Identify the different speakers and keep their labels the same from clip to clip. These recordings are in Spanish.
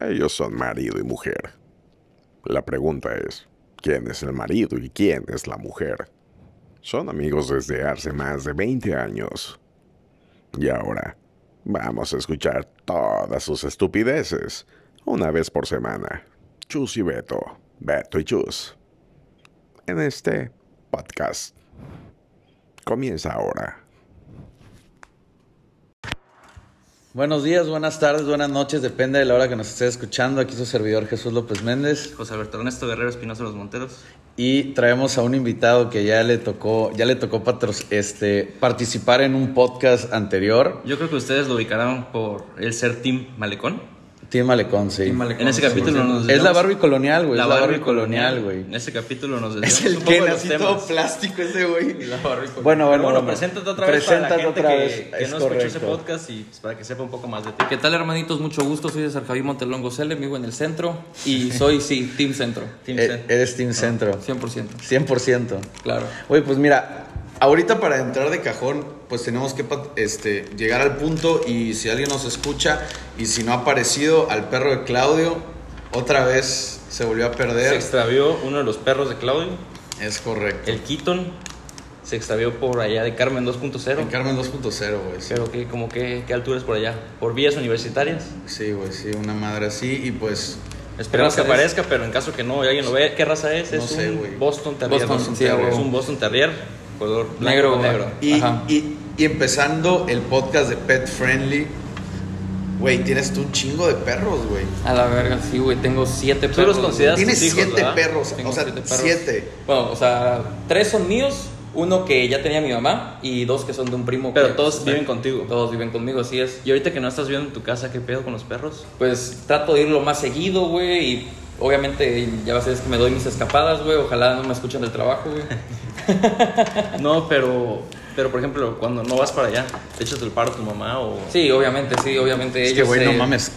Speaker 1: Ellos son marido y mujer. La pregunta es, ¿quién es el marido y quién es la mujer? Son amigos desde hace más de 20 años. Y ahora, vamos a escuchar todas sus estupideces, una vez por semana. Chus y Beto, Beto y Chus. En este podcast. Comienza ahora.
Speaker 2: Buenos días, buenas tardes, buenas noches, depende de la hora que nos esté escuchando. Aquí su servidor Jesús López Méndez
Speaker 3: José Alberto Ernesto Guerrero Espinosa Los Monteros.
Speaker 2: y traemos a un invitado que ya le tocó, ya le tocó patro- este, participar en un podcast anterior,
Speaker 3: Yo creo que ustedes lo ubicarán por el ser Team Malecón.
Speaker 2: Team Malecón, sí.
Speaker 3: En ese capítulo nos
Speaker 2: Es la
Speaker 3: desviamos-
Speaker 2: Barbie colonial, güey.
Speaker 3: La
Speaker 2: es la
Speaker 3: Barbie colonial,
Speaker 2: güey.
Speaker 3: En ese capítulo nos desviamos
Speaker 2: Es el
Speaker 3: un poco
Speaker 2: que
Speaker 3: de los
Speaker 2: nací todo
Speaker 3: temas.
Speaker 2: plástico ese güey.
Speaker 3: La Barbie colonial.
Speaker 2: Bueno, bueno,
Speaker 3: Pero
Speaker 2: bueno.
Speaker 3: preséntate otra vez para la
Speaker 2: Preséntate
Speaker 3: gente
Speaker 2: otra
Speaker 3: que-
Speaker 2: vez,
Speaker 3: que,
Speaker 2: es
Speaker 3: no
Speaker 2: correcto.
Speaker 3: escuchó ese podcast y pues, para que sepa un poco más de ti.
Speaker 4: ¿Qué tal, hermanitos? Mucho gusto. Soy César Javier Montelón Gocele, vivo en el centro. Y soy, sí, Team Centro.
Speaker 3: Team Ah.
Speaker 2: Eh,
Speaker 3: C.
Speaker 2: eres Team Centro.
Speaker 4: 100%.
Speaker 2: 100%.
Speaker 4: Claro.
Speaker 2: Oye, pues mira, ahorita para entrar de cajón, pues tenemos que pat- este, llegar al punto y si alguien nos escucha y si no ha aparecido al perro de Claudio, otra vez se volvió a
Speaker 3: Se
Speaker 2: perder.
Speaker 3: extravió uno de los perros de Claudio,
Speaker 2: Es correcto.
Speaker 3: el Keaton. Se extravió por allá de Carmen 2.0.
Speaker 2: En Carmen 2.0, güey. sí.
Speaker 3: Pero que, como que, ¿qué altura es por allá? ¿Por vías universitarias?
Speaker 2: Sí, güey, sí, una madre así y pues...
Speaker 3: Esperemos que
Speaker 4: Raza es-
Speaker 3: aparezca, pero en caso que no y alguien lo vea, ¿qué raza es?
Speaker 2: No
Speaker 3: es
Speaker 2: sé, güey.
Speaker 3: un Boston Terrier.
Speaker 4: Boston, sí, a huevo.
Speaker 3: es un Boston Terrier, color blanco
Speaker 4: Negro,
Speaker 3: con negro.
Speaker 4: güey.
Speaker 5: Y,
Speaker 4: Ajá.
Speaker 5: y- y empezando el podcast de Pet Friendly, güey, tienes tú un chingo de perros, güey.
Speaker 4: A la verga, sí, güey. Tengo siete
Speaker 3: Tú
Speaker 4: perros.
Speaker 3: los consideras-
Speaker 4: güey.
Speaker 5: Tienes
Speaker 3: tus hijos,
Speaker 5: siete
Speaker 3: ¿verdad?
Speaker 5: perros,
Speaker 4: Tengo
Speaker 5: o sea,
Speaker 4: siete
Speaker 5: siete.
Speaker 4: perros. Bueno, o sea, tres son míos. Uno que ya tenía mi mamá y dos que son de un primo.
Speaker 3: Pero
Speaker 4: que-
Speaker 3: todos viven contigo.
Speaker 4: Todos viven conmigo, así es.
Speaker 3: Y ahorita que no estás viendo en tu casa, ¿qué pedo con los perros?
Speaker 4: Pues trato de ir lo más seguido, güey. Y obviamente ya va a ser que me doy mis escapadas, güey. Ojalá no me escuchen del trabajo, güey.
Speaker 3: No, pero, pero por ejemplo, cuando no vas para allá, te echas el paro a tu mamá o...
Speaker 4: Sí, obviamente, sí, obviamente.
Speaker 5: Es que,
Speaker 4: ellos
Speaker 5: güey, no
Speaker 4: se-
Speaker 5: mames.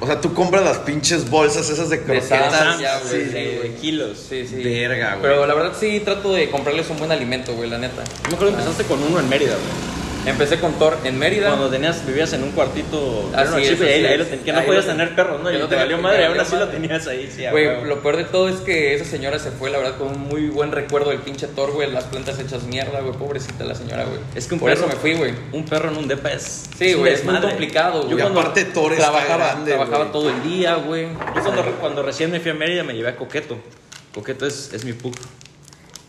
Speaker 5: O sea, tú compras las pinches bolsas esas de croquetas.
Speaker 4: Sam's, ya, güey,
Speaker 5: sí,
Speaker 4: sí.
Speaker 3: de kilos.
Speaker 4: Sí, sí.
Speaker 5: Verga, güey.
Speaker 4: Pero la verdad sí trato de comprarles un buen alimento, güey, la neta.
Speaker 3: Yo me acuerdo que empezaste con uno en Mérida, güey.
Speaker 4: Empecé con Thor en Mérida.
Speaker 3: Cuando tenías, vivías en un cuartito...
Speaker 4: Así
Speaker 3: era una
Speaker 4: es,
Speaker 3: chifa y
Speaker 4: así
Speaker 3: ahí, ahí
Speaker 4: es.
Speaker 3: lo ten- que no
Speaker 4: Ahí
Speaker 3: podías
Speaker 4: lo ten-
Speaker 3: tener perro, ¿no?
Speaker 4: que
Speaker 3: Y
Speaker 4: no
Speaker 3: te
Speaker 4: tenía-
Speaker 3: valió
Speaker 4: me
Speaker 3: madre,
Speaker 4: valió
Speaker 3: aún así lo
Speaker 4: madre.
Speaker 3: tenías ahí, sí. a
Speaker 4: Güey,
Speaker 3: huevo.
Speaker 4: lo peor de todo es que esa señora se fue, la verdad, con un muy buen recuerdo del pinche Thor, güey. Las plantas hechas mierda, güey. Pobrecita la señora, güey.
Speaker 3: Es que un
Speaker 4: Por
Speaker 3: perro-
Speaker 4: eso me fui, güey.
Speaker 3: Un perro en un depa es...
Speaker 4: Sí,
Speaker 3: un
Speaker 4: güey, es muy
Speaker 3: desmadre.
Speaker 4: complicado, güey.
Speaker 5: Y
Speaker 4: Yo
Speaker 5: aparte Thor está
Speaker 4: trabajaba,
Speaker 5: grande,
Speaker 4: trabajaba
Speaker 5: güey.
Speaker 4: todo el día, güey.
Speaker 3: Yo cuando, cuando recién me fui a Mérida me llevé a Coqueto. Coqueto es, es mi pug.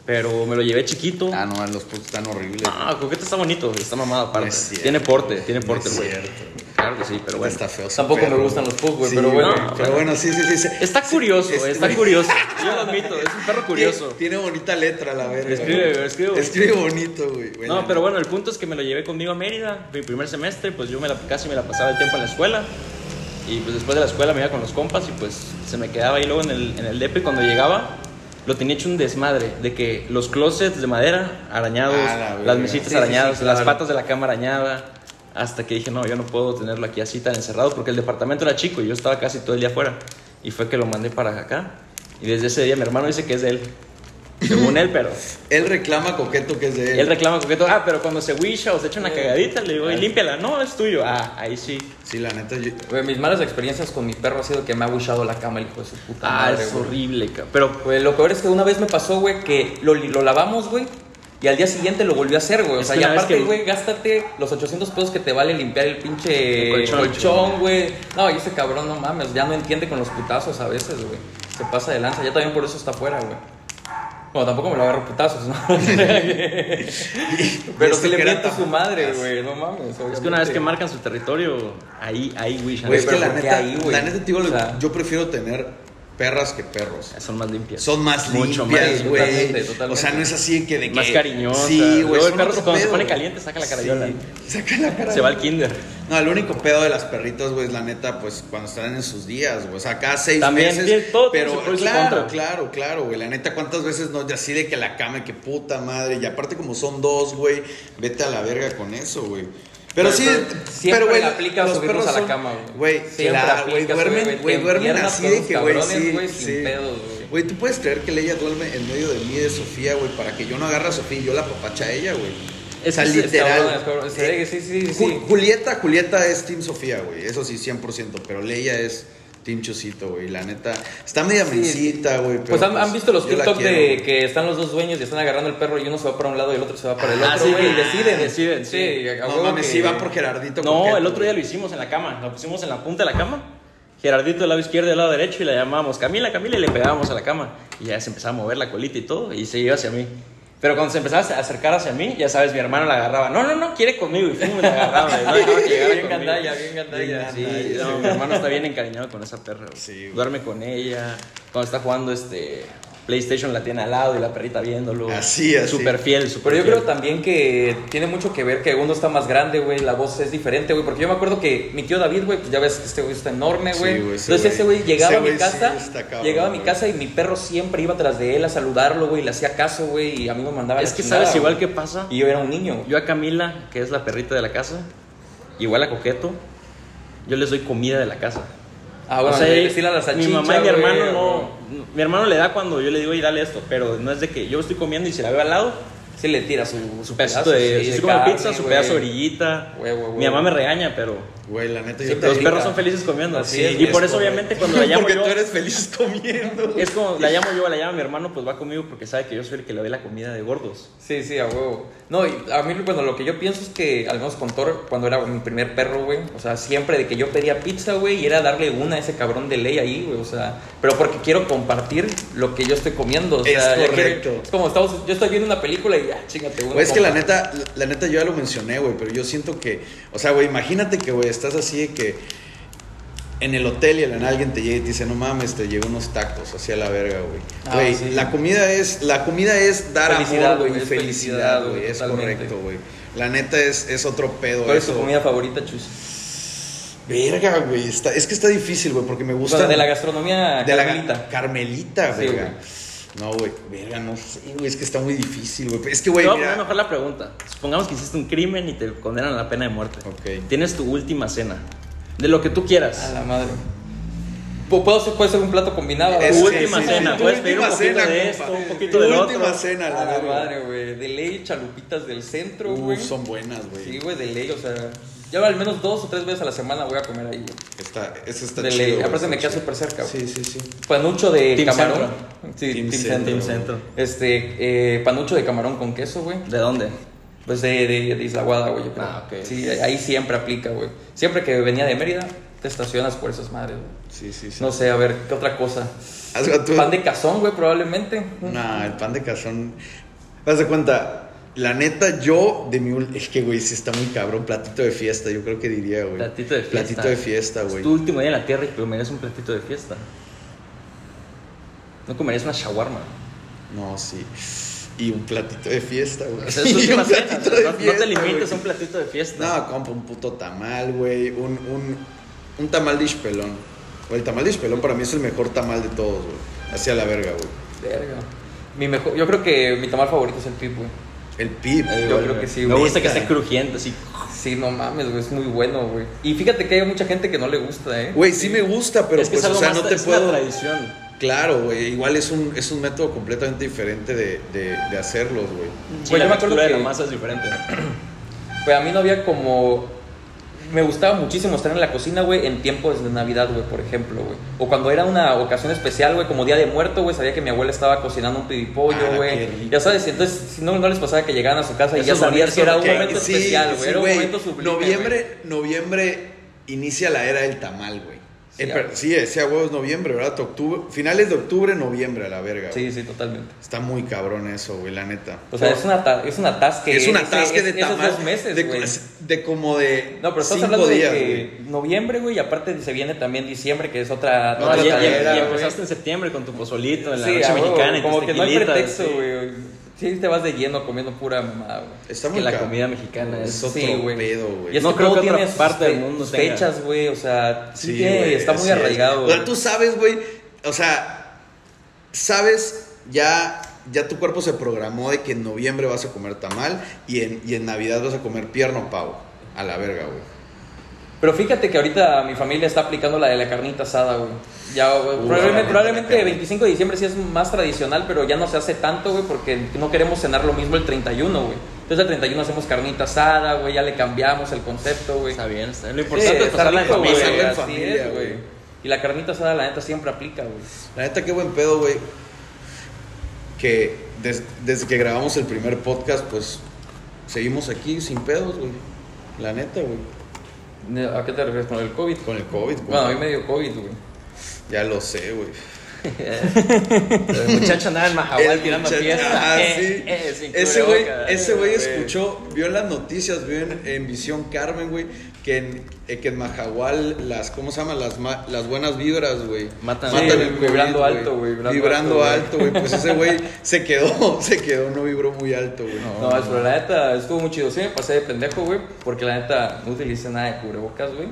Speaker 3: Pero me lo llevé chiquito.
Speaker 5: Ah, no, los putos están horribles.
Speaker 3: Ah, Coqueto está bonito, está mamado aparte.
Speaker 5: No es cierto.
Speaker 3: tiene porte, tiene porte,
Speaker 5: es
Speaker 3: güey.
Speaker 5: cierto.
Speaker 3: Claro que sí, pero bueno.
Speaker 5: Está feo. su
Speaker 4: Tampoco me
Speaker 5: perro.
Speaker 4: gustan los pug, güey,
Speaker 5: Sí,
Speaker 4: pero bueno.
Speaker 3: no.
Speaker 5: pero bueno, sí, sí, sí. sí.
Speaker 3: Está curioso,
Speaker 5: es-
Speaker 3: está curioso. Yo lo admito, es un perro curioso.
Speaker 5: Tiene, tiene bonita letra, la verga.
Speaker 3: Escribe,
Speaker 5: güey.
Speaker 3: escribe bonito.
Speaker 5: Escribe bonito, güey. Bueno,
Speaker 3: No, pero bueno, el punto es que me lo llevé conmigo a Mérida, mi primer semestre, pues yo me la, casi me la pasaba el tiempo en la escuela. Y pues después de la escuela me iba con los compas y pues se me quedaba ahí luego en el, en el DEP y cuando llegaba lo tenía hecho un desmadre de que los closets de madera arañados,
Speaker 5: Ah, la verga.
Speaker 3: las mesitas
Speaker 4: Sí, sí,
Speaker 3: arañadas,
Speaker 4: sí,
Speaker 3: las
Speaker 4: claro.
Speaker 3: patas de la cama arañada, hasta que dije, no, yo no puedo tenerlo aquí así tan encerrado porque el departamento era chico y yo estaba casi todo el día afuera. Y fue que lo mandé para acá. Y desde ese día mi hermano dice que es de él. Según él, pero...
Speaker 5: Él reclama coqueto que es de
Speaker 3: Él reclama coqueto, ah, pero cuando se wisha o se echa una cagadita, le digo, "Ey, límpiala, no, es tuyo. Ah, ahí sí.
Speaker 5: Sí, la neta, yo,
Speaker 4: Güey, mis malas experiencias con mi perro ha sido que me ha buchado la cama el hijo de su puta
Speaker 3: Ah,
Speaker 4: madre,
Speaker 3: es
Speaker 4: güey.
Speaker 3: horrible, ca- pero
Speaker 4: Güey, lo peor es que una vez me pasó, güey, que lo, li- lo lavamos, güey, y al día siguiente lo volvió a hacer, güey. O
Speaker 3: Es
Speaker 4: sea,
Speaker 3: que
Speaker 4: y
Speaker 3: una vez
Speaker 4: aparte,
Speaker 3: que-
Speaker 4: güey, gástate los 800 pesos que te vale limpiar el pinche
Speaker 3: El colchón,
Speaker 4: colchón, güey. No, y ese cabrón, no mames, ya no entiende con los putazos a veces, güey. Se pasa de lanza, ya también por eso está afuera, güey. Bueno, tampoco me lo agarro putazos, ¿no? Pero
Speaker 5: Pensé
Speaker 4: sí le
Speaker 5: que era
Speaker 4: miento a su
Speaker 5: tan-
Speaker 4: madre, güey, no mames.
Speaker 3: es que una vez que
Speaker 4: marca
Speaker 3: marcan su territorio, ahí, ahí wishan.
Speaker 5: Güey, es
Speaker 4: pero
Speaker 5: que la
Speaker 4: ¿por qué
Speaker 5: neta,
Speaker 4: ahí, güey?
Speaker 5: la neta, tío,
Speaker 4: O sea-
Speaker 5: yo prefiero tener perras que perros.
Speaker 3: Son más limpias.
Speaker 5: Son más
Speaker 3: Mucho
Speaker 5: limpias,
Speaker 4: más,
Speaker 5: güey.
Speaker 4: totalmente, totalmente.
Speaker 5: O sea, no es así que de que...
Speaker 3: Más cariñosa.
Speaker 5: Sí, güey.
Speaker 3: Luego el
Speaker 5: son
Speaker 3: perro
Speaker 5: otro
Speaker 3: cuando se
Speaker 5: pedo,
Speaker 3: pone
Speaker 5: güey.
Speaker 3: caliente, saca la carayuela.
Speaker 5: saca la cara.
Speaker 3: Se va al kinder.
Speaker 5: No, el único pedo de las perritas, güey, es la neta, pues cuando están en sus días, güey. O sea, cada seis
Speaker 3: También
Speaker 5: meses.
Speaker 3: tiene- todo tiene
Speaker 5: pero
Speaker 3: su pro y su
Speaker 5: claro,
Speaker 3: contra.
Speaker 5: claro, claro, güey. La neta, ¿cuántas veces no? Y Así de que la cama, que puta madre. Y aparte, como son dos, güey, vete a la verga con eso, güey. Pero,
Speaker 4: Pero
Speaker 5: sí,
Speaker 4: eso siempre
Speaker 5: pero, güey,
Speaker 4: le aplica
Speaker 5: los
Speaker 4: subirlos
Speaker 5: perros
Speaker 4: a la
Speaker 5: son-
Speaker 4: cama,
Speaker 5: güey.
Speaker 4: güey. Siempre
Speaker 5: claro, güey,
Speaker 4: aplica, güey,
Speaker 5: duermen,
Speaker 4: te
Speaker 5: güey, duermen
Speaker 4: empiernas
Speaker 5: así
Speaker 4: con
Speaker 5: de
Speaker 4: los
Speaker 5: que, güey,
Speaker 4: cabrones,
Speaker 5: sí,
Speaker 4: güey, sin
Speaker 5: sí.
Speaker 4: pedos, güey.
Speaker 5: Güey, ¿tú puedes creer que ella duerme en medio de mí y de Sofía, güey? Para que yo no agarre a Sofía y yo la papacha a ella, güey.
Speaker 4: Es
Speaker 5: o sea,
Speaker 4: que sí, está
Speaker 5: literal.
Speaker 4: cabrón, es cabrón. Sí,
Speaker 5: Eh,
Speaker 4: sí, sí, sí,
Speaker 5: Ju-
Speaker 4: sí.
Speaker 5: Julieta, Julieta es Team Sofía, güey. Eso sí, 100%. Pero Leia es
Speaker 2: Team Chusito, güey. La neta. Está media mencita, güey. pero
Speaker 4: Pues han, han visto los
Speaker 2: yo la
Speaker 4: TikTok de
Speaker 2: quiero.
Speaker 4: que están los dos dueños y están agarrando el perro y uno se va para un lado y el otro se va para el
Speaker 3: Ah,
Speaker 4: otro.
Speaker 3: sí,
Speaker 4: güey, y
Speaker 3: que-
Speaker 4: deciden.
Speaker 3: deciden, sí.
Speaker 4: a- a
Speaker 2: No
Speaker 4: huevo
Speaker 2: mames,
Speaker 4: que-
Speaker 2: sí va por Gerardito. con
Speaker 3: No,
Speaker 2: Ken,
Speaker 3: el otro
Speaker 2: güey.
Speaker 3: día lo hicimos en la cama. La pusimos en la punta de la cama. Gerardito del lado izquierdo y del lado derecho y la llamábamos Camila, Camila y le pegábamos a la cama. Y ya se empezaba a mover la colita y todo y se iba hacia mí. Pero cuando se empezaba a acercar hacia mí, ya sabes, mi hermano la agarraba. No, no, no, quiere conmigo. Y fum, la agarraba. y no dejaba que llegara
Speaker 4: Bien
Speaker 3: conmigo.
Speaker 4: gandalla, bien gandalla.
Speaker 3: Sí, no, mi hermano está bien encariñado con esa perra. güey.
Speaker 2: Sí, güey.
Speaker 3: Duerme con ella. Cuando está jugando este PlayStation la tiene al lado y la perrita viéndolo.
Speaker 2: Así, así.
Speaker 3: Súper fiel, súper
Speaker 4: Pero yo
Speaker 3: fiel.
Speaker 4: creo también que tiene mucho que ver que uno está más grande, güey, la voz es diferente, güey, porque yo me acuerdo que mi tío David, güey, pues ya ves que este güey está enorme, güey.
Speaker 2: Sí, güey, ese
Speaker 4: Entonces ese
Speaker 2: güey-
Speaker 4: güey llegaba
Speaker 2: ese
Speaker 4: a mi
Speaker 2: güey sí
Speaker 4: casa,
Speaker 2: está cabrón,
Speaker 4: llegaba a mi
Speaker 2: güey.
Speaker 4: casa y mi perro siempre iba tras de él a saludarlo, güey, y le hacía caso, güey, y a mí me mandaba
Speaker 3: Es
Speaker 4: la
Speaker 3: que
Speaker 4: chingada,
Speaker 3: sabes igual
Speaker 4: güey.
Speaker 3: que pasa.
Speaker 4: y yo era un niño. güey.
Speaker 3: Yo a Camila, que es la perrita de la casa, igual a Coqueto, yo les doy comida de la casa.
Speaker 4: Ah, bueno,
Speaker 3: O sea,
Speaker 4: de decirle a la
Speaker 3: mi
Speaker 4: salchicha,
Speaker 3: mamá y mi
Speaker 4: güey,
Speaker 3: hermano
Speaker 4: o-
Speaker 3: no, no- Mi hermano le da cuando yo le digo, y dale esto, pero no es de que yo estoy comiendo y si la veo al lado,
Speaker 4: Sí le tira Pues su,
Speaker 3: su pedacito
Speaker 4: sí,
Speaker 3: de. si estoy comiendo
Speaker 4: carne,
Speaker 3: pizza, su
Speaker 4: güey.
Speaker 3: pedazo de orillita.
Speaker 4: Güey, güey, güey.
Speaker 3: Mi mamá me regaña, pero.
Speaker 2: Güey, la neta,
Speaker 4: Sí,
Speaker 2: yo
Speaker 4: pero
Speaker 3: Los
Speaker 4: Perrita.
Speaker 3: perros son felices comiendo.
Speaker 4: Así es,
Speaker 3: y por
Speaker 4: es
Speaker 3: eso, obviamente, cuando la llamo
Speaker 2: Porque
Speaker 3: yo.
Speaker 2: tú eres feliz comiendo.
Speaker 3: Es como la llamo yo, la llama mi hermano, pues va conmigo porque sabe que yo soy el que le doy la comida de gordos.
Speaker 4: Sí, sí, a huevo. No, y a mí, bueno, lo que yo pienso es que, al menos con Thor, cuando era mi primer perro, güey, o sea, siempre de que yo pedía pizza, güey, y era darle una a ese cabrón de ley ahí, güey, o sea, pero porque quiero compartir lo que yo estoy comiendo, o
Speaker 2: Es
Speaker 4: sea, ya quiero-
Speaker 2: correcto.
Speaker 4: es como estamos, yo estoy viendo una película y ya, chingate una.
Speaker 2: Güey, es que la
Speaker 4: compa.
Speaker 2: neta, la neta yo ya lo mencioné, güey, pero yo siento que, o sea, güey, imagínate que, güey, estás así de que en el hotel y en alguien te llega y te dice, no mames, te llegó unos tacos, así a la verga, güey.
Speaker 4: Ah,
Speaker 2: Güey,
Speaker 4: sí.
Speaker 2: la comida es, la comida es dar
Speaker 4: Felicidad,
Speaker 2: amor,
Speaker 4: güey,
Speaker 2: güey,
Speaker 4: es
Speaker 2: felicidad,
Speaker 4: felicidad,
Speaker 2: güey,
Speaker 4: güey,
Speaker 2: es
Speaker 4: totalmente.
Speaker 2: correcto, güey. La neta es, es otro pedo
Speaker 4: ¿Cuál es tu
Speaker 2: eso.
Speaker 4: comida favorita, Chus?
Speaker 2: Verga, güey, está, es que está difícil, güey, porque me gusta.
Speaker 4: Bueno, de la gastronomía
Speaker 2: De la
Speaker 4: carmelita.
Speaker 2: Carmelita,
Speaker 4: Sí,
Speaker 2: verga. No, güey, verga, no sé, güey, es que está muy difícil, güey. Es que, güey,
Speaker 3: Te voy a
Speaker 2: mira.
Speaker 3: poner mejor la pregunta. Supongamos que hiciste un crimen y te condenan a la pena de muerte.
Speaker 2: Ok.
Speaker 3: Tienes tu última cena. De lo que tú
Speaker 4: A
Speaker 3: quieras.
Speaker 4: la madre. Pu- Puedo ser, puede ser un plato combinado,
Speaker 2: Es
Speaker 4: güey.
Speaker 3: tu
Speaker 2: que
Speaker 3: última
Speaker 2: sí,
Speaker 3: cena.
Speaker 2: tu
Speaker 3: Puedes pedir un
Speaker 2: última
Speaker 3: poquito
Speaker 2: cena,
Speaker 3: de
Speaker 2: compa.
Speaker 3: esto, un
Speaker 2: Tu
Speaker 3: poquito de otro.
Speaker 2: última cena,
Speaker 4: A
Speaker 2: la
Speaker 4: la
Speaker 2: verga.
Speaker 4: madre, güey. De ley, chalupitas del centro,
Speaker 2: Uh,
Speaker 4: güey.
Speaker 2: son buenas, güey.
Speaker 4: Sí, güey, de ley, o sea, yo al menos dos o tres veces a la semana voy a comer ahí, güey.
Speaker 2: Está, eso está
Speaker 4: De
Speaker 2: chido.
Speaker 4: ley,
Speaker 2: güey,
Speaker 4: aparte me
Speaker 2: está
Speaker 4: queda súper cerca, güey.
Speaker 2: chido. Sí, sí, sí.
Speaker 4: Panucho de
Speaker 3: Team
Speaker 4: camarón.
Speaker 3: Centro.
Speaker 4: Sí,
Speaker 2: Team
Speaker 4: Team,
Speaker 2: Centro,
Speaker 4: Centro.
Speaker 2: Team
Speaker 3: Centro.
Speaker 4: Este, eh, panucho de camarón con queso, güey.
Speaker 3: ¿De dónde?
Speaker 4: Pues de, de, de Isla Guada, güey, yo creo.
Speaker 3: Ah, ok.
Speaker 4: Sí, ahí siempre aplica, güey. Siempre que venía de Mérida, te estacionas por esas madres, güey.
Speaker 2: Sí, sí, sí.
Speaker 4: No sé, a ver, ¿qué otra cosa?
Speaker 2: Haz- tú-
Speaker 4: Pan de cazón, güey, probablemente.
Speaker 2: Nah, el pan de cazón. Haz de cuenta, la neta, yo de mi. ul- Es que, güey, sí está muy cabrón. Platito de fiesta, yo creo que diría, güey.
Speaker 3: Platito de fiesta.
Speaker 2: Platito de fiesta, güey.
Speaker 3: Es tu último día en la tierra y te mereces un platito de fiesta. No comerías una shawarma.
Speaker 2: No, sí. Y un platito de fiesta, güey.
Speaker 3: O sea, es tu
Speaker 2: Y
Speaker 3: última
Speaker 2: un
Speaker 3: cena.
Speaker 2: platito
Speaker 3: o
Speaker 2: de
Speaker 3: sea, No, no
Speaker 2: fiesta,
Speaker 3: te limites
Speaker 2: güey.
Speaker 3: a un platito de fiesta.
Speaker 2: No, compa, un puto tamal, güey. Un, un, un tamal de pelón. El tamal de pelón para mí es el mejor tamal de todos, güey. Hacia la verga, güey.
Speaker 4: Verga. Mi mejor, yo creo que mi tamal favorito es el pip, güey.
Speaker 2: El pip.
Speaker 4: Eh,
Speaker 2: güey.
Speaker 4: yo creo que sí,
Speaker 3: Me
Speaker 4: güey.
Speaker 3: gusta que
Speaker 2: Neta.
Speaker 3: esté crujiente, así.
Speaker 4: Sí, no mames, güey, es muy bueno, güey. Y fíjate que hay mucha gente que no le gusta, ¿eh?
Speaker 2: Güey, sí me gusta, pero
Speaker 3: es que
Speaker 2: pues,
Speaker 3: es algo
Speaker 2: o sea,
Speaker 3: más,
Speaker 2: no te
Speaker 3: es una
Speaker 2: puedo.
Speaker 3: tradición.
Speaker 2: Claro, güey. Igual es un, es un método completamente diferente de, de, de hacerlos, güey.
Speaker 3: Sí,
Speaker 4: Güey,
Speaker 3: la
Speaker 4: yo me acuerdo
Speaker 3: textura de la
Speaker 4: que-
Speaker 3: masa es diferente.
Speaker 4: Güey, a mí no había como... Me gustaba muchísimo estar en la cocina, güey, en tiempos de Navidad, güey, por ejemplo, güey. O cuando era una ocasión especial, güey, como Día de Muerto, güey, sabía que mi abuela estaba cocinando un
Speaker 2: Ah,
Speaker 4: pibipollo,
Speaker 2: qué
Speaker 4: güey.
Speaker 2: rico.
Speaker 4: Ya sabes, entonces, si no, no les pasaba que llegaban a su casa y
Speaker 3: Eso
Speaker 4: ya
Speaker 3: es bonito,
Speaker 4: sabías que era un
Speaker 3: porque-
Speaker 4: momento
Speaker 2: Sí,
Speaker 4: especial,
Speaker 2: sí,
Speaker 4: güey. Era un
Speaker 2: güey.
Speaker 4: momento sublime,
Speaker 2: Noviembre, noviembre inicia la era del tamal, güey.
Speaker 4: Sí,
Speaker 2: Eh,
Speaker 4: a
Speaker 2: pero-
Speaker 4: huevo.
Speaker 2: Sí, decía huevos noviembre, ¿verdad? Octubre, finales de octubre, noviembre, a la verga.
Speaker 4: güey.
Speaker 2: güey.
Speaker 4: Sí, sí, totalmente.
Speaker 2: Está muy cabrón eso, güey, la neta.
Speaker 4: O sea, es una ta- es un atasque.
Speaker 2: es un
Speaker 4: ese-
Speaker 2: atasque
Speaker 4: es-
Speaker 2: de tamal.
Speaker 4: Esos dos meses,
Speaker 2: de,
Speaker 4: güey.
Speaker 2: de como de.
Speaker 4: No, pero estás
Speaker 2: cinco
Speaker 4: hablando
Speaker 2: días,
Speaker 4: de
Speaker 2: güey.
Speaker 4: que noviembre, güey, y aparte se viene también diciembre, que es otra...
Speaker 2: No,
Speaker 3: No,
Speaker 4: otra
Speaker 3: y, y- y
Speaker 4: tarea, güey.
Speaker 3: empezaste en septiembre con tu pozolito en la
Speaker 4: Sí,
Speaker 3: noche
Speaker 4: a huevo,
Speaker 3: mexicana y tus
Speaker 4: como que no hay
Speaker 3: tequilitas,
Speaker 4: pretexto,
Speaker 3: sí.
Speaker 4: güey. Sí. te vas de lleno comiendo pura mamada, güey.
Speaker 2: Está
Speaker 3: Es
Speaker 2: muy
Speaker 3: que la
Speaker 2: cabrón.
Speaker 3: comida mexicana es
Speaker 2: Es otro
Speaker 4: Sí, güey.
Speaker 2: pedo, güey.
Speaker 4: Y es
Speaker 3: No
Speaker 4: que
Speaker 3: creo
Speaker 4: todo
Speaker 3: que otra
Speaker 4: tiene sus
Speaker 3: parte del
Speaker 4: fe-
Speaker 3: mundo tenga.
Speaker 4: fechas, güey, o sea, sí,
Speaker 2: Sí,
Speaker 4: tiene-
Speaker 2: güey,
Speaker 4: está muy
Speaker 2: sí,
Speaker 4: arraigado.
Speaker 2: O sea,
Speaker 4: güey.
Speaker 2: tú sabes, güey. O sea, sabes, ya, ya tu cuerpo se programó de que en noviembre vas a comer tamal y en, y en Navidad vas a comer pierna o pavo. A la verga, güey.
Speaker 4: Pero fíjate que ahorita mi familia está aplicando la de la carnita asada, güey. Ya, güey,
Speaker 2: Uh,
Speaker 4: probablemente,
Speaker 2: la
Speaker 4: probablemente
Speaker 2: carne.
Speaker 4: 25 de diciembre sí es más tradicional, pero ya no se hace tanto, güey, porque no queremos cenar lo mismo el 31, güey. Entonces el 31 hacemos carnita asada, güey, ya le cambiamos el concepto, güey.
Speaker 3: Está bien, está bien. Lo
Speaker 4: Sí,
Speaker 3: importante es
Speaker 4: está
Speaker 3: pasarla en
Speaker 4: rico,
Speaker 2: familia,
Speaker 4: güey,
Speaker 2: pasarla en
Speaker 3: familia.
Speaker 4: así
Speaker 2: familia,
Speaker 4: es,
Speaker 2: güey.
Speaker 4: güey. Y la carnita asada, la neta, siempre aplica, güey.
Speaker 2: La neta, qué buen pedo, güey. Que des- desde que grabamos el primer podcast, pues seguimos aquí sin pedos, güey. La neta, güey.
Speaker 4: Ne- ¿A qué te refieres con el COVID?
Speaker 2: Con el COVID, güey.
Speaker 4: Bueno, a mí me dio COVID, güey.
Speaker 2: Ya lo sé, güey.
Speaker 3: El muchacho andaba en Mahahual
Speaker 2: El
Speaker 3: Ah, tirando
Speaker 2: muchacho-
Speaker 3: fiesta.
Speaker 2: Ah,
Speaker 3: Eh,
Speaker 2: sí.
Speaker 3: eh, sin
Speaker 2: ese güey,
Speaker 3: cubrebocas. Eh,
Speaker 2: ese güey escuchó, vio las noticias, vio en, en Visión Carmen, güey, que en, eh, que en Mahahual las, ¿cómo se llama? Las, ma- las buenas vibras, güey.
Speaker 3: Matan-
Speaker 4: Sí,
Speaker 2: el COVID,
Speaker 4: vibrando alto, güey, vibrando
Speaker 2: Vibrando
Speaker 4: alto,
Speaker 2: alto, güey. Pues ese güey se quedó, se quedó, no vibró muy alto, güey.
Speaker 4: No, es- pero la neta, estuvo muy chido. Sí, me pasé de pendejo, güey, porque la neta no utilicé nada de cubrebocas, güey.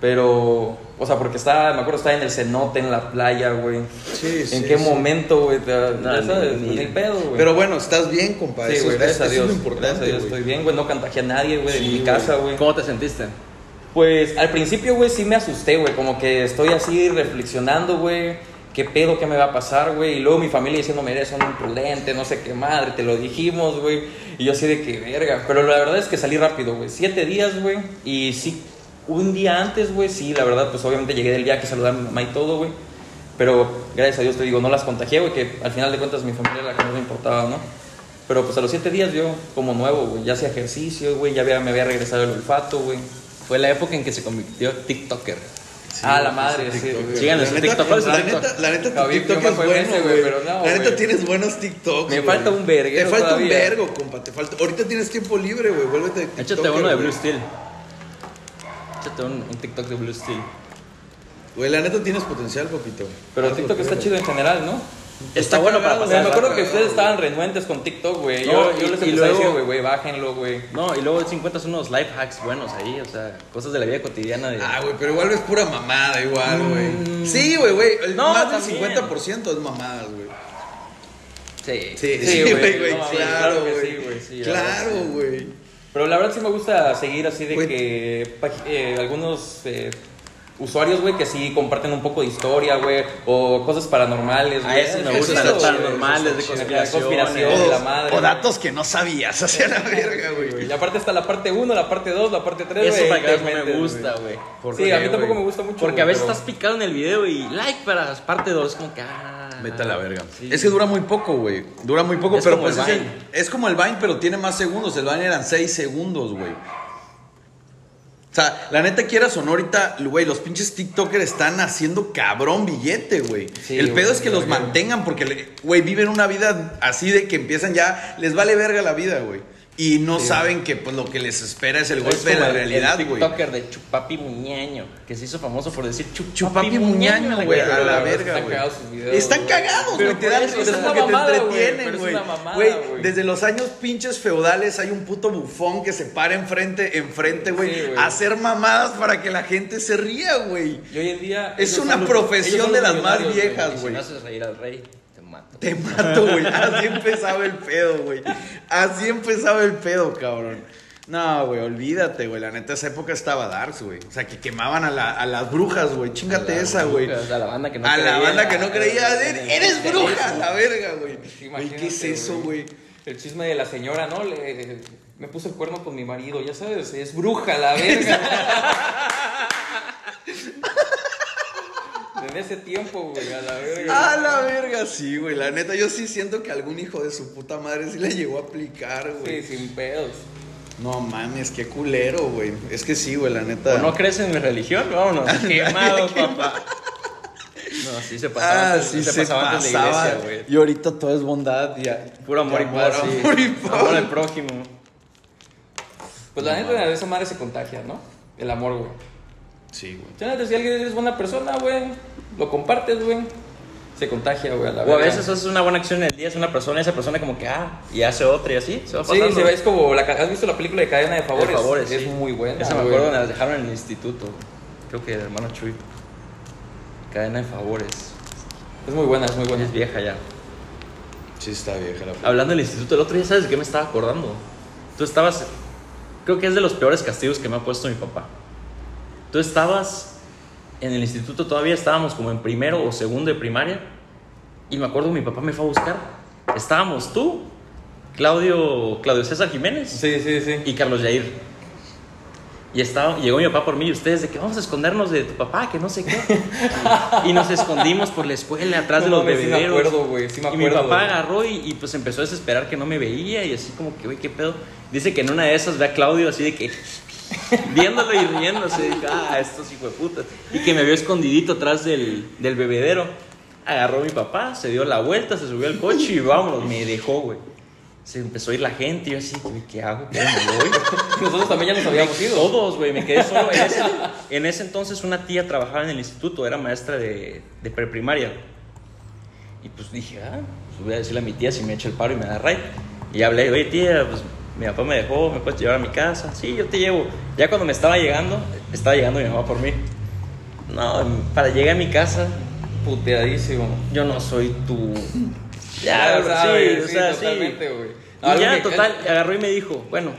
Speaker 4: Pero, o sea, porque estaba, me acuerdo, estaba en el cenote, en la playa, güey.
Speaker 2: Sí,
Speaker 4: ¿En
Speaker 2: sí,
Speaker 4: qué
Speaker 2: sí.
Speaker 4: momento, güey? Te- ya
Speaker 3: ni-
Speaker 4: sabes,
Speaker 3: ni-
Speaker 4: ni pedo, güey.
Speaker 2: Pero bueno, estás bien, compadre.
Speaker 4: Sí, güey, gracias a Dios.
Speaker 2: Es lo
Speaker 4: gracias a
Speaker 2: importante,
Speaker 4: Dios
Speaker 2: güey.
Speaker 4: estoy bien, güey. No contagié a nadie, güey, de
Speaker 2: Sí,
Speaker 4: mi
Speaker 2: güey.
Speaker 4: casa, güey.
Speaker 3: ¿Cómo te sentiste?
Speaker 4: Pues al principio, güey, sí me asusté, güey. Como que estoy así reflexionando, güey. ¿Qué pedo que me va a pasar, güey? Y luego mi familia diciéndome, eres un imprudente, no sé qué madre, te lo dijimos, güey. Y yo así de que verga. Pero la verdad es que salí rápido, güey. Siete días, güey. Y sí, un día antes, güey, sí, la verdad, pues obviamente llegué del viaje, saludar a mi mamá y todo, güey. Pero gracias a Dios te digo, no las contagié, güey, que al final de cuentas mi familia era la que no me importaba, ¿no? Pero pues a los siete días yo, como nuevo, güey, ya hacía ejercicio, güey, ya había- me había regresado el olfato, güey.
Speaker 3: Fue la época en que se convirtió TikToker.
Speaker 4: ah, la madre, sí. güey.
Speaker 3: Sigan en
Speaker 2: La
Speaker 3: su
Speaker 2: neta,
Speaker 3: TikTok. ¿Cuál es su
Speaker 2: la
Speaker 3: TikTok?
Speaker 2: neta, la neta, tu
Speaker 4: Javi,
Speaker 2: TikTok
Speaker 4: yo me
Speaker 2: es
Speaker 4: fue
Speaker 2: bueno,
Speaker 4: ese, güey,
Speaker 2: güey.
Speaker 4: pero no,
Speaker 2: la neta
Speaker 4: güey.
Speaker 2: tienes buenos TikToks.
Speaker 4: Me
Speaker 2: güey.
Speaker 4: falta un verguero
Speaker 2: Te falta un
Speaker 4: todavía.
Speaker 2: vergo, compa. Te falta. Ahorita tienes tiempo libre, güey. Vuélvete.
Speaker 3: Échate
Speaker 2: tiktoker,
Speaker 3: uno de
Speaker 2: güey.
Speaker 3: Blue Steel. Échate un, un TikTok de Blue Steel.
Speaker 2: Güey, la neta tienes potencial, papito.
Speaker 4: Pero
Speaker 2: Hazlo,
Speaker 4: TikTok está
Speaker 2: créelo.
Speaker 4: chido en general, ¿no?
Speaker 3: Está, bueno para
Speaker 2: cagado,
Speaker 4: O sea,
Speaker 3: pasar.
Speaker 4: me acuerdo
Speaker 2: está
Speaker 4: que
Speaker 2: cagado,
Speaker 4: ustedes
Speaker 2: güey.
Speaker 4: estaban renuentes con TikTok, güey. Yo,
Speaker 3: No,
Speaker 4: yo
Speaker 3: y-
Speaker 4: les
Speaker 3: y
Speaker 4: empecé a
Speaker 3: luego-
Speaker 4: decir, güey, güey, bájenlo, güey.
Speaker 3: No, y luego si encuentras unos life hacks buenos ahí, o sea, cosas de la vida cotidiana. De...
Speaker 2: Ah, güey, pero igual es pura mamada, igual,
Speaker 4: Mm.
Speaker 2: güey. Sí, güey, güey. el-
Speaker 3: No,
Speaker 2: más del
Speaker 3: también.
Speaker 2: 50% es mamadas, güey.
Speaker 3: sí.
Speaker 2: Sí,
Speaker 4: Sí,
Speaker 2: sí,
Speaker 4: güey,
Speaker 2: güey, güey.
Speaker 4: no, sí,
Speaker 2: claro,
Speaker 4: claro que
Speaker 2: güey.
Speaker 4: sí, güey, sí, la verdad,
Speaker 2: claro,
Speaker 4: sí.
Speaker 2: güey.
Speaker 4: Pero la verdad sí me gusta seguir así de
Speaker 2: Güey.
Speaker 4: que pag- eh, algunos eh, usuarios, güey, que sí comparten un poco de historia, güey, o cosas paranormales,
Speaker 3: A
Speaker 4: güey.
Speaker 3: Ah, eso me
Speaker 2: Eso
Speaker 3: gustan
Speaker 2: está
Speaker 3: los
Speaker 2: chido,
Speaker 3: paranormales,
Speaker 2: eso
Speaker 3: de
Speaker 2: está
Speaker 4: chido.
Speaker 3: conspiraciones.
Speaker 4: Conspiración. de
Speaker 2: O-
Speaker 4: la madre,
Speaker 2: o datos que no sabías, hacia la verga, güey.
Speaker 4: Y aparte está la parte 1, la parte 2, la parte 3,
Speaker 3: Eso para que veas no
Speaker 4: me
Speaker 3: me gusta, güey.
Speaker 4: Sí, a mí tampoco me gusta mucho.
Speaker 3: Porque
Speaker 4: güey,
Speaker 3: a veces
Speaker 4: pero-
Speaker 3: estás picado en el video y like para parte 2, como que. ah,
Speaker 2: Vete a la verga.
Speaker 3: sí.
Speaker 2: Es que dura muy poco, güey. Dura muy poco,
Speaker 3: Es
Speaker 2: pero
Speaker 3: como
Speaker 2: pues
Speaker 3: el
Speaker 2: es,
Speaker 3: Vine.
Speaker 2: el- es como el Vine, pero tiene más segundos. El Vine eran 6 segundos, güey. O sea, la neta quieras o no, ahorita, güey, los pinches TikTokers están haciendo cabrón billete, güey.
Speaker 4: Sí,
Speaker 2: el pedo
Speaker 4: güey,
Speaker 2: es que
Speaker 4: la
Speaker 2: los
Speaker 4: verga.
Speaker 2: mantengan porque, le- güey, viven una vida así de que empiezan ya, les vale verga la vida, güey. Y no saben que pues lo que les espera es el
Speaker 3: Es
Speaker 2: golpe de
Speaker 3: como
Speaker 2: la
Speaker 3: el-
Speaker 2: realidad,
Speaker 3: El
Speaker 2: güey.
Speaker 3: TikToker de Chupapi Muñaño, que se hizo famoso por decir Chup-
Speaker 2: Chupapi Muñaño, güey, a
Speaker 4: pero la
Speaker 2: la
Speaker 4: verdad
Speaker 2: verga,
Speaker 4: están
Speaker 2: güey.
Speaker 4: cagados sus videos,
Speaker 2: Están
Speaker 4: güey.
Speaker 2: cagados,
Speaker 4: Pero
Speaker 2: güey. Te
Speaker 4: por
Speaker 2: dan
Speaker 4: eso,
Speaker 2: risa
Speaker 4: es una
Speaker 2: porque te
Speaker 4: mamada, güey, pero
Speaker 2: entretienen,
Speaker 4: es
Speaker 2: güey.
Speaker 4: una mamada,
Speaker 2: Güey,
Speaker 4: güey.
Speaker 2: desde los años pinches feudales hay un puto bufón que se para enfrente, enfrente, güey,
Speaker 4: Sí, güey.
Speaker 2: a hacer mamadas para que la gente se ría, güey.
Speaker 4: Y hoy en día...
Speaker 2: Es
Speaker 4: ellos son
Speaker 2: una
Speaker 4: los-
Speaker 2: profesión
Speaker 4: ellos son
Speaker 2: de
Speaker 4: los
Speaker 2: las más
Speaker 4: millonarios,
Speaker 2: viejas,
Speaker 3: Y si
Speaker 2: güey.
Speaker 3: no haces reír al rey, te mato.
Speaker 2: Te mato, güey. Así empezaba el pedo, güey. Así empezaba el pedo, cabrón. No, güey, olvídate, güey. La neta, esa época estaba darks, güey. O sea, que quemaban a, la- a las brujas, güey. Chíngate esa, güey.
Speaker 3: O sea, la banda que no
Speaker 2: a la
Speaker 3: creía.
Speaker 2: banda que no creía.
Speaker 4: en el
Speaker 2: Eres
Speaker 4: capitalismo".
Speaker 2: bruja, la verga, güey. Güey,
Speaker 4: Imagínate,
Speaker 2: ¿qué es eso, güey?
Speaker 4: El chisme de la señora, ¿no? Le- eh, me puso el cuerno con mi marido, ya sabes, es bruja la verga. Desde ese tiempo, güey, a la verga.
Speaker 2: A la verga, sí, güey. La neta, yo sí siento que algún hijo de su puta madre sí la llegó a aplicar,
Speaker 4: Sí,
Speaker 2: güey.
Speaker 4: sin pedos.
Speaker 2: No mames, qué culero, güey. Es que sí, güey, la neta.
Speaker 3: ¿O no crees en mi religión? Vámonos. Quemado, papá. No, sí se pasaba.
Speaker 2: Ah,
Speaker 3: antes,
Speaker 2: sí,
Speaker 3: se,
Speaker 2: se,
Speaker 3: pasaba antes de la
Speaker 2: pasaba.
Speaker 3: iglesia, güey.
Speaker 2: Y ahorita todo es bondad. Ya.
Speaker 3: Puro amor y
Speaker 2: Llamar
Speaker 3: paz. sí.
Speaker 2: amor y paz.
Speaker 3: Amor al prójimo.
Speaker 4: Pues la neta, de esa madre se contagia, ¿no? El amor, güey.
Speaker 2: Sí, güey.
Speaker 4: Ya neta, si alguien eres buena persona, güey, lo compartes, güey. Se contagia, güey, a la
Speaker 3: O
Speaker 4: verga.
Speaker 3: a veces haces una buena acción en el día, es una persona, esa persona como que, ah, y hace otra y así. Se va
Speaker 4: Sí,
Speaker 3: pasando.
Speaker 4: se ve, es como, la, ca- ¿has visto la película de Cadena de Favores?
Speaker 3: De favores,
Speaker 4: es
Speaker 3: sí.
Speaker 4: muy buena,
Speaker 3: Esa me
Speaker 4: güey.
Speaker 3: acuerdo, me las dejaron en el instituto. Creo que el hermano Chuy. Cadena de favores.
Speaker 4: Es muy buena, es muy buena.
Speaker 3: Es vieja ya.
Speaker 2: Sí, está vieja la puta.
Speaker 3: Hablando del instituto, el otro día, ¿sabes de qué me estaba acordando? Tú estabas. Creo que es de los peores castigos que me ha puesto mi papá. Tú estabas en el instituto, todavía estábamos como en primero o segundo de primaria. Y me acuerdo, mi papá me fue a buscar. Estábamos tú, Claudio, Claudio César Jiménez
Speaker 4: Sí, sí, sí.
Speaker 3: y Carlos Jair. Y estaba, llegó mi papá por mí y ustedes de que vamos a escondernos de tu papá, que no sé qué. Y, y nos escondimos por la escuela, atrás de
Speaker 4: No
Speaker 3: los
Speaker 4: mames, sí me
Speaker 3: bebederos.
Speaker 4: acuerdo, güey, sí me
Speaker 3: y mi
Speaker 4: acuerdo,
Speaker 3: papá
Speaker 4: güey.
Speaker 3: agarró y, y, pues empezó a desesperar que no me veía y así como que, güey, qué pedo. Dice que en una de esas ve a Claudio así de que viéndolo y riéndose. Dijo, ah, estos hijueputas. Y que me vio escondidito atrás del, del bebedero. Agarró mi papá, se dio la vuelta, se subió al coche y vámonos. Me dejó, güey. Se empezó a ir la gente. y Yo así, güey, ¿qué hago? ¿Qué me voy?
Speaker 4: Nosotros también ya nos habíamos ido.
Speaker 3: Todos, güey, me quedé solo. En ese, en ese entonces una tía trabajaba en el instituto, era maestra de, de preprimaria. Y pues dije, ah, pues voy a decirle a mi tía si me echa el paro y me da right. Y hablé, oye tía, pues mi papá me dejó, me puedes llevar a mi casa. Sí, yo te llevo. Ya cuando me estaba llegando, estaba llegando mi mamá por mí. No, para llegar a mi casa,
Speaker 4: Puteadísimo.
Speaker 3: yo no soy tu... Ya,
Speaker 4: lo
Speaker 3: sí,
Speaker 4: sabes,
Speaker 3: o sea, sí.
Speaker 4: totalmente, güey.
Speaker 3: Y
Speaker 4: Algo
Speaker 3: ya,
Speaker 4: que-
Speaker 3: total, agarró y me dijo, bueno,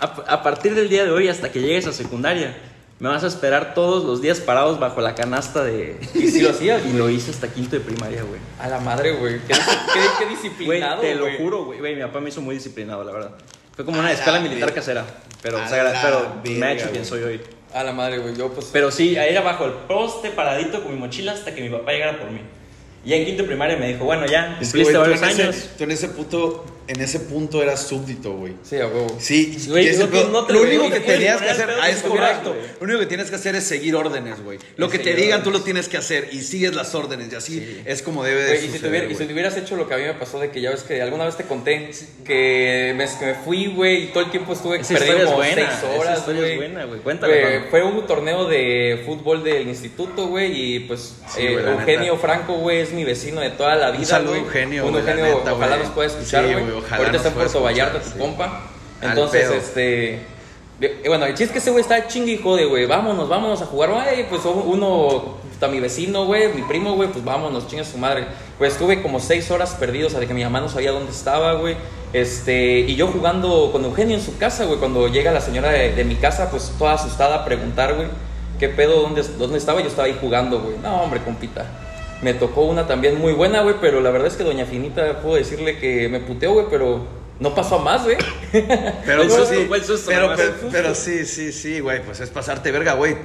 Speaker 3: a, a partir del día de hoy hasta que llegues a secundaria, me vas a esperar todos los días parados bajo la canasta de...
Speaker 4: ¿Y si lo hacías,
Speaker 3: Y lo hice hasta quinto de primaria, güey.
Speaker 4: A la madre, güey. Qué, qué- qué
Speaker 3: Güey,
Speaker 4: disciplinado,
Speaker 3: te lo
Speaker 4: güey.
Speaker 3: juro, güey. Güey, Mi papá me hizo muy disciplinado, la verdad. Fue como una
Speaker 5: A
Speaker 3: escala
Speaker 5: la
Speaker 3: militar
Speaker 5: ver-
Speaker 3: casera, pero,
Speaker 5: a
Speaker 3: o sea,
Speaker 5: la
Speaker 3: pero me
Speaker 5: verga,
Speaker 3: ha hecho quien
Speaker 5: güey.
Speaker 3: soy hoy.
Speaker 4: A la madre, güey. Yo, pues.
Speaker 3: Pero sí, ahí era bajo el poste, paradito con mi mochila hasta que mi papá llegara por mí. Y en quinto de primaria me dijo, bueno, ya,
Speaker 5: Es que,
Speaker 3: cumpliste
Speaker 5: güey,
Speaker 3: varios
Speaker 5: tú en
Speaker 3: años.
Speaker 5: Ese, tú en ese punto, en ese punto eras súbdito, güey.
Speaker 4: Sí, a huevo.
Speaker 5: Sí,
Speaker 3: Sí, güey,
Speaker 5: y ese
Speaker 3: no te-
Speaker 5: pedo-
Speaker 3: no te
Speaker 5: lo
Speaker 3: lo
Speaker 5: único
Speaker 3: digo,
Speaker 5: que
Speaker 3: güey,
Speaker 5: tenías
Speaker 3: poner
Speaker 5: que
Speaker 3: el
Speaker 5: hacer,
Speaker 3: pedo
Speaker 5: ah,
Speaker 3: de
Speaker 5: es
Speaker 3: tu lugar,
Speaker 5: correcto.
Speaker 3: güey.
Speaker 5: Lo único que tienes que hacer es seguir órdenes, güey. Lo
Speaker 3: Es
Speaker 5: que te
Speaker 3: seguir
Speaker 5: digan, tú
Speaker 3: órdenes.
Speaker 5: lo tienes que hacer y sigues las órdenes y así es como debe de
Speaker 4: Güey, y, si te
Speaker 5: suceder,
Speaker 4: hubiera- y
Speaker 5: güey.
Speaker 4: si te hubieras hecho lo que a mí me pasó de que ya ves que alguna vez te conté que me, que me fui, güey, y todo el tiempo estuve
Speaker 3: Esa
Speaker 4: perdido
Speaker 3: historia es
Speaker 4: como
Speaker 3: buena,
Speaker 4: seis
Speaker 3: esa
Speaker 4: horas,
Speaker 3: historia es
Speaker 4: güey.
Speaker 3: buena, güey. Cuéntala,
Speaker 4: Güey,
Speaker 3: Juan.
Speaker 4: Fue un torneo de fútbol del instituto, güey, y pues eh,
Speaker 5: güey, la
Speaker 4: Eugenio
Speaker 5: neta.
Speaker 4: Franco, güey, es mi vecino de toda la vida,
Speaker 5: saludo,
Speaker 4: güey.
Speaker 5: Eugenio,
Speaker 4: Un
Speaker 5: güey, la
Speaker 4: Eugenio,
Speaker 5: neta,
Speaker 4: ojalá
Speaker 5: güey.
Speaker 4: nos pueda escuchar,
Speaker 5: Sí,
Speaker 4: güey.
Speaker 5: güey, ojalá
Speaker 4: Ahorita
Speaker 5: nos
Speaker 4: está en
Speaker 5: pueda
Speaker 4: Puerto
Speaker 5: escuchar,
Speaker 4: Vallarta,
Speaker 5: sí.
Speaker 4: tu compa.
Speaker 5: Al
Speaker 4: Entonces,
Speaker 5: pedo.
Speaker 4: este... de- eh, Bueno, el chiste es que ese güey está chingue y jode, güey. Vámonos, vámonos a jugar. Ay, pues uno, está mi vecino, güey, mi primo, güey, pues vámonos, chinga su madre. Pues estuve como seis horas perdido, o sea, de que mi mamá no sabía dónde estaba, güey. Este, y yo jugando con Eugenio en su casa, güey. Cuando llega la señora de, de mi casa, pues toda asustada a preguntar, güey, ¿qué pedo? ¿Dónde, dónde estaba? Yo estaba ahí jugando, güey. No, hombre, compita. Me tocó una también muy buena, güey, pero la verdad es que Doña Finita puedo decirle que me puteó, güey, pero no pasó a más, güey.
Speaker 5: Pero,
Speaker 3: El
Speaker 5: pues,
Speaker 3: susto,
Speaker 5: sí,
Speaker 3: fue el susto,
Speaker 5: pero,
Speaker 3: nomás el
Speaker 5: pero- pero sí, sí, sí, güey, pues es pasarte verga, güey.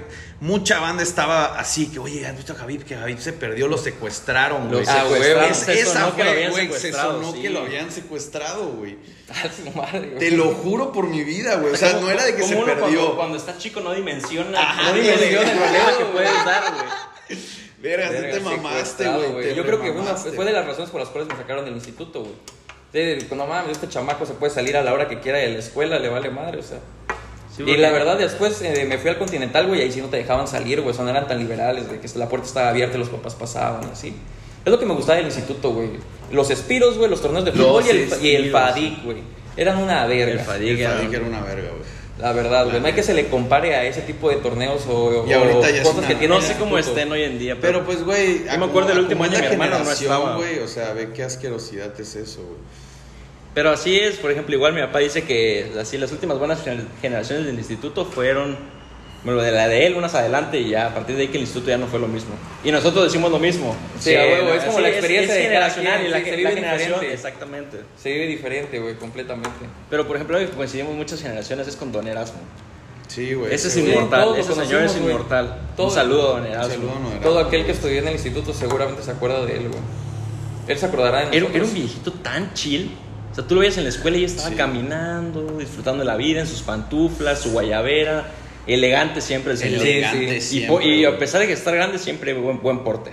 Speaker 5: Mucha banda estaba así, que oye, ¿has visto a Javid? Que Javid se perdió, lo secuestraron, güey.
Speaker 3: Lo
Speaker 4: Ah, güey,
Speaker 3: secuestraron,
Speaker 5: Es-
Speaker 3: se
Speaker 5: esa
Speaker 3: sonó que lo
Speaker 5: fue,
Speaker 3: habían
Speaker 5: güey, se
Speaker 3: secuestrado,
Speaker 5: sonó
Speaker 3: sí.
Speaker 5: que lo habían secuestrado, güey.
Speaker 4: A su madre, güey.
Speaker 5: Te lo juro por mi vida, güey. O sea,
Speaker 3: ¿Cómo-
Speaker 5: no era de que
Speaker 3: cómo
Speaker 5: se
Speaker 3: uno cuando-
Speaker 5: perdió.
Speaker 3: Cuando, está chico no dimensiona,
Speaker 5: Ajá,
Speaker 3: no
Speaker 5: güey.
Speaker 3: dimensiona el problema que puedes dar, güey.
Speaker 5: Verga, sí
Speaker 4: Verga,
Speaker 5: te
Speaker 4: secuestrado,
Speaker 5: mamaste, güey. te
Speaker 4: Yo creo que fue, una-
Speaker 5: remamaste.
Speaker 4: fue de las razones por las cuales me sacaron del instituto, güey. Sí, de- no mames, este chamaco se puede salir a la hora que quiera de la escuela, le vale madre, o sea.
Speaker 3: Sí,
Speaker 4: y
Speaker 3: porque-
Speaker 4: la verdad, después eh, me fui al Continental, güey, y ahí sí no te dejaban salir, güey, o sea, no eran tan liberales, de que la puerta estaba abierta y los papás pasaban, así. Es lo que me gustaba del instituto, güey. Los espiros, güey, los torneos de
Speaker 3: Los
Speaker 4: fútbol y el, y el
Speaker 3: espiros.
Speaker 4: Fadic, güey. Eran una verga.
Speaker 3: El Fadic.
Speaker 5: El Fadik era una verga, güey.
Speaker 4: La verdad, güey. No hay que se le compare a ese tipo de torneos o,
Speaker 5: Y
Speaker 4: o
Speaker 5: ahorita ya es
Speaker 4: cosas
Speaker 5: una-
Speaker 4: que tienen.
Speaker 3: No sé cómo estén hoy en día, pero,
Speaker 5: Pero pues, güey.
Speaker 3: Yo me acuerdo el último año
Speaker 5: de
Speaker 3: mi hermano no estaba.
Speaker 5: güey. O sea, ve qué asquerosidad es eso, güey.
Speaker 3: pero así es. Por ejemplo, igual mi papá dice que así las últimas buenas gener- generaciones del instituto fueron, bueno, de la de él, unas adelante, y ya a partir de ahí que el instituto ya no fue lo mismo. Y nosotros decimos lo mismo.
Speaker 4: Sí, a huevo, es como
Speaker 3: así
Speaker 4: la experiencia
Speaker 3: es
Speaker 4: de cada
Speaker 3: generacional
Speaker 4: quien,
Speaker 3: y la,
Speaker 4: sí, que
Speaker 3: la
Speaker 4: vive
Speaker 3: generación.
Speaker 4: diferente.
Speaker 3: Exactamente.
Speaker 4: Se vive diferente, güey, completamente.
Speaker 3: Pero por ejemplo, algo que coincidimos muchas generaciones es con Don Erasmo.
Speaker 5: Sí, güey.
Speaker 3: ese
Speaker 5: Pues,
Speaker 3: es
Speaker 5: sí, güey.
Speaker 3: inmortal,
Speaker 4: todos lo
Speaker 3: ese señor es
Speaker 4: conocimos, güey.
Speaker 3: inmortal. Un
Speaker 4: Todos.
Speaker 3: saludo, Don
Speaker 5: Un
Speaker 3: Erasmo.
Speaker 5: saludo, no era.
Speaker 4: Todo aquel que estudió en el instituto seguramente se acuerda de él, güey. Él se acordará de
Speaker 3: Era,
Speaker 4: nosotros.
Speaker 3: era un viejito tan chill. O sea, tú lo veías en la escuela y estaba
Speaker 5: Sí.
Speaker 3: caminando, disfrutando de la vida, en sus pantuflas, su guayabera. Elegante siempre el señor.
Speaker 5: Elegante
Speaker 4: Sí,
Speaker 3: Y,
Speaker 5: siempre,
Speaker 3: po- y a
Speaker 5: güey.
Speaker 3: pesar de que estar grande, siempre buen, buen porte.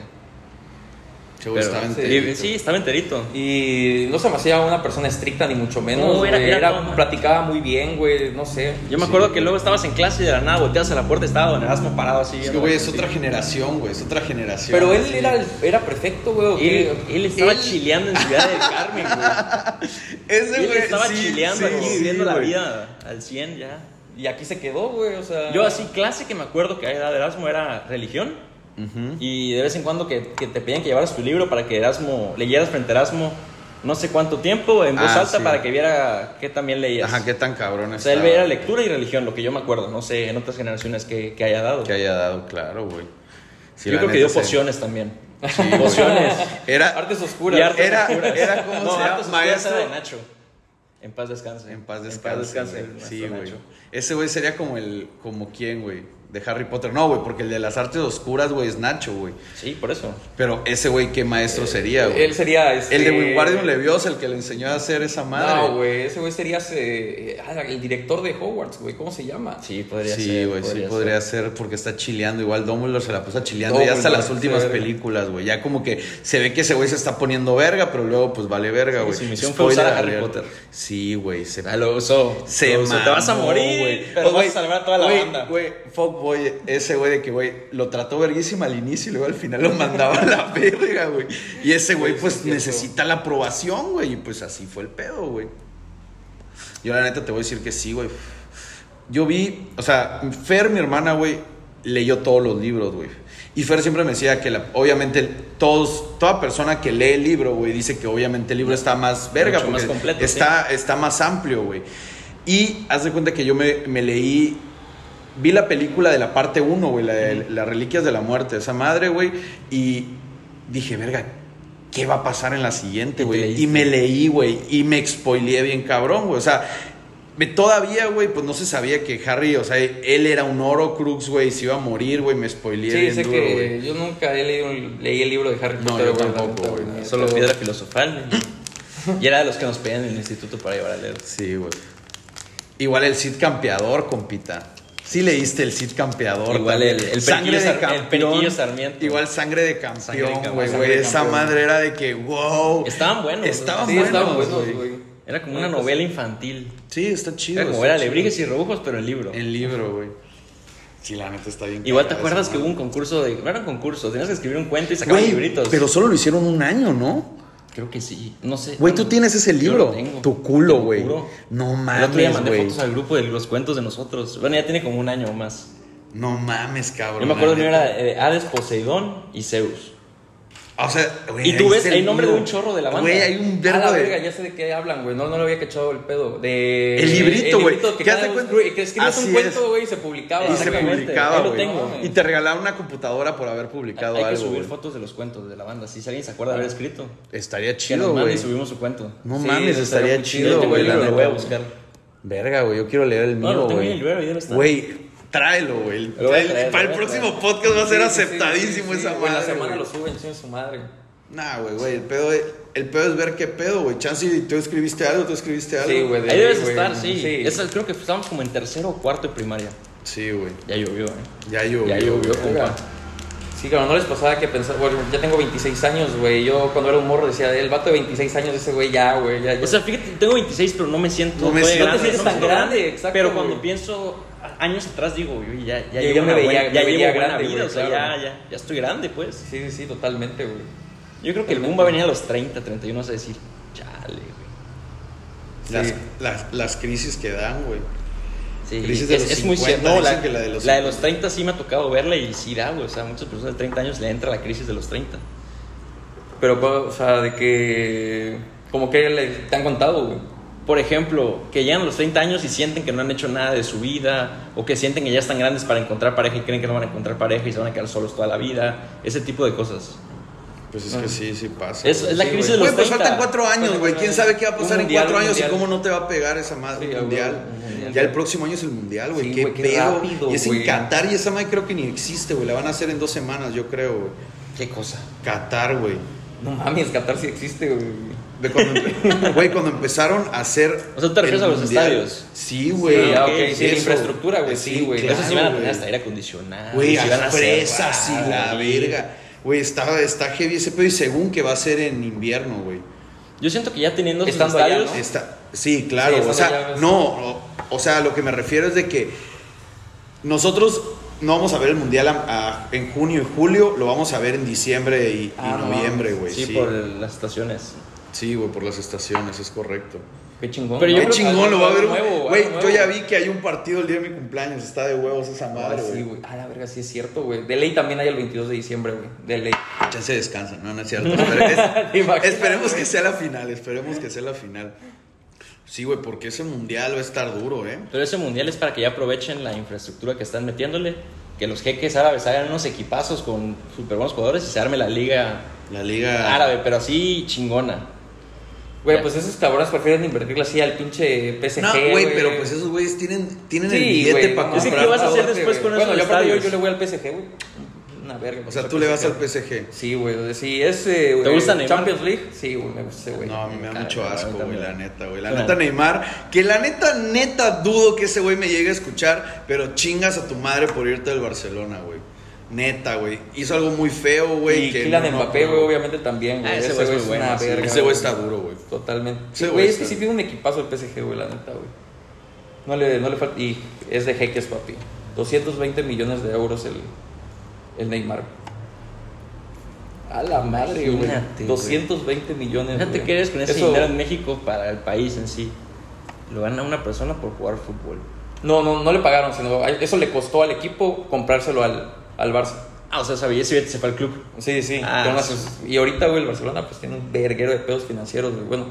Speaker 5: Che, güey,
Speaker 3: Pero-
Speaker 5: estaba
Speaker 3: sí,
Speaker 5: enterito.
Speaker 3: sí, estaba enterito.
Speaker 4: Y no se me hacía una persona estricta, ni mucho menos.
Speaker 3: No, era-
Speaker 4: güey.
Speaker 3: era
Speaker 4: Era-
Speaker 3: como-
Speaker 4: platicaba muy bien, güey, no sé.
Speaker 3: Yo me acuerdo que luego estabas en clase y de la nada volteabas a la puerta y estaba Don Erasmo parado así.
Speaker 5: Es que,
Speaker 3: viendo-
Speaker 5: güey, es otra generación, güey. Es otra generación.
Speaker 4: Pero él
Speaker 5: sí.
Speaker 4: era, era perfecto, güey. ¿o qué?
Speaker 3: Él, él estaba
Speaker 5: Él-
Speaker 3: chileando en Ciudad del Carmen, güey.
Speaker 5: Ese,
Speaker 3: Él
Speaker 5: güey.
Speaker 3: estaba
Speaker 5: sí,
Speaker 3: chileando
Speaker 5: sí,
Speaker 3: aquí,
Speaker 5: sí,
Speaker 3: viviendo la
Speaker 5: güey.
Speaker 3: vida al 100 ya.
Speaker 4: Y aquí se quedó, güey, o sea.
Speaker 3: Yo así clase que me acuerdo que era de Erasmo era religión. Y de vez en cuando que, que te pedían que llevaras tu libro para que Erasmo leyeras frente a Erasmo no sé cuánto tiempo en voz
Speaker 5: Ah,
Speaker 3: alta
Speaker 5: sí.
Speaker 3: para que viera que también leías.
Speaker 5: Ajá, qué tan cabrón
Speaker 3: o sea, él
Speaker 5: estaba,
Speaker 3: veía
Speaker 5: güey.
Speaker 3: lectura y religión, lo que yo me acuerdo. No sé en otras generaciones que, que haya dado.
Speaker 5: que haya dado, claro, güey. Sí,
Speaker 3: yo
Speaker 5: la
Speaker 3: creo que
Speaker 5: neta,
Speaker 3: dio
Speaker 5: sí.
Speaker 3: pociones también.
Speaker 5: Sí, güey.
Speaker 3: pociones.
Speaker 5: Era,
Speaker 4: Artes oscuras.
Speaker 3: Y arte-
Speaker 5: era, era como
Speaker 3: No,
Speaker 5: se llama,
Speaker 3: antes
Speaker 5: maestro,
Speaker 3: era de Nacho. En paz descanse.
Speaker 2: En paz descanse. güey.
Speaker 3: nuestro
Speaker 2: Sí, güey.
Speaker 3: Nacho.
Speaker 2: Ese güey sería como el. como quién, güey. De Harry Potter. No, güey, porque el de las artes oscuras, güey, es Nacho, güey.
Speaker 3: Sí, por eso.
Speaker 2: Pero ese güey, ¿qué maestro sería, güey?
Speaker 4: Él sería. Este...
Speaker 2: El de Wingardium Leviosa, el que le enseñó a hacer esa madre.
Speaker 4: No, güey, ese güey sería ese- ah, el director de Hogwarts, güey, ¿cómo se llama?
Speaker 3: Sí, podría
Speaker 2: Sí,
Speaker 3: ser.
Speaker 2: güey, sí
Speaker 3: ser.
Speaker 2: podría ser porque está chileando. Igual Dumbledore se la puso chileando ya hasta
Speaker 4: Dumbledore,
Speaker 2: las últimas
Speaker 4: sí, verga.
Speaker 2: películas, güey. Ya como que se ve que ese güey se está poniendo verga, pero luego pues vale verga,
Speaker 3: Sí,
Speaker 2: güey.
Speaker 3: su misión fue usar a Harry Potter.
Speaker 2: Sí, güey, se
Speaker 3: Ah, lo usó.
Speaker 2: Se
Speaker 3: Lo usó.
Speaker 2: mamó,
Speaker 3: Te vas a morir,
Speaker 2: güey. Pues,
Speaker 3: pero
Speaker 2: Güey,
Speaker 3: vas a salvar a toda la
Speaker 2: güey,
Speaker 3: banda.
Speaker 2: Güey, fuckboy, ese güey de que, güey, lo trató verguísima al inicio y luego al final lo mandaba a la verga, güey. Y ese güey, pues, necesita la aprobación, güey. Y pues así fue el pedo, güey. Yo la neta te voy a decir que sí, güey. Yo vi, o sea, Fer, mi hermana, güey, leyó todos los libros, güey. Y Fer siempre me decía que, la- obviamente, todos, toda persona que lee el libro, güey, dice que obviamente el libro está más verga,
Speaker 3: Mucho más
Speaker 2: porque
Speaker 3: completo,
Speaker 2: está, está más amplio, güey. Y haz de cuenta que yo me, me leí, vi la película de la parte 1, güey, la de las reliquias de la muerte, esa madre, güey, y dije, verga, ¿qué va a pasar en la siguiente,
Speaker 4: Y te
Speaker 2: güey?
Speaker 4: leíste.
Speaker 2: Y me leí, güey, y me spoileé bien cabrón, güey, o sea, me- todavía, güey, pues no se sabía que Harry, o sea, él era un Horocrux, güey, se iba a morir, güey, me spoileé
Speaker 4: Sí,
Speaker 2: bien
Speaker 4: dice
Speaker 2: duro,
Speaker 4: que
Speaker 2: güey.
Speaker 4: yo nunca he leído, el- leí el libro de Harry
Speaker 2: No,
Speaker 4: Potter.
Speaker 2: yo
Speaker 4: güey, la
Speaker 2: tampoco,
Speaker 4: neta,
Speaker 2: güey.
Speaker 4: güey,
Speaker 3: Solo
Speaker 4: pero-
Speaker 3: piedra filosofal. Y y era de los que nos pedían en el instituto para llevar a leer.
Speaker 2: Sí, güey. Igual el Cid campeador, compita. Sí leíste el Cid campeador.
Speaker 3: Igual
Speaker 2: también.
Speaker 3: el- el Periquillo Sar- el Periquillo Sarmiento.
Speaker 2: Igual sangre de
Speaker 3: Sangre de
Speaker 2: campeón,
Speaker 3: campeón,
Speaker 2: güey.
Speaker 3: sangre
Speaker 2: güey.
Speaker 3: de
Speaker 2: Esa
Speaker 3: campeón.
Speaker 2: madre era de que, wow.
Speaker 3: Estaban buenos.
Speaker 2: Estaban
Speaker 3: ¿no?
Speaker 4: Sí, estaban
Speaker 2: buenos,
Speaker 4: buenos,
Speaker 2: güey.
Speaker 4: güey.
Speaker 3: Era como una novela infantil.
Speaker 2: Sí, está chido.
Speaker 3: Era como
Speaker 2: está
Speaker 3: era
Speaker 2: chido.
Speaker 3: Lebrijes y Rebujos, pero en libro.
Speaker 2: En libro, güey. Sí, la neta está bien.
Speaker 3: Igual te
Speaker 2: cagada
Speaker 3: acuerdas
Speaker 2: esa
Speaker 3: que hubo
Speaker 2: madre.
Speaker 3: un concurso de. No era un concurso, tenías que escribir un cuento y sacaban
Speaker 2: Güey,
Speaker 3: libritos.
Speaker 2: Pero solo lo hicieron un año, ¿no?
Speaker 3: Creo que sí. No sé.
Speaker 2: Güey,
Speaker 3: No,
Speaker 2: tú tienes ese
Speaker 3: yo
Speaker 2: libro.
Speaker 3: lo tengo.
Speaker 2: Tu culo,
Speaker 3: Te lo
Speaker 2: güey.
Speaker 3: juro.
Speaker 2: No
Speaker 3: El otro día
Speaker 2: mames,
Speaker 3: mandé
Speaker 2: güey.
Speaker 3: fotos al grupo de los cuentos de nosotros. Bueno, ya tiene como un año o más.
Speaker 2: No mames, cabrón.
Speaker 3: Yo me acuerdo
Speaker 2: la
Speaker 3: que
Speaker 2: neta.
Speaker 3: era eh, Hades, Poseidón y Zeus.
Speaker 2: O sea, güey,
Speaker 3: Y tú
Speaker 2: ahí
Speaker 3: ves
Speaker 2: está
Speaker 3: el nombre de
Speaker 2: libro.
Speaker 3: un chorro de la banda.
Speaker 2: Güey, hay un
Speaker 4: A
Speaker 2: verbo
Speaker 4: la
Speaker 2: de.
Speaker 4: verga, ya sé de qué hablan, güey. No, no le había cachado el pedo. De,
Speaker 2: El librito, güey.
Speaker 4: librito que
Speaker 2: ¿Qué haz
Speaker 4: cada
Speaker 2: de
Speaker 4: vez-
Speaker 2: cuenta?
Speaker 4: güey, que escribes
Speaker 2: Así
Speaker 4: un
Speaker 2: es.
Speaker 4: cuento, güey, y se publicaba.
Speaker 2: Y se
Speaker 3: Exactamente,
Speaker 2: publicaba,
Speaker 3: ahí lo
Speaker 2: güey.
Speaker 3: tengo.
Speaker 2: Y te regalaban una computadora por haber publicado
Speaker 3: Hay que
Speaker 2: algo.
Speaker 3: subir
Speaker 2: güey.
Speaker 3: fotos de los cuentos de la banda. Si alguien se acuerda de haber escrito,
Speaker 2: Estaría
Speaker 3: que nos
Speaker 2: chido,
Speaker 3: mande y
Speaker 2: güey.
Speaker 3: subimos su cuento.
Speaker 2: No
Speaker 4: Sí,
Speaker 2: mames,
Speaker 4: eso
Speaker 2: estaría,
Speaker 4: estaría muy
Speaker 3: Yo
Speaker 2: chido,
Speaker 3: tengo
Speaker 2: güey.
Speaker 3: el
Speaker 2: la
Speaker 3: libro, lo
Speaker 2: neta.
Speaker 3: voy a buscar.
Speaker 2: Verga, güey, yo quiero leer el
Speaker 3: No,
Speaker 2: mío,
Speaker 3: lo tengo en
Speaker 2: güey.
Speaker 3: el libro, ahí debe estar.
Speaker 2: Güey, tráelo, güey.
Speaker 3: Lo voy a
Speaker 2: Tráelo.
Speaker 3: traer,
Speaker 2: Para
Speaker 3: lo
Speaker 2: el
Speaker 3: voy a traer.
Speaker 2: próximo podcast va a ser
Speaker 4: Sí, sí,
Speaker 2: aceptadísimo
Speaker 4: sí, sí,
Speaker 2: esa
Speaker 4: güey,
Speaker 2: madre.
Speaker 4: la semana
Speaker 2: güey.
Speaker 4: lo suben, chinga su madre.
Speaker 2: Nah, güey, güey. El pedo, es- el pedo es ver qué pedo, güey. Chance, y tú escribiste algo, tú escribiste algo.
Speaker 4: Sí, güey. de-
Speaker 3: Ahí debes
Speaker 4: güey,
Speaker 3: estar, sí. Esa- creo que estábamos como en tercero o cuarto de primaria.
Speaker 2: Sí, güey.
Speaker 3: Ya llovió, eh.
Speaker 2: Ya llovió.
Speaker 3: ya llovió,
Speaker 2: güey.
Speaker 3: compa.
Speaker 4: Sí, claro, no les pasaba que pensar, bueno, ya tengo 26 años, güey. Yo cuando era un morro decía, el vato de 26 años, ese güey ya, güey, ya, ya.
Speaker 3: O sea, fíjate, tengo 26, pero no me siento.
Speaker 2: No me
Speaker 3: todavía
Speaker 2: siento- no
Speaker 3: grande,
Speaker 2: te sientes
Speaker 3: me siento
Speaker 4: tan grande, exacto,
Speaker 3: Pero cuando
Speaker 4: güey.
Speaker 3: pienso a- años atrás, digo, yo ya, ya,
Speaker 4: Ya
Speaker 3: llevo
Speaker 4: yo me
Speaker 3: una
Speaker 4: veía-
Speaker 3: buena-
Speaker 4: me
Speaker 3: ya llevo
Speaker 4: veía
Speaker 3: buena
Speaker 4: grande,
Speaker 3: vida,
Speaker 4: güey,
Speaker 3: o sea,
Speaker 4: claro.
Speaker 3: ya, ya, ya estoy grande, pues.
Speaker 4: Sí, sí, sí, totalmente, güey.
Speaker 3: Yo creo que el boom va a venir a los 30, 31, vas a decir, chale, güey.
Speaker 2: Las-
Speaker 4: Sí.
Speaker 2: las- Las crisis que dan, güey.
Speaker 3: Sí,
Speaker 2: Crisis de
Speaker 3: es,
Speaker 2: los
Speaker 3: es muy
Speaker 2: 50,
Speaker 3: cierto. No,
Speaker 2: dicen
Speaker 3: la,
Speaker 2: que la de los
Speaker 3: la de los 30 sí me ha tocado verla y sí da, güey. O sea, a muchas personas de 30 años le entra la crisis de los 30.
Speaker 4: Pero, o sea, de que. Como que le, te han contado, güey.
Speaker 3: Por ejemplo, que llegan a los 30 años y sienten que no han hecho nada de su vida, o que sienten que ya están grandes para encontrar pareja y creen que no van a encontrar pareja y se van a quedar solos toda la vida, ese tipo de cosas.
Speaker 2: Pues es que sí, sí pasa.
Speaker 3: Es,
Speaker 2: güey.
Speaker 3: es la
Speaker 4: Sí,
Speaker 3: crisis de los
Speaker 4: güey.
Speaker 2: Güey, pues
Speaker 3: 30.
Speaker 2: faltan cuatro años, güey.
Speaker 4: Faltan cuatro
Speaker 2: ¿Quién
Speaker 4: años.
Speaker 2: sabe qué va a pasar
Speaker 4: Un
Speaker 2: en
Speaker 4: mundial,
Speaker 2: cuatro
Speaker 4: un
Speaker 2: años y
Speaker 4: mundial.
Speaker 2: cómo no te va a pegar esa madre?
Speaker 4: Sí,
Speaker 2: un
Speaker 4: güey,
Speaker 2: mundial.
Speaker 4: un mundial.
Speaker 2: Ya el próximo año es el mundial, güey.
Speaker 4: Sí,
Speaker 2: qué
Speaker 4: güey, qué
Speaker 2: pedo.
Speaker 4: rápido,
Speaker 2: y es en
Speaker 4: güey.
Speaker 2: Qatar y esa madre creo que ni existe, güey. La van a hacer en dos semanas, yo creo, güey.
Speaker 3: ¿Qué cosa?
Speaker 2: Qatar, güey.
Speaker 4: No mames, Qatar sí existe, güey.
Speaker 2: De cuando empe- Güey, cuando empezaron a hacer.
Speaker 3: O sea, ¿tú te refieres
Speaker 2: el
Speaker 3: a los
Speaker 2: mundial.
Speaker 3: estadios?
Speaker 2: Sí, güey.
Speaker 4: Sí, ah, ok, sí, la
Speaker 2: eso,
Speaker 4: infraestructura, güey, sí, güey.
Speaker 2: claro,
Speaker 3: Eso sí van a
Speaker 2: güey.
Speaker 3: tener hasta aire acondicionado.
Speaker 2: Güey,
Speaker 3: sí van
Speaker 2: a
Speaker 3: a hacer
Speaker 2: fresas y la
Speaker 3: barra, güey.
Speaker 2: verga. Güey, está, está heavy ese pedo y según que va a ser en invierno, güey.
Speaker 3: Yo siento que ya teniendo esos
Speaker 4: Estando allá,
Speaker 3: estadios,
Speaker 4: ¿no?
Speaker 2: Está, sí, claro.
Speaker 4: Sí, esa
Speaker 2: o
Speaker 4: es la
Speaker 2: sea,
Speaker 4: llave.
Speaker 2: no, o, o sea, lo que me refiero es de que nosotros no vamos a ver el mundial a- a- en junio y julio, lo vamos a ver en diciembre y, y
Speaker 4: Ah, no
Speaker 2: noviembre, güey.
Speaker 3: sí,
Speaker 2: Sí,
Speaker 3: por las estaciones.
Speaker 2: Sí, güey, por las estaciones, es correcto.
Speaker 4: Qué chingón.
Speaker 3: Pero yo
Speaker 2: Qué
Speaker 3: creo que
Speaker 2: chingón, lo va a ver. güey. Güey, yo ya vi
Speaker 4: vi
Speaker 2: que hay un partido el día de mi cumpleaños, está de huevos esa madre,
Speaker 4: sí,
Speaker 2: güey.
Speaker 4: güey. Ah, la verga, sí es cierto, güey. De ley también hay el 22 de diciembre, güey. De ley.
Speaker 2: Ya se descansa, no, no es cierto. Espere- es-
Speaker 4: ¿Te imaginas,
Speaker 2: esperemos que sea la final, esperemos que sea la final. Sí, güey, porque ese mundial va a estar duro, ¿eh?
Speaker 3: Pero ese mundial es para que ya aprovechen la infraestructura que están metiéndole, que los jeques árabes hagan unos equipazos con
Speaker 4: Ah.
Speaker 3: super buenos jugadores y se arme la liga
Speaker 2: La liga
Speaker 3: árabe, pero así chingona.
Speaker 4: Güey, pues esos cabrones prefieren invertirle así al pinche PSG.
Speaker 2: No, güey, pero pues esos güeyes tienen, tienen el billete para
Speaker 3: Es que,
Speaker 2: comprar.
Speaker 3: ¿qué vas a hacer
Speaker 4: todo,
Speaker 3: después
Speaker 4: güey.
Speaker 3: con
Speaker 4: bueno,
Speaker 3: esos
Speaker 4: yo, aparte, yo,
Speaker 3: estadios?
Speaker 4: yo le voy al PSG, güey. Una verga.
Speaker 2: O sea,
Speaker 4: pinche
Speaker 2: tú le vas
Speaker 4: PSG.
Speaker 2: al PSG.
Speaker 4: Sí, güey, sí, ese, güey.
Speaker 3: ¿Te gusta Neymar?
Speaker 4: Champions League? Sí, güey, me gusta, ese, güey.
Speaker 2: No, a mí me da
Speaker 4: Cara,
Speaker 2: mucho
Speaker 4: cara,
Speaker 2: asco,
Speaker 4: ahorita
Speaker 2: güey,
Speaker 4: me-
Speaker 2: la neta, güey. La
Speaker 3: Claro.
Speaker 2: neta Neymar, que la neta, neta dudo que ese güey me llegue a escuchar, pero chingas a tu madre por irte del Barcelona, güey. Neta, güey. Hizo algo muy feo, güey.
Speaker 4: Y
Speaker 2: que
Speaker 4: Kylian
Speaker 2: no, no,
Speaker 4: Mbappé, güey, obviamente también, güey.
Speaker 3: Ah, ese güey
Speaker 4: ese
Speaker 3: es
Speaker 4: güey
Speaker 3: muy
Speaker 4: es
Speaker 3: bueno,
Speaker 4: una
Speaker 3: sí.
Speaker 4: verga.
Speaker 2: Ese güey está duro, güey.
Speaker 4: Totalmente.
Speaker 2: Ese
Speaker 4: Sí,
Speaker 2: güey
Speaker 4: güey, es que
Speaker 2: está-
Speaker 4: sí tiene un equipazo el PSG, güey, la neta, güey. No le, no le falta. Y es de jeques, papi. 220 millones de euros el, el Neymar. A la madre, güey.
Speaker 3: Imagínate, güey.
Speaker 4: 220 millones.
Speaker 3: Fíjate
Speaker 4: güey.
Speaker 3: que eres con ese
Speaker 4: Eso-
Speaker 3: dinero en México para el país en sí. Lo gana una persona por jugar fútbol.
Speaker 4: No, no, no le pagaron, sino a- eso le costó al equipo comprárselo al, al Barça.
Speaker 3: Ah, o sea, sabía si se fue al club.
Speaker 4: Sí, sí.
Speaker 3: Ah,
Speaker 4: Con las-
Speaker 3: sí.
Speaker 4: Y ahorita, güey, el Barcelona pues tiene un verguero de pedos financieros, güey. Bueno,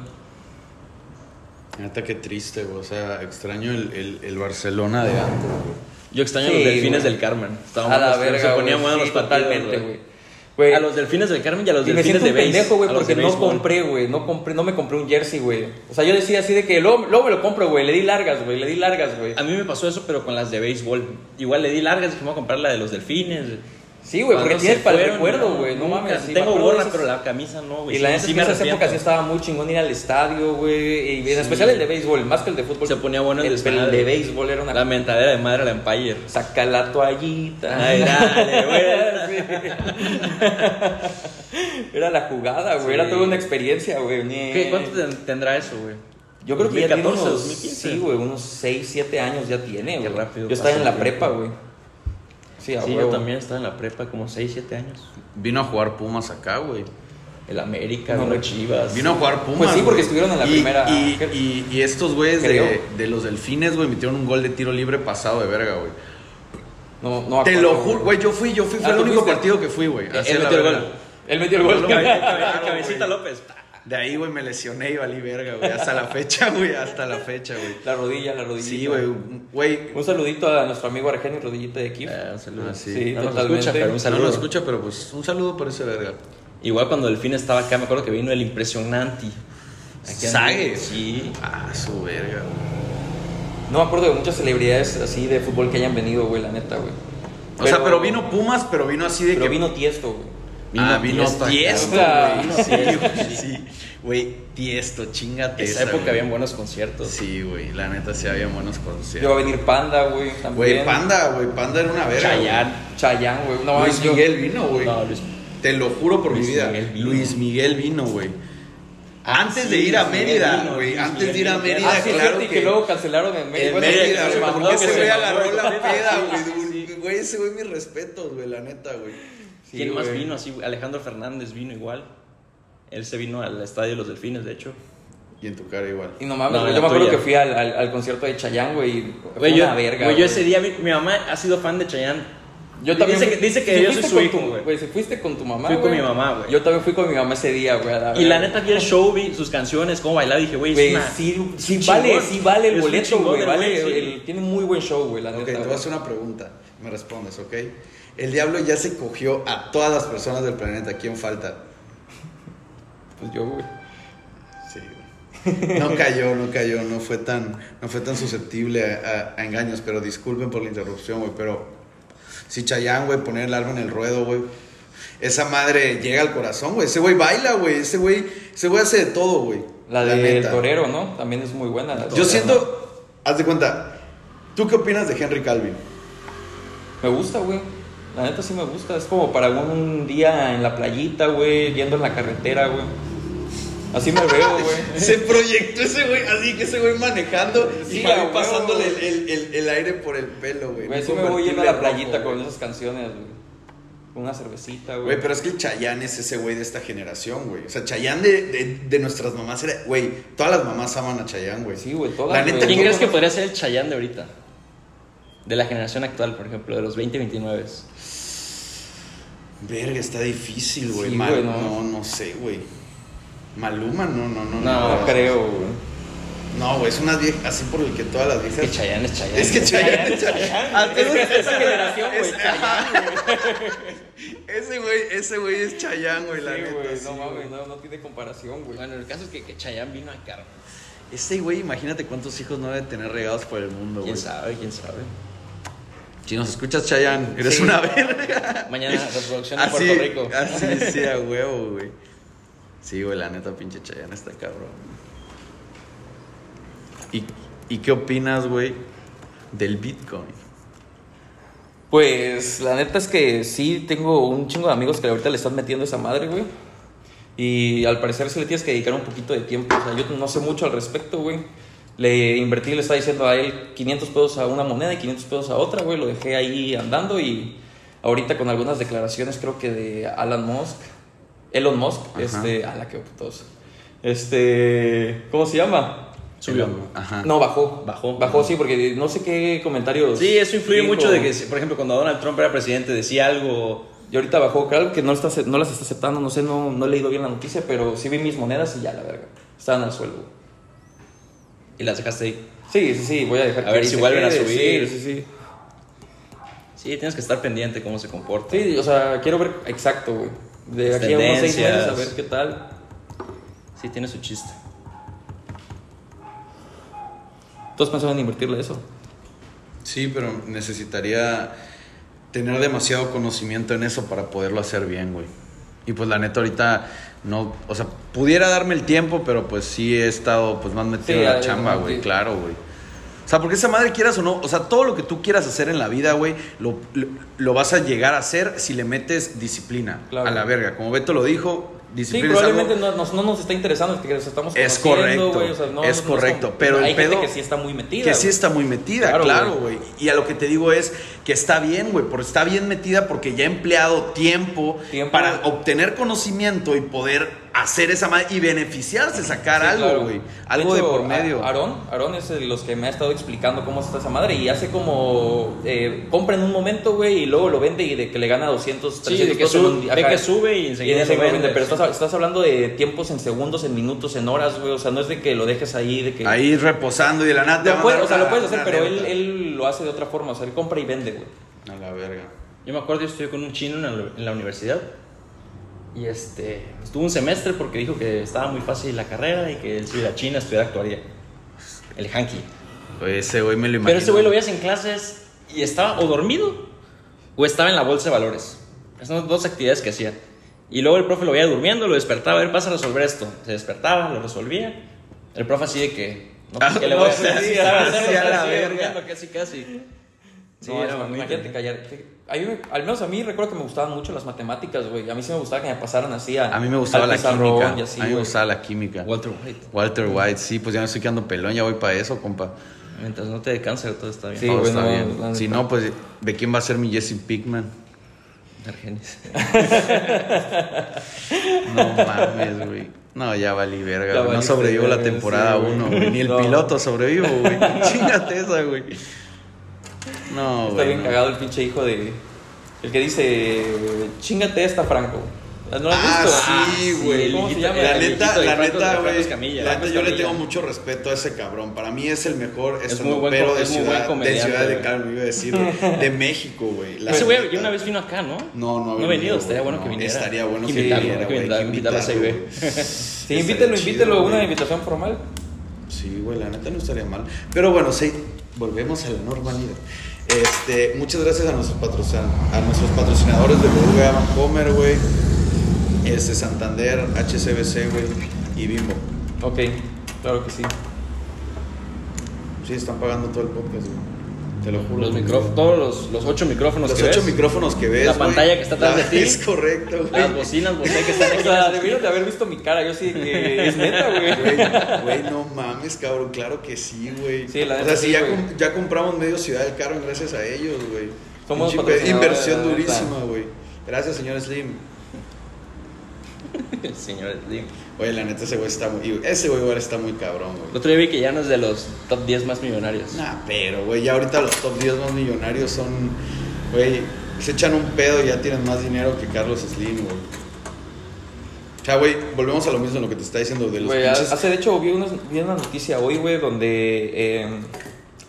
Speaker 2: Neta, qué triste, güey. O sea, extraño el, el, el Barcelona de antes, güey.
Speaker 3: Yo extraño
Speaker 4: Sí,
Speaker 3: los delfines
Speaker 4: güey.
Speaker 3: del Carmen. Estaban
Speaker 4: a la
Speaker 3: buenos,
Speaker 4: verga,
Speaker 3: se ponían
Speaker 4: güey,
Speaker 3: buenos
Speaker 4: sí,
Speaker 3: los partidos,
Speaker 4: totalmente,
Speaker 3: güey.
Speaker 4: güey. Güey,
Speaker 3: A los delfines del Carmen y a los
Speaker 4: y me
Speaker 3: delfines
Speaker 4: siento
Speaker 3: de
Speaker 4: un
Speaker 3: béis.
Speaker 4: pendejo, güey,
Speaker 3: a los
Speaker 4: porque
Speaker 3: de
Speaker 4: no
Speaker 3: béisbol.
Speaker 4: compré, güey, no compré, no me compré un jersey, güey. O sea, yo decía así de que luego, luego me lo compro, güey, le di largas, güey, le di largas, güey.
Speaker 3: A mí me pasó eso, pero con las de béisbol. Igual le di largas, dije, "Me voy a comprar la de los delfines.
Speaker 4: Sí, güey, porque
Speaker 3: Cuando
Speaker 4: tienes
Speaker 3: se
Speaker 4: para el
Speaker 3: fueron,
Speaker 4: recuerdo,
Speaker 3: no,
Speaker 4: güey, no
Speaker 3: nunca.
Speaker 4: mames. sí, me
Speaker 3: Tengo
Speaker 4: acuerdo de
Speaker 3: gorra,
Speaker 4: esas-
Speaker 3: pero la camisa no, güey.
Speaker 4: Y la
Speaker 3: Sí,
Speaker 4: neta es
Speaker 3: sí
Speaker 4: que en esas
Speaker 3: arrepiento.
Speaker 4: épocas sí estaba muy chingón ir al estadio, güey, y en
Speaker 3: Sí.
Speaker 4: especial el de béisbol, más que el de fútbol.
Speaker 3: Se ponía bueno el
Speaker 4: el, el
Speaker 3: desmadre.
Speaker 4: de béisbol era una
Speaker 3: La mentadera de madre la Empire.
Speaker 4: Saca la toallita.
Speaker 3: Ay, dale, güey.
Speaker 4: Sí. Era la jugada, güey.
Speaker 3: Sí.
Speaker 4: Era toda una experiencia, güey.
Speaker 3: ¿Qué, ¿Cuánto ten- tendrá eso, güey?
Speaker 4: Yo creo que ya tiene
Speaker 3: 2014,
Speaker 4: unos,
Speaker 3: 2015.
Speaker 4: sí, güey, unos 6, 7 años ya tiene,
Speaker 3: Qué
Speaker 4: güey.
Speaker 3: rápido
Speaker 4: Yo estaba
Speaker 3: pasa
Speaker 4: en
Speaker 3: el
Speaker 4: la
Speaker 3: tiempo.
Speaker 4: prepa, güey. Sí, a
Speaker 3: Sí, yo
Speaker 4: huevo.
Speaker 3: también estaba en la prepa como 6, 7 años.
Speaker 2: Vino a jugar Pumas acá, güey.
Speaker 3: El América,
Speaker 4: No,
Speaker 3: güey,
Speaker 4: no.
Speaker 3: Chivas.
Speaker 2: Vino a jugar Pumas.
Speaker 4: Pues sí,
Speaker 2: güey.
Speaker 4: porque estuvieron en la
Speaker 2: Y-
Speaker 4: primera-
Speaker 2: Y, y- y estos güeyes de,
Speaker 4: Creo.
Speaker 2: de los delfines, güey, metieron un gol de tiro libre pasado de verga, güey.
Speaker 4: No, no me
Speaker 2: Te
Speaker 4: acuerdo,
Speaker 2: lo juro, güey, yo fui, yo fui, fue
Speaker 4: Ah,
Speaker 2: el
Speaker 4: ¿tú
Speaker 2: único
Speaker 4: fuiste?
Speaker 2: partido que fui, güey.
Speaker 3: Él
Speaker 2: así a la
Speaker 3: metió el
Speaker 2: verga.
Speaker 3: gol.
Speaker 4: Él metió el gol.
Speaker 2: güey.
Speaker 3: Cabecita López.
Speaker 2: De ahí, güey, me lesioné y valí verga, güey. Hasta la fecha, güey, hasta la fecha, güey.
Speaker 4: La rodilla, la rodilla.
Speaker 2: Sí, güey, güey.
Speaker 4: Un saludito a nuestro amigo Argenio Rodillita de Kif.
Speaker 3: Eh, un saludo.
Speaker 2: Ah, sí.
Speaker 4: sí,
Speaker 3: No nos
Speaker 4: totalmente.
Speaker 3: escucha, pero un
Speaker 2: No lo
Speaker 3: saludo.
Speaker 2: escucha, pero pues un saludo por ese verga.
Speaker 3: Igual cuando Delfín estaba acá, me acuerdo que vino el impresionante. Aquí
Speaker 2: Sague.
Speaker 3: andaba- Sí.
Speaker 2: Ah, su verga, güey.
Speaker 4: No me acuerdo de muchas celebridades así de fútbol que hayan venido, güey, la neta, güey.
Speaker 2: O sea, pero vino Pumas, pero vino así de
Speaker 4: Pero
Speaker 2: que.
Speaker 4: vino Tiesto, güey.
Speaker 2: ah, vino
Speaker 3: Tiesto.
Speaker 2: Tiesto,
Speaker 4: acá.
Speaker 2: güey. Sí, güey, sí. Güey, Tiesto, chingate.
Speaker 3: Esa época
Speaker 2: güey.
Speaker 3: habían buenos conciertos.
Speaker 2: Sí, güey, la neta sí había buenos conciertos.
Speaker 4: Iba a venir Panda, güey, también.
Speaker 2: Güey, Panda, güey, Panda era una verga. güey.
Speaker 3: Chayanne.
Speaker 4: Chayanne, güey. No,
Speaker 2: Luis
Speaker 4: yo-
Speaker 2: Miguel vino, güey.
Speaker 3: No, Luis-
Speaker 2: Te lo juro por
Speaker 3: Luis
Speaker 2: mi vida.
Speaker 3: Miguel vino.
Speaker 2: Luis Miguel vino, güey. Antes
Speaker 3: sí,
Speaker 2: de ir a
Speaker 3: Luis Miguel
Speaker 2: Mérida,
Speaker 3: vino,
Speaker 2: güey.
Speaker 3: Luis
Speaker 2: Antes de
Speaker 3: Miguel
Speaker 2: ir a
Speaker 3: vino.
Speaker 2: Mérida,
Speaker 4: Ah, sí, es
Speaker 2: claro
Speaker 4: cierto, y
Speaker 2: que,
Speaker 4: que, luego cancelaron en México.
Speaker 2: en
Speaker 4: Bueno,
Speaker 3: Mérida,
Speaker 2: Mérida,
Speaker 4: se
Speaker 2: güey,
Speaker 3: mandó,
Speaker 2: porque ese
Speaker 3: pues, que se
Speaker 2: güey
Speaker 3: mandó,
Speaker 2: agarró la
Speaker 3: sí,
Speaker 2: peda,
Speaker 3: sí,
Speaker 2: güey.
Speaker 3: sí,
Speaker 2: un-
Speaker 3: sí.
Speaker 2: Güey, ese güey mis respetos, güey, la neta, güey.
Speaker 4: Sí,
Speaker 3: ¿Quién más
Speaker 4: güey.
Speaker 3: vino así? güey? Alejandro Fernández vino igual. Él se vino al estadio de los Delfines, de hecho.
Speaker 2: Y en tu cara igual.
Speaker 4: Y no mames,
Speaker 3: No,
Speaker 4: güey,
Speaker 3: la
Speaker 4: yo me acuerdo
Speaker 3: tuya.
Speaker 4: que fui al, al, al concierto de Chayanne, güey. y Fue
Speaker 3: Güey,
Speaker 4: una
Speaker 3: yo,
Speaker 4: verga.
Speaker 3: güey, yo
Speaker 4: güey.
Speaker 3: ese día, mi, mi mamá ha sido fan de Chayanne.
Speaker 4: Yo también.
Speaker 3: Dice que,
Speaker 4: fui-
Speaker 3: dice
Speaker 4: si
Speaker 3: que yo soy
Speaker 4: fuiste
Speaker 3: su
Speaker 4: con
Speaker 3: hijo,
Speaker 4: tu-
Speaker 3: güey.
Speaker 4: Güey, si fuiste con tu mamá.
Speaker 3: Fui con
Speaker 4: güey.
Speaker 3: mi mamá, güey.
Speaker 4: Yo también fui con mi mamá ese día, güey. a
Speaker 3: Y la neta
Speaker 4: verga.
Speaker 3: vi el show, vi sus canciones, cómo bailaba, dije, güey, es
Speaker 4: Güey,
Speaker 3: una...
Speaker 4: sí, sí
Speaker 3: chingón.
Speaker 4: vale, sí vale
Speaker 3: Es
Speaker 4: el
Speaker 3: un
Speaker 4: boleto,
Speaker 3: chingón
Speaker 4: güey.
Speaker 3: del
Speaker 4: Vale,
Speaker 3: güey, sí.
Speaker 4: el- tiene muy buen show, güey, la
Speaker 2: Ok, te
Speaker 4: neta.
Speaker 2: voy a
Speaker 4: güey.
Speaker 2: hacer una pregunta. Me respondes, ¿ok? El diablo ya se cogió a todas las personas del planeta. ¿Quién falta?
Speaker 4: Pues yo, güey.
Speaker 2: Sí, güey. No cayó, no cayó, no fue tan, no fue tan susceptible a, a- a engaños, pero disculpen por la interrupción, güey, pero si Chayanne, güey, poner el alma en el ruedo, güey, esa madre llega al corazón, güey, ese güey baila, güey, ese güey, ese güey hace de todo, güey.
Speaker 4: La del
Speaker 2: neta.
Speaker 4: torero, ¿no? También es muy buena. la
Speaker 2: Yo
Speaker 4: Torero, ¿no?
Speaker 2: siento, haz de cuenta, ¿tú qué opinas de Henry Calvin?
Speaker 4: Me gusta, güey. La neta sí me gusta. Es como para un día en la playita, güey, yendo en la carretera, güey. Así me veo, güey.
Speaker 2: Se proyectó ese güey, así que ese güey manejando
Speaker 4: Sí,
Speaker 2: y
Speaker 4: a
Speaker 2: Javi
Speaker 4: huevo,
Speaker 2: pasándole el,
Speaker 4: güey.
Speaker 2: el- el- el aire por el pelo, güey.
Speaker 4: Güey,
Speaker 2: Un
Speaker 4: sí me voy yendo a
Speaker 2: convertible
Speaker 4: la
Speaker 2: rojo,
Speaker 4: playita
Speaker 2: güey.
Speaker 4: con esas canciones, güey. Con una cervecita, güey.
Speaker 2: Güey, pero es que el Chayanne es ese güey de esta generación, güey. O sea, Chayanne de, de- de nuestras mamás era... Güey, todas las mamás aman a Chayanne, güey.
Speaker 4: Sí, güey, todas,
Speaker 2: La neta,
Speaker 4: güey.
Speaker 3: ¿Quién
Speaker 2: yo-
Speaker 3: crees que podría ser el Chayanne de ahorita? De la generación actual, por ejemplo, de los 20, 29.
Speaker 2: Verga, está difícil, güey.
Speaker 4: Sí,
Speaker 2: Mal-
Speaker 4: güey,
Speaker 2: no.
Speaker 4: no.
Speaker 2: no, sé, güey. Maluma, no, no, no.
Speaker 4: No, creo, güey.
Speaker 2: No, güey, es una vieja, así por el que todas las viejas.
Speaker 3: Que Chayanne es Chayanne.
Speaker 2: Es que Chayanne es
Speaker 4: Es que es de esa generación, güey.
Speaker 2: Es- Ese güey, ese güey es Chayán, güey, la
Speaker 4: Sí,
Speaker 2: neta.
Speaker 4: güey,
Speaker 2: sí,
Speaker 4: no
Speaker 2: güey.
Speaker 4: mames, no, no tiene comparación, güey.
Speaker 3: Bueno, el caso es que, que Chayanne vino acá. güey.
Speaker 2: Ese Este güey, imagínate cuántos hijos no debe tener regados por el mundo, güey.
Speaker 3: ¿Quién sabe? ¿Quién sabe?
Speaker 2: Si nos escuchas, Chayán, eres
Speaker 4: Sí.
Speaker 2: una verga.
Speaker 3: Mañana reproducción en
Speaker 2: Así,
Speaker 3: Puerto Rico.
Speaker 2: así, sí, a huevo, güey. Sí, güey, la neta, pinche Chayán está cabrón. ¿Y, ¿Y qué opinas, güey, del Bitcoin?
Speaker 4: Pues la neta es que sí tengo un chingo de amigos que ahorita le están metiendo esa madre, güey. Y al parecer sí le tienes que dedicar un poquito de tiempo. O sea, yo no sé mucho al respecto, güey. Le invertí, le estaba diciendo a él 500 pesos a una moneda y 500 pesos a otra, güey. Lo dejé ahí andando y ahorita con algunas declaraciones, creo que de Alan Musk, Elon Musk, este, a la que putos. Este, ¿cómo se llama?
Speaker 3: Subió.
Speaker 2: Ajá.
Speaker 4: No, bajó.
Speaker 3: Ah. Bajó.
Speaker 4: Bajó, sí, porque no sé qué comentarios.
Speaker 3: Sí, eso influye
Speaker 4: dijo.
Speaker 3: mucho de que, por ejemplo, cuando Donald Trump era presidente decía algo
Speaker 4: Y ahorita bajó, claro que no, está, no las está aceptando, no sé, no, no he leído bien la noticia, pero sí vi mis monedas y ya, la verga. Estaban al suelo. güey.
Speaker 3: y las dejaste ahí.
Speaker 4: Sí, sí, sí, voy a dejar
Speaker 3: A ver
Speaker 4: ahí
Speaker 3: si
Speaker 4: se
Speaker 3: vuelven a
Speaker 4: quede,
Speaker 3: subir.
Speaker 4: Sí, sí, sí.
Speaker 3: Sí, tienes que estar pendiente cómo se comporta.
Speaker 4: Sí, o sea, quiero ver exacto, güey. De
Speaker 3: Las
Speaker 4: aquí a unos seis meses a
Speaker 3: tendencias.
Speaker 4: ver qué tal.
Speaker 3: Sí, tiene su chiste.
Speaker 4: Todos pensaban en invertirle eso.
Speaker 2: Sí, pero necesitaría tener demasiado conocimiento en eso para poderlo hacer bien, güey. Y pues la neta ahorita no, o sea, pudiera darme el tiempo, pero pues sí he estado pues más metido
Speaker 4: Sí,
Speaker 2: en la
Speaker 4: ya, ya,
Speaker 2: chamba,
Speaker 4: ya,
Speaker 2: güey,
Speaker 4: sí.
Speaker 2: claro, güey. O sea, porque esa madre quieras o no, o sea, todo lo que tú quieras hacer en la vida, güey, lo, lo- lo vas a llegar a hacer si le metes disciplina
Speaker 4: Claro.
Speaker 2: a la verga. Como Beto lo dijo,
Speaker 4: Sí,
Speaker 2: disciplina es algo-
Speaker 4: probablemente no, nos- no nos está interesando, que nos estamos
Speaker 2: Es
Speaker 4: conociendo,
Speaker 2: correcto,
Speaker 4: güey, o sea, no-
Speaker 2: es
Speaker 4: no- no
Speaker 2: correcto,
Speaker 4: como-
Speaker 2: pero el
Speaker 4: hay gente
Speaker 2: pedo-
Speaker 4: que sí está muy metida.
Speaker 2: Que sí
Speaker 4: güey.
Speaker 2: está muy metida,
Speaker 4: Claro,
Speaker 2: claro, güey. Y a lo que te digo es que está bien, güey, porque está bien metida porque ya ha empleado tiempo,
Speaker 4: Tiempo.
Speaker 2: para obtener conocimiento y poder hacer esa madre y beneficiarse, sacar
Speaker 4: Sí,
Speaker 2: algo,
Speaker 4: claro.
Speaker 2: güey. Algo de
Speaker 4: hecho,
Speaker 2: por
Speaker 4: a-
Speaker 2: medio.
Speaker 4: Aarón, Aarón es de los que me ha estado explicando cómo está esa madre y hace como eh, compra en un momento, güey, y luego lo vende y de que le gana 200, 300
Speaker 3: Sí, de que,
Speaker 4: pesos en un
Speaker 3: sube,
Speaker 4: día,
Speaker 3: de
Speaker 4: ajá.
Speaker 3: que sube y
Speaker 4: Y en
Speaker 3: enseguida
Speaker 4: ese
Speaker 3: lo
Speaker 4: momento,
Speaker 3: vende.
Speaker 4: pero estás, estás hablando de tiempos en segundos, en minutos, en horas, güey. O sea, no es de que lo dejes ahí, de que.
Speaker 2: Ahí reposando y de la nada. te
Speaker 4: Lo
Speaker 2: van a
Speaker 4: puedes-
Speaker 2: dar
Speaker 4: o sea, lo
Speaker 2: una-
Speaker 4: puedes hacer,
Speaker 2: una
Speaker 4: pero él,
Speaker 2: anécdota.
Speaker 4: él lo hace de otra forma. O sea, él compra y vende, güey.
Speaker 2: A la verga.
Speaker 3: Yo me acuerdo, yo estudié con un chino en la, en la universidad. Y este, estuvo un semestre porque dijo que estaba muy fácil la carrera y que él si iba a China estudiar actuaría. El hanky.
Speaker 2: Güey, ese güey me lo imagino.
Speaker 3: Pero ese güey lo veías en clases y estaba o dormido o estaba en la bolsa de valores. Esas son las dos actividades que hacía. Y luego el profe lo veía durmiendo, lo despertaba, a ver, pasa a resolver esto. Se despertaba, lo resolvía. El profe así de que, no, pues, ¿qué le
Speaker 2: Ah,
Speaker 3: voy a
Speaker 2: no
Speaker 3: hacer?
Speaker 2: seas
Speaker 3: Sí, estaba haciendo,
Speaker 2: así a
Speaker 3: estaba
Speaker 2: la
Speaker 3: así,
Speaker 2: verga.
Speaker 3: durmiendo Casi, casi. Sí,
Speaker 4: No,
Speaker 3: era
Speaker 4: eso,
Speaker 3: muy
Speaker 4: imagínate callar. que- a mí me- al menos a mí recuerdo que me gustaban mucho las matemáticas, güey. A mí sí me gustaba que me pasaran así a.
Speaker 2: A mí me gustaba
Speaker 4: al
Speaker 2: la
Speaker 4: pizarrón
Speaker 2: química.
Speaker 4: y así,
Speaker 2: a mí me
Speaker 4: güey.
Speaker 2: gustaba la química.
Speaker 3: Walter White.
Speaker 2: Walter White, sí, pues ya me estoy quedando pelón, ya voy para eso, compa.
Speaker 3: Mientras no te dé cáncer, todo está bien.
Speaker 4: Sí,
Speaker 2: Todo
Speaker 4: güey,
Speaker 2: está
Speaker 4: no,
Speaker 2: bien.
Speaker 4: la
Speaker 2: si
Speaker 4: neta.
Speaker 2: no, pues, ¿de quién va a ser mi Jesse Pickman?
Speaker 3: Argenis.
Speaker 2: No mames, güey. No, ya valí verga,
Speaker 4: Ya
Speaker 2: güey. No
Speaker 4: valiste,
Speaker 2: sobrevivo la
Speaker 4: güey,
Speaker 2: temporada
Speaker 4: sí, güey.
Speaker 2: 1, güey. Ni el
Speaker 4: No.
Speaker 2: piloto sobrevivo, güey. Chingate esa, güey. No,
Speaker 4: Está
Speaker 2: güey.
Speaker 4: bien
Speaker 2: no.
Speaker 4: cagado el pinche hijo de. El que dice. Chingate esta, Franco. ¿No lo has
Speaker 2: Ah,
Speaker 4: visto?
Speaker 2: sí, güey.
Speaker 4: ¿Cómo se
Speaker 3: El
Speaker 4: llama?
Speaker 3: hijito-
Speaker 2: La
Speaker 3: el
Speaker 2: neta,
Speaker 3: hijito de
Speaker 2: la
Speaker 3: Franco-
Speaker 2: neta,
Speaker 3: de Franco
Speaker 2: güey.
Speaker 3: Escamilla,
Speaker 2: La
Speaker 3: Franco
Speaker 2: neta, yo le
Speaker 3: Escamilla.
Speaker 2: tengo mucho respeto a ese cabrón. Para mí es el mejor
Speaker 3: Es muy buen
Speaker 2: estandopero
Speaker 3: com-
Speaker 2: de
Speaker 3: es muy buen
Speaker 2: ciudad, de
Speaker 3: comediante,
Speaker 2: ciudad de
Speaker 3: güey.
Speaker 2: Carmen, iba a decir, güey, de México, güey. La
Speaker 3: Ese güey
Speaker 2: neta.
Speaker 3: yo una vez vino acá, ¿no?
Speaker 2: No, no ha
Speaker 3: No ha
Speaker 2: venido,
Speaker 3: venido, estaría
Speaker 2: güey,
Speaker 3: bueno que
Speaker 2: no,
Speaker 3: viniera.
Speaker 2: estaría bueno
Speaker 3: Hay
Speaker 2: que
Speaker 3: invitarlo,
Speaker 2: viniera,
Speaker 3: hay que
Speaker 2: güey, hay que
Speaker 3: invitarlo, invitarlo a ese
Speaker 2: invitarlo,
Speaker 3: güey.
Speaker 4: Sí, invítelo,
Speaker 2: chido,
Speaker 4: invítelo.
Speaker 2: güey.
Speaker 4: Una invitación formal.
Speaker 2: Sí, güey, la neta no estaría mal. Pero bueno, sí, volvemos a la normalidad. Este, muchas gracias a nuestros, patrocin- a nuestros patrocinadores de Boruga, Vancomer, güey, este, Santander, HCBC, güey, y Bimbo.
Speaker 4: Ok, claro que sí.
Speaker 2: Sí, están pagando todo el podcast, güey. Te lo juro.
Speaker 3: Los
Speaker 2: güey.
Speaker 3: micrófonos, todos los, los ocho micrófonos
Speaker 2: Los
Speaker 3: que
Speaker 2: ocho
Speaker 3: ves,
Speaker 2: micrófonos que ves.
Speaker 3: La
Speaker 2: güey.
Speaker 3: pantalla que está atrás de ti.
Speaker 2: Es correcto, güey.
Speaker 3: las bocinas, vos que están
Speaker 4: O
Speaker 3: aquí.
Speaker 4: sea, debieron de haber visto mi cara. Yo sí, que es neta, güey.
Speaker 2: Güey, Güey, no mames, cabrón, claro que sí, güey.
Speaker 4: Sí, la
Speaker 2: o
Speaker 4: neta
Speaker 2: sea, si
Speaker 4: sí,
Speaker 2: ya,
Speaker 4: güey.
Speaker 2: com- ya compramos medio Ciudad del Carmen gracias a ellos, güey.
Speaker 4: Somos
Speaker 2: Pinche
Speaker 4: patrocinadores,
Speaker 2: Inversión
Speaker 4: la neta.
Speaker 2: durísima, güey. Gracias, señor Slim.
Speaker 3: Señores, digo.
Speaker 2: Oye, la neta, ese güey está muy... y Ese güey igual está muy cabrón,
Speaker 3: El
Speaker 2: güey.
Speaker 3: otro día vi que ya no es de los top 10 más millonarios.
Speaker 2: Nah, pero, güey, ya ahorita los top 10 más millonarios son... Güey, se echan un pedo y ya tienen más dinero que Carlos Slim, güey. O sea, güey, volvemos a lo mismo en lo que te está diciendo de los
Speaker 4: Güey,
Speaker 2: pinches-
Speaker 4: hace de hecho vi una, vi una noticia hoy, güey, donde eh,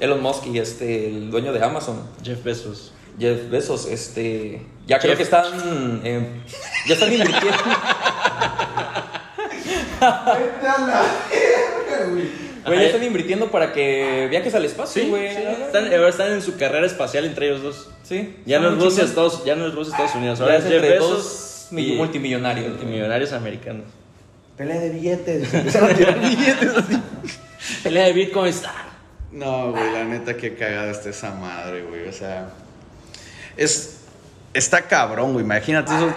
Speaker 4: Elon Musk y este, el dueño de Amazon,
Speaker 3: Jeff Bezos.
Speaker 4: Jeff Bezos, este, ya creo
Speaker 3: Jeff.
Speaker 4: que están, eh, ya están invirtiendo. Güey, ya están invirtiendo para que viajes al espacio,
Speaker 3: Sí,
Speaker 4: güey.
Speaker 3: sí, Están, eh, ahora están en su carrera espacial entre ellos dos.
Speaker 4: Sí,
Speaker 3: Ya no, es
Speaker 4: están
Speaker 3: Rusia,
Speaker 4: chingando.
Speaker 3: Estados, ya no es Rusia, Estados Unidos.
Speaker 4: Ahora
Speaker 3: Ahora es
Speaker 4: es
Speaker 3: Jeff
Speaker 4: entre
Speaker 3: Bezos.
Speaker 4: dos
Speaker 3: y-
Speaker 4: multimillonarios.
Speaker 3: Multimillonarios americanos.
Speaker 2: Pelea de billetes. Empezaron a tirar billetes.
Speaker 3: Pelea de bitcoins. ah.
Speaker 2: No, güey, la neta, qué cagada está esa madre, güey. O sea, es. Está cabrón, güey. Imagínate eso.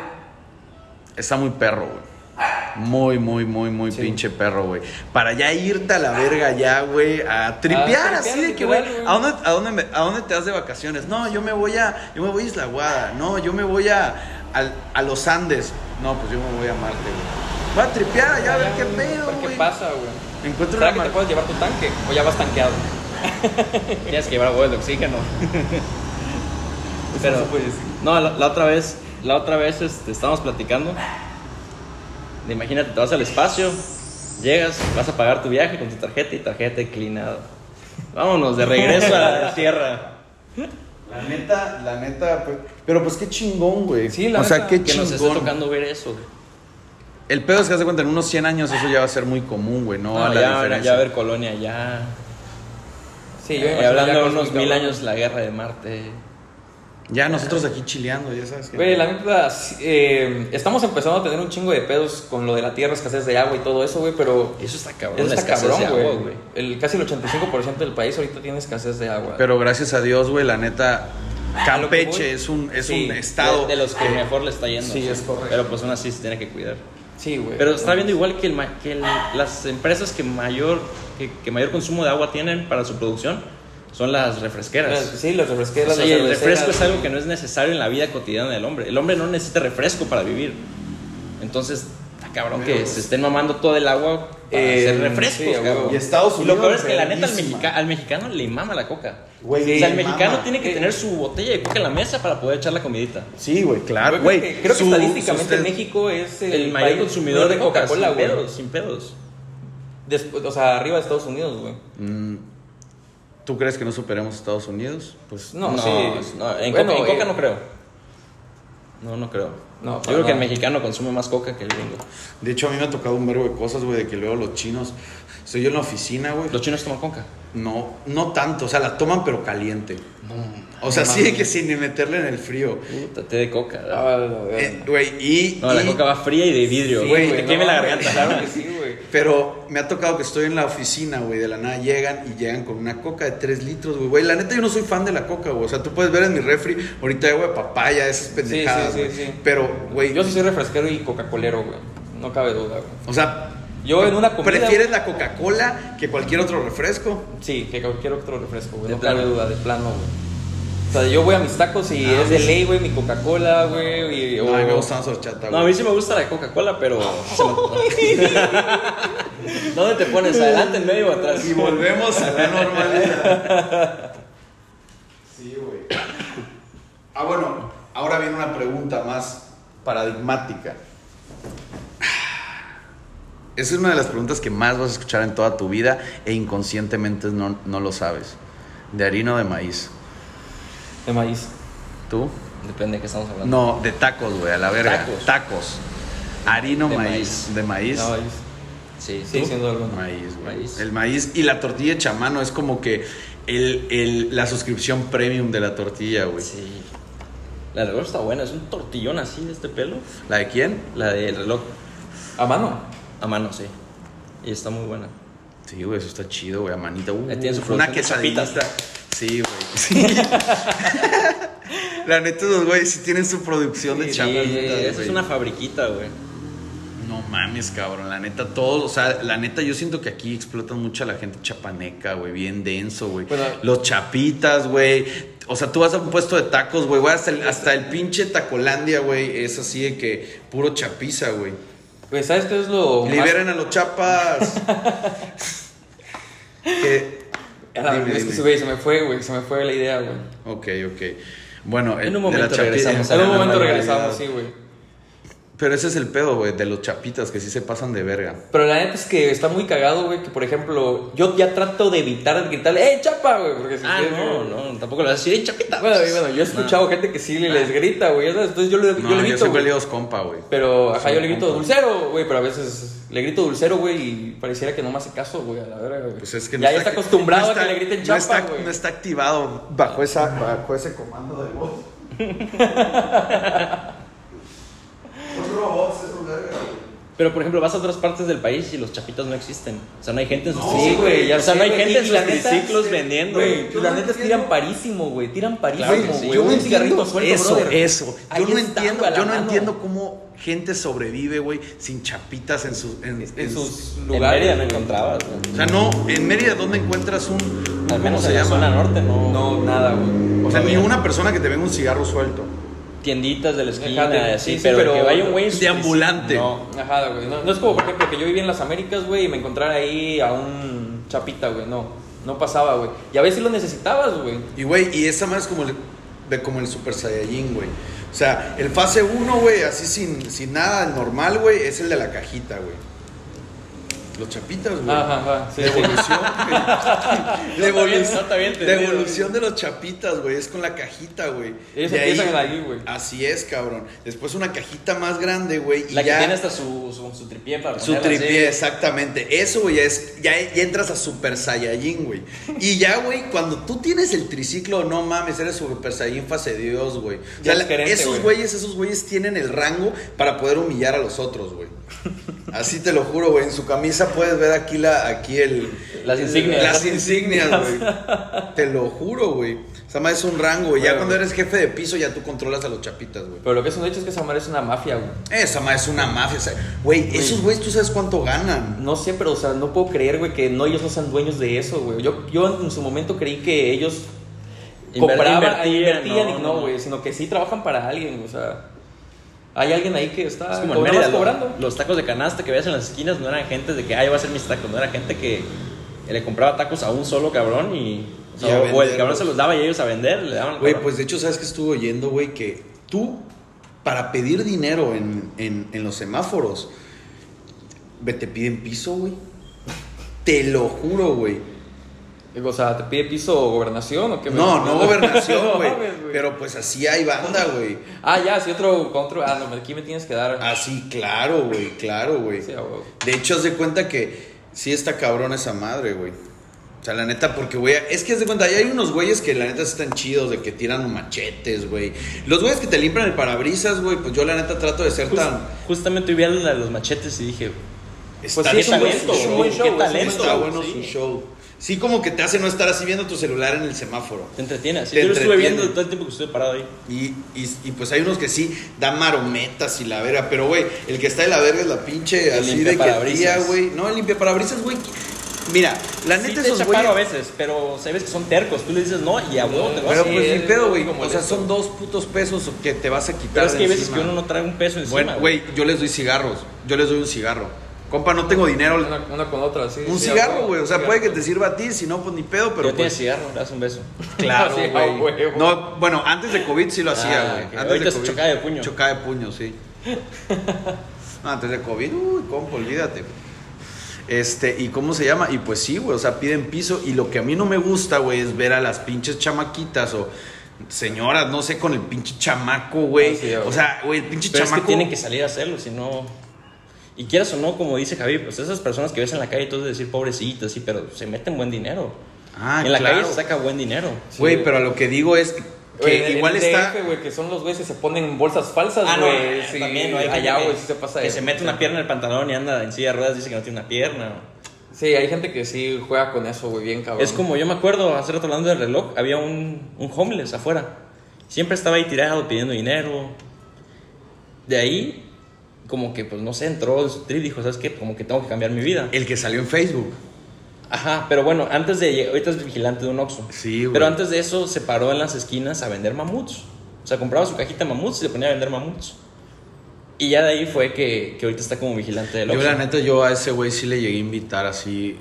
Speaker 2: Está muy perro, güey. Muy, muy, muy, muy
Speaker 4: Sí.
Speaker 2: pinche perro, güey. Para ya irte a la verga ya, güey, a tripear
Speaker 4: Ah, tripear,
Speaker 2: así de que, güey,
Speaker 4: literal, güey.
Speaker 2: ¿a dónde, a, dónde me- ¿a dónde te das de vacaciones? No, yo me voy a, yo me voy a Isla Guada. No, yo me voy a, al- a, los Andes. No, pues yo me voy a Marte, güey. Voy a tripear allá a ver qué pedo,
Speaker 4: ¿Qué
Speaker 2: güey.
Speaker 4: pasa, güey?
Speaker 2: Encuentro una
Speaker 4: ¿Será que te
Speaker 2: mar-
Speaker 4: puedes llevar tu tanque? ¿O ya vas tanqueado?
Speaker 3: Tienes que llevar huevos de oxígeno. Pero, no, la, la otra vez, la otra vez este, estábamos platicando. De imagínate, te vas al espacio, llegas, vas a pagar tu viaje con tu tarjeta y tarjeta declinada. Vámonos de regreso a la tierra.
Speaker 2: La neta, la neta, pues, pero pues qué chingón, güey.
Speaker 4: Sí, la
Speaker 2: o sea,
Speaker 4: neta.
Speaker 2: qué
Speaker 3: Que nos esté
Speaker 2: chingón.
Speaker 3: tocando ver eso. güey.
Speaker 2: El pedo es que haz de cuenta, en unos 100 años eso ya va a ser muy común, güey, no,
Speaker 4: Ah,
Speaker 2: a
Speaker 3: No,
Speaker 2: la
Speaker 3: Ah, ya, ver-
Speaker 2: diferencia.
Speaker 3: ya ver colonia, ya.
Speaker 4: Sí,
Speaker 3: Y
Speaker 4: me imagino
Speaker 3: Eh, hablando
Speaker 4: ya este
Speaker 3: de
Speaker 4: cosas
Speaker 3: unos
Speaker 4: muy
Speaker 3: mil
Speaker 4: cabronas.
Speaker 3: años, la guerra de Marte.
Speaker 2: Ya nosotros aquí chileando, ya sabes que.
Speaker 4: Güey, la neta, sí, eh, estamos empezando a tener un chingo de pedos con lo de la tierra, escasez de agua y todo eso, güey, pero
Speaker 3: Eso está cabrón.
Speaker 4: eso
Speaker 3: la
Speaker 4: está
Speaker 3: escasez
Speaker 4: cabrón,
Speaker 3: de agua,
Speaker 4: güey. El- Casi el 85% del país ahorita tiene escasez de agua.
Speaker 2: Pero gracias a Dios, güey, la neta,
Speaker 4: Ah, lo que voy-
Speaker 2: Campeche es un, es
Speaker 4: Sí,
Speaker 2: un estado.
Speaker 3: De, de los que mejor le está yendo.
Speaker 4: Sí, es correcto.
Speaker 3: Pero pues aún así se tiene que cuidar.
Speaker 4: sí, güey.
Speaker 3: Pero está viendo igual que, el ma- que el- las empresas que mayor, que, que mayor consumo de agua tienen para su producción son las refresqueras.
Speaker 4: Sí, las refresqueras,
Speaker 3: O sea, y
Speaker 4: las
Speaker 3: el refresco es
Speaker 4: cerveceras.
Speaker 3: algo que no es necesario en la vida cotidiana del hombre. El hombre no necesita refresco para vivir. Entonces, está cabrón que se estén mamando todo el agua para
Speaker 4: Eh,
Speaker 3: hacer refrescos,
Speaker 4: sí, a
Speaker 3: cabrón.
Speaker 4: huevo.
Speaker 2: Y Estados
Speaker 3: Y lo
Speaker 2: Unidos,
Speaker 3: peor es que la neta al,
Speaker 2: verguísima.
Speaker 3: mexica- al mexicano le mama la coca.
Speaker 2: Güey,
Speaker 3: o sea, el
Speaker 2: le
Speaker 3: mexicano
Speaker 2: mama.
Speaker 4: Eh,
Speaker 3: tiene que tener su botella de coca en la mesa para poder echar la comidita.
Speaker 2: Sí, güey, claro.
Speaker 4: Creo
Speaker 2: Güey,
Speaker 4: que, creo que
Speaker 2: su-
Speaker 4: estadísticamente
Speaker 2: su-
Speaker 4: México es
Speaker 3: El, mayor
Speaker 4: país
Speaker 3: consumidor de Coca-Cola,
Speaker 4: güey.
Speaker 3: sin pedos, sin pedos.
Speaker 4: Despu- O sea, arriba de Estados Unidos, güey.
Speaker 2: ¿Tú crees que no superemos a Estados Unidos? Pues
Speaker 4: No,
Speaker 3: No,
Speaker 4: sí.
Speaker 3: no, en,
Speaker 4: Bueno,
Speaker 3: coca, en
Speaker 4: eh,
Speaker 3: Coca no creo. No, no creo.
Speaker 4: No,
Speaker 3: Yo
Speaker 4: para
Speaker 3: creo que el
Speaker 4: nada.
Speaker 3: mexicano consume más coca que el gringo.
Speaker 2: De hecho, a mí me ha tocado un verbo de cosas, güey, de que luego los chinos. Estoy yo en la oficina, güey.
Speaker 3: Los chinos toman coca.
Speaker 2: No, no tanto, o sea, la toman pero caliente. o sea, sí de que sin ni meterle en el frío.
Speaker 3: Puta, té de coca. ¿verdad?
Speaker 4: Ah, la verga.
Speaker 2: Eh, Güey, y,
Speaker 3: no, la
Speaker 2: y-
Speaker 3: coca va fría y de vidrio.
Speaker 4: Sí,
Speaker 3: güey,
Speaker 4: güey,
Speaker 3: te
Speaker 4: no
Speaker 3: queme la
Speaker 4: mames,
Speaker 3: garganta.
Speaker 4: Claro que sí, güey.
Speaker 2: Pero me ha tocado que estoy en la oficina, güey, de la nada llegan y llegan con una coca de 3 litros, güey. Güey, la neta yo no soy fan de la coca, güey. O sea, tú puedes ver en mi refri, ahorita hay agua de papaya, esas pendejadas,
Speaker 4: sí,
Speaker 2: güey.
Speaker 4: sí.
Speaker 2: Pero, güey,
Speaker 4: Yo sí soy refresquero y coca-colero, güey. No cabe duda, güey.
Speaker 2: o sea,
Speaker 4: Yo en una comida.
Speaker 2: prefieres la Coca-Cola que cualquier otro refresco.
Speaker 4: Sí, que cualquier otro refresco, güey.
Speaker 3: De
Speaker 4: No cabe
Speaker 3: plano.
Speaker 4: duda, de plano, güey. O sea, yo voy a mis tacos y es de ley, güey, mi Coca-Cola, güey. y-
Speaker 2: No, a mí Ah, me
Speaker 4: o-
Speaker 2: gusta más horchata, güey.
Speaker 3: No, a mí sí me gusta la Coca-Cola, pero. se me- ¿Dónde te pones? ¿Adelante, en medio o atrás?
Speaker 2: Y volvemos a la normalidad. Sí, güey. Ah, bueno, ahora viene una pregunta más paradigmática. Esa es una de las preguntas que más vas a escuchar en toda tu vida e inconscientemente no, no lo sabes. ¿De harina o de maíz?
Speaker 4: De maíz.
Speaker 2: ¿Tú?
Speaker 3: Depende de qué estamos hablando.
Speaker 2: No, de tacos, güey, a la verga.
Speaker 3: Tacos.
Speaker 2: Tacos. Harina o
Speaker 3: De
Speaker 2: maíz.
Speaker 3: maíz.
Speaker 2: ¿De maíz?
Speaker 4: De maíz.
Speaker 3: Sí,
Speaker 4: Sí,
Speaker 3: ¿tú?
Speaker 4: sin duda alguna.
Speaker 2: Maíz, güey.
Speaker 3: Maíz.
Speaker 2: El maíz y la tortilla de chamano es como que el, el- la suscripción premium de la tortilla, güey.
Speaker 3: Pues Sí. La del reloj está buena, es un tortillón así de este pelo.
Speaker 2: ¿La de quién?
Speaker 3: La del reloj
Speaker 4: A mano.
Speaker 3: a mano, sí. Y está muy buena.
Speaker 2: Sí, güey, eso está chido, güey, a manita. Uh,
Speaker 3: Ahí tiene su
Speaker 2: una
Speaker 3: producción de
Speaker 2: quesadillita.
Speaker 3: papitas.
Speaker 2: Sí, güey. Sí. la neta, los güey sí tienen su producción de
Speaker 3: Sí,
Speaker 2: chamanitas,
Speaker 3: esa
Speaker 2: güey.
Speaker 3: es una fabriquita, güey.
Speaker 2: No mames, cabrón. La neta, todos, o sea, la neta, yo siento que aquí explotan mucho a la gente chapaneca, güey, bien denso, güey.
Speaker 4: Bueno.
Speaker 2: Los chapitas, güey. O sea, tú vas a un puesto de tacos, güey, güey, hasta el, hasta el pinche Tacolandia, güey, es así de que puro chapiza, güey.
Speaker 4: Güey, ¿sabes qué es lo más-
Speaker 2: Liberen a los chapas. que,
Speaker 4: A la verga,
Speaker 2: Dime,
Speaker 4: Ah, es que
Speaker 2: dime.
Speaker 4: güey, se me fue, güey. Se me fue la idea, güey.
Speaker 2: ok, ok. Bueno, el-
Speaker 3: En un
Speaker 2: de la
Speaker 3: momento
Speaker 2: chapi-
Speaker 3: regresamos
Speaker 2: eh,
Speaker 4: En
Speaker 3: la
Speaker 4: un momento
Speaker 3: normalidad.
Speaker 4: regresamos, sí, güey.
Speaker 2: Pero ese es el pedo, güey, de los chapitas que sí se pasan de verga.
Speaker 4: Pero la neta es que está muy cagado, güey, que por ejemplo, yo ya trato de evitar gritarle, ¡eh, chapa, güey! Porque si
Speaker 3: Ah,
Speaker 4: ustedes-
Speaker 3: no, no, tampoco lo vas a decir, "Ey, chapita.
Speaker 4: Bueno, y bueno, yo he escuchado gente que sí les grita, güey, ¿sabes? entonces yo le,
Speaker 2: Ah. No,
Speaker 4: yo le
Speaker 2: yo,
Speaker 4: grito.
Speaker 2: soy
Speaker 4: güey.
Speaker 2: peleados compa, güey.
Speaker 4: Pero, ajá,
Speaker 2: Sí,
Speaker 4: yo le grito
Speaker 2: compa.
Speaker 4: dulcero, güey, pero a veces le grito dulcero, güey, y pareciera que no me hace caso, güey, a la verga, güey.
Speaker 2: Pues es que no
Speaker 4: ya, ya está acostumbrado
Speaker 2: no
Speaker 4: a
Speaker 2: está-
Speaker 4: que le griten
Speaker 2: no
Speaker 4: chapa,
Speaker 2: está,
Speaker 4: güey.
Speaker 2: no está activado bajo, esa, bajo ese comando de voz.
Speaker 3: Pero por ejemplo, vas a otras partes del país y los chapitas no existen. O sea, no hay gente en sus
Speaker 4: Sí, güey, ya
Speaker 3: O sea,
Speaker 4: sé,
Speaker 3: no hay
Speaker 4: güey,
Speaker 3: gente en
Speaker 4: y
Speaker 3: sus
Speaker 4: la neta-
Speaker 3: triciclos vendiendo.
Speaker 4: Güey,
Speaker 5: Yo
Speaker 4: la
Speaker 5: no
Speaker 4: neta es que
Speaker 5: entiendo.
Speaker 4: tiran parísimo, güey, tiran parísimo,
Speaker 3: Claro que sí.
Speaker 4: güey.
Speaker 2: Yo no
Speaker 4: Un cigarrito
Speaker 2: entiendo
Speaker 4: suelto,
Speaker 2: eso,
Speaker 4: brother.
Speaker 2: eso.
Speaker 4: Ahí
Speaker 2: Yo no
Speaker 4: está,
Speaker 2: entiendo,
Speaker 4: güey, a la
Speaker 2: yo no
Speaker 4: mano.
Speaker 2: entiendo cómo gente sobrevive, güey, sin chapitas en sus en,
Speaker 4: En
Speaker 2: en-
Speaker 4: sus
Speaker 3: En
Speaker 4: lugares.
Speaker 3: Mérida no
Speaker 4: güey.
Speaker 3: encontrabas. güey.
Speaker 2: O sea, no, en Mérida dónde encuentras un un- ¿cómo
Speaker 3: Al menos
Speaker 2: se
Speaker 3: en la
Speaker 2: llama?
Speaker 3: zona norte no.
Speaker 4: No, nada, güey.
Speaker 2: O sea, ni una persona que te venga un cigarro suelto.
Speaker 3: Tienditas de la esquina
Speaker 4: Ajá, de-
Speaker 3: y así,
Speaker 4: sí, sí,
Speaker 3: pero,
Speaker 4: pero-
Speaker 3: que vaya un güey. en
Speaker 2: de
Speaker 3: sus triciclos,
Speaker 2: ambulante.
Speaker 3: No.
Speaker 4: Ajá, güey. No, no es como, por ejemplo, que yo vivía en las Américas, güey, y me encontrara ahí a un chapita, güey. No, no pasaba, güey. Y a veces lo necesitabas, güey.
Speaker 2: Y güey, y esa madre es como el, de como el Super Saiyajin, güey. O sea, el fase 1, güey, así sin, sin nada, el normal, güey, es el de la cajita, güey. Los chapitas, güey.
Speaker 4: Ajá, ajá. Sí,
Speaker 2: La
Speaker 4: sí.
Speaker 2: evolución, güey. La
Speaker 3: No está bien,
Speaker 2: evolución-
Speaker 3: no está bien
Speaker 2: la
Speaker 3: entendido,
Speaker 2: evolución de los chapitas, güey, es con la cajita, güey.
Speaker 4: Ellos
Speaker 2: De
Speaker 4: empiezan ahí, güey.
Speaker 2: Así es, cabrón. Después una cajita más grande, güey, y
Speaker 3: La que
Speaker 2: ya
Speaker 3: tiene hasta su, su, su tripié para
Speaker 2: su
Speaker 3: ponerla
Speaker 2: tripié,
Speaker 3: así.
Speaker 2: exactamente. Eso, güey, ya es ya, ya entras a Super Saiyajin, güey. Y ya, güey, cuando tú tienes el triciclo, no mames, eres Super Saiyajin fase Dios, güey. O
Speaker 4: Ya
Speaker 2: sea,
Speaker 4: es
Speaker 2: la-
Speaker 4: gerente,
Speaker 2: esos
Speaker 4: güey.
Speaker 2: güeyes, esos güeyes tienen el rango para poder humillar a los otros, güey. Así te lo juro, güey. En su camisa puedes ver aquí la aquí el
Speaker 3: Las insignias.
Speaker 2: las insignias, güey. Te lo juro, güey. O sea, más es un rango, güey. Ya
Speaker 4: Bueno,
Speaker 2: cuando
Speaker 4: güey.
Speaker 2: eres jefe de piso, ya tú controlas a los chapitas, güey.
Speaker 4: Pero lo que es un hecho es que esa madre es una mafia, güey.
Speaker 2: Esa madre es una mafia. o sea, Güey, esos güeyes, tú sabes cuánto ganan.
Speaker 4: No sé, pero, o sea, no puedo creer, güey, que no ellos no sean dueños de eso, güey. Yo, yo en su momento creí que ellos
Speaker 3: Inver-
Speaker 4: compraban,
Speaker 3: invertían,
Speaker 4: invertían,
Speaker 3: no,
Speaker 4: y
Speaker 3: no, no.
Speaker 4: no, güey, sino que sí trabajan para alguien, o sea, hay alguien ahí que está
Speaker 3: Es como en
Speaker 4: co- nada
Speaker 3: Mérida,
Speaker 4: más cobrando.
Speaker 3: lo- los tacos de canasta que veías en las esquinas no eran gente de que, ah, yo voy a hacer mis tacos, no era gente que le compraba tacos a un solo cabrón y, o, sea,
Speaker 2: Y a
Speaker 3: o- o el cabrón
Speaker 2: venderlos.
Speaker 3: se los daba y ellos a vender, le daban al
Speaker 2: Güey,
Speaker 3: cabrón.
Speaker 2: pues de hecho, ¿sabes que estuve oyendo, güey? Que tú, para pedir dinero en, en- en los semáforos, ve, te piden piso, güey. Te lo juro, güey.
Speaker 4: O sea, ¿te pide piso gobernación o qué?
Speaker 2: No, no gobernación,
Speaker 4: No
Speaker 2: güey.
Speaker 4: mames, güey.
Speaker 2: Pero pues así hay banda, güey.
Speaker 4: Ah, ya, sí, otro, otro, ah, no, aquí me tienes que dar,
Speaker 2: Así, claro, güey, claro, güey.
Speaker 4: Sí, a huevo.
Speaker 2: De hecho, haz de cuenta que sí está cabrón esa madre, güey. O sea, la neta, porque, güey, es que haz de cuenta, ahí hay unos güeyes que la neta sí están chidos, de que tiran machetes, güey. Los güeyes que te limpian el parabrisas, güey, pues yo la neta trato de ser
Speaker 3: Just-
Speaker 2: tan...
Speaker 3: justamente vi a la de los machetes y dije,
Speaker 2: Está
Speaker 4: sí,
Speaker 3: qué
Speaker 4: es un buen-
Speaker 3: talento,
Speaker 4: es un buen
Speaker 3: güey,
Speaker 4: show,
Speaker 3: qué
Speaker 4: es un buen
Speaker 3: talento.
Speaker 2: Está bueno
Speaker 3: sí.
Speaker 2: su show. Sí, como que te hace no estar así viendo tu celular en el semáforo.
Speaker 3: Te entretiene, así.
Speaker 2: Te
Speaker 3: Yo lo estuve
Speaker 2: entretiene.
Speaker 3: viendo todo el tiempo que estuve parado ahí.
Speaker 2: Y, y, y, pues hay unos que sí dan marometas y la verga, pero güey, el que está de la verga es la pinche
Speaker 3: El
Speaker 2: así de que
Speaker 3: limpiaparabrisas.
Speaker 2: tía, güey. No, el limpiaparabrisas, güey. Mira, la
Speaker 3: Sí
Speaker 2: neta
Speaker 3: te
Speaker 2: esos
Speaker 3: echa paro a
Speaker 2: güeyes.
Speaker 3: veces, pero sabes que son tercos, tú le dices no y a huevo te lo
Speaker 2: Pero
Speaker 3: hacen.
Speaker 4: Sí,
Speaker 2: pues
Speaker 4: es
Speaker 2: ni pedo, güey.
Speaker 4: como
Speaker 2: O sea,
Speaker 4: molesto.
Speaker 2: son dos putos pesos que te vas a quitar.
Speaker 3: Pero es que hay
Speaker 2: de
Speaker 3: veces que
Speaker 2: encima.
Speaker 3: uno no trae un peso encima.
Speaker 2: Bueno, güey, yo les doy cigarros. Yo les doy un cigarro. Compa, no tengo dinero.
Speaker 4: una, una con otra, sí.
Speaker 2: Un
Speaker 4: sí, a
Speaker 2: cigarro,
Speaker 4: huevo,
Speaker 2: güey. O sea,
Speaker 4: cigarro.
Speaker 2: puede que te sirva a ti, si no, pues ni pedo, pero
Speaker 3: yo tenía
Speaker 2: pues.
Speaker 3: cigarro, le das un beso.
Speaker 2: Claro,
Speaker 4: Sí, a
Speaker 2: güey.
Speaker 4: huevo.
Speaker 2: no, bueno, antes de COVID sí lo
Speaker 3: Ah,
Speaker 2: hacía, güey.
Speaker 3: ok.
Speaker 2: Antes
Speaker 3: Ahorita
Speaker 2: de
Speaker 3: se
Speaker 2: COVID.
Speaker 3: chocaba de puño.
Speaker 2: Chocaba de puño, sí. No, antes de COVID, uy, compa, olvídate. Este, ¿y cómo se llama? Y pues sí, güey, o sea, piden piso. Y lo que a mí no me gusta, güey, es ver a las pinches chamaquitas o señoras, no sé, con el pinche chamaco, güey.
Speaker 4: Ah, sí, ya,
Speaker 2: o sea, güey, el pinche
Speaker 3: Pero es que
Speaker 2: chamaco.
Speaker 3: tienen que salir a hacerlo, si no. Y quieras o no, como dice Javi, pues esas personas que ves en la calle, todos decir pobrecitas, sí, pero se meten buen dinero.
Speaker 2: Ah,
Speaker 3: en la
Speaker 2: claro.
Speaker 3: calle se saca buen dinero.
Speaker 2: Güey,
Speaker 4: Sí.
Speaker 2: pero a lo que digo es
Speaker 4: Güey,
Speaker 2: que
Speaker 4: en el-
Speaker 2: igual
Speaker 4: en el
Speaker 2: está. Ah, eh,
Speaker 4: DF, güey, que son los güeyes que se ponen bolsas falsas, güey. sí,
Speaker 3: también, Hay gente
Speaker 4: allá,
Speaker 3: que-
Speaker 4: güey, sí se pasa
Speaker 3: Que
Speaker 4: eso.
Speaker 3: se mete una pierna en el pantalón y anda en silla de ruedas, dice que no tiene una pierna.
Speaker 4: Ah, Sí, hay gente que sí juega con eso, güey, bien cabrón.
Speaker 3: Es como yo me acuerdo, hace rato hablando del reloj, había un, un homeless afuera. Siempre estaba ahí tirado pidiendo dinero. De ahí, como que, pues no sé, entró en su trip y dijo, ¿sabes qué? Como que tengo que cambiar mi vida.
Speaker 2: El que salió en Facebook.
Speaker 3: Ajá, pero bueno, antes de. Ahorita es vigilante de un Oxxo.
Speaker 2: Sí, güey.
Speaker 3: Pero antes de eso se paró en las esquinas a vender mamuts. O sea, compraba su cajita de mamuts y se ponía a vender mamuts. Y ya de ahí fue que, que ahorita está como vigilante del
Speaker 2: Yo,
Speaker 3: Oxxo.
Speaker 2: la neta, yo a ese güey sí le llegué a invitar así.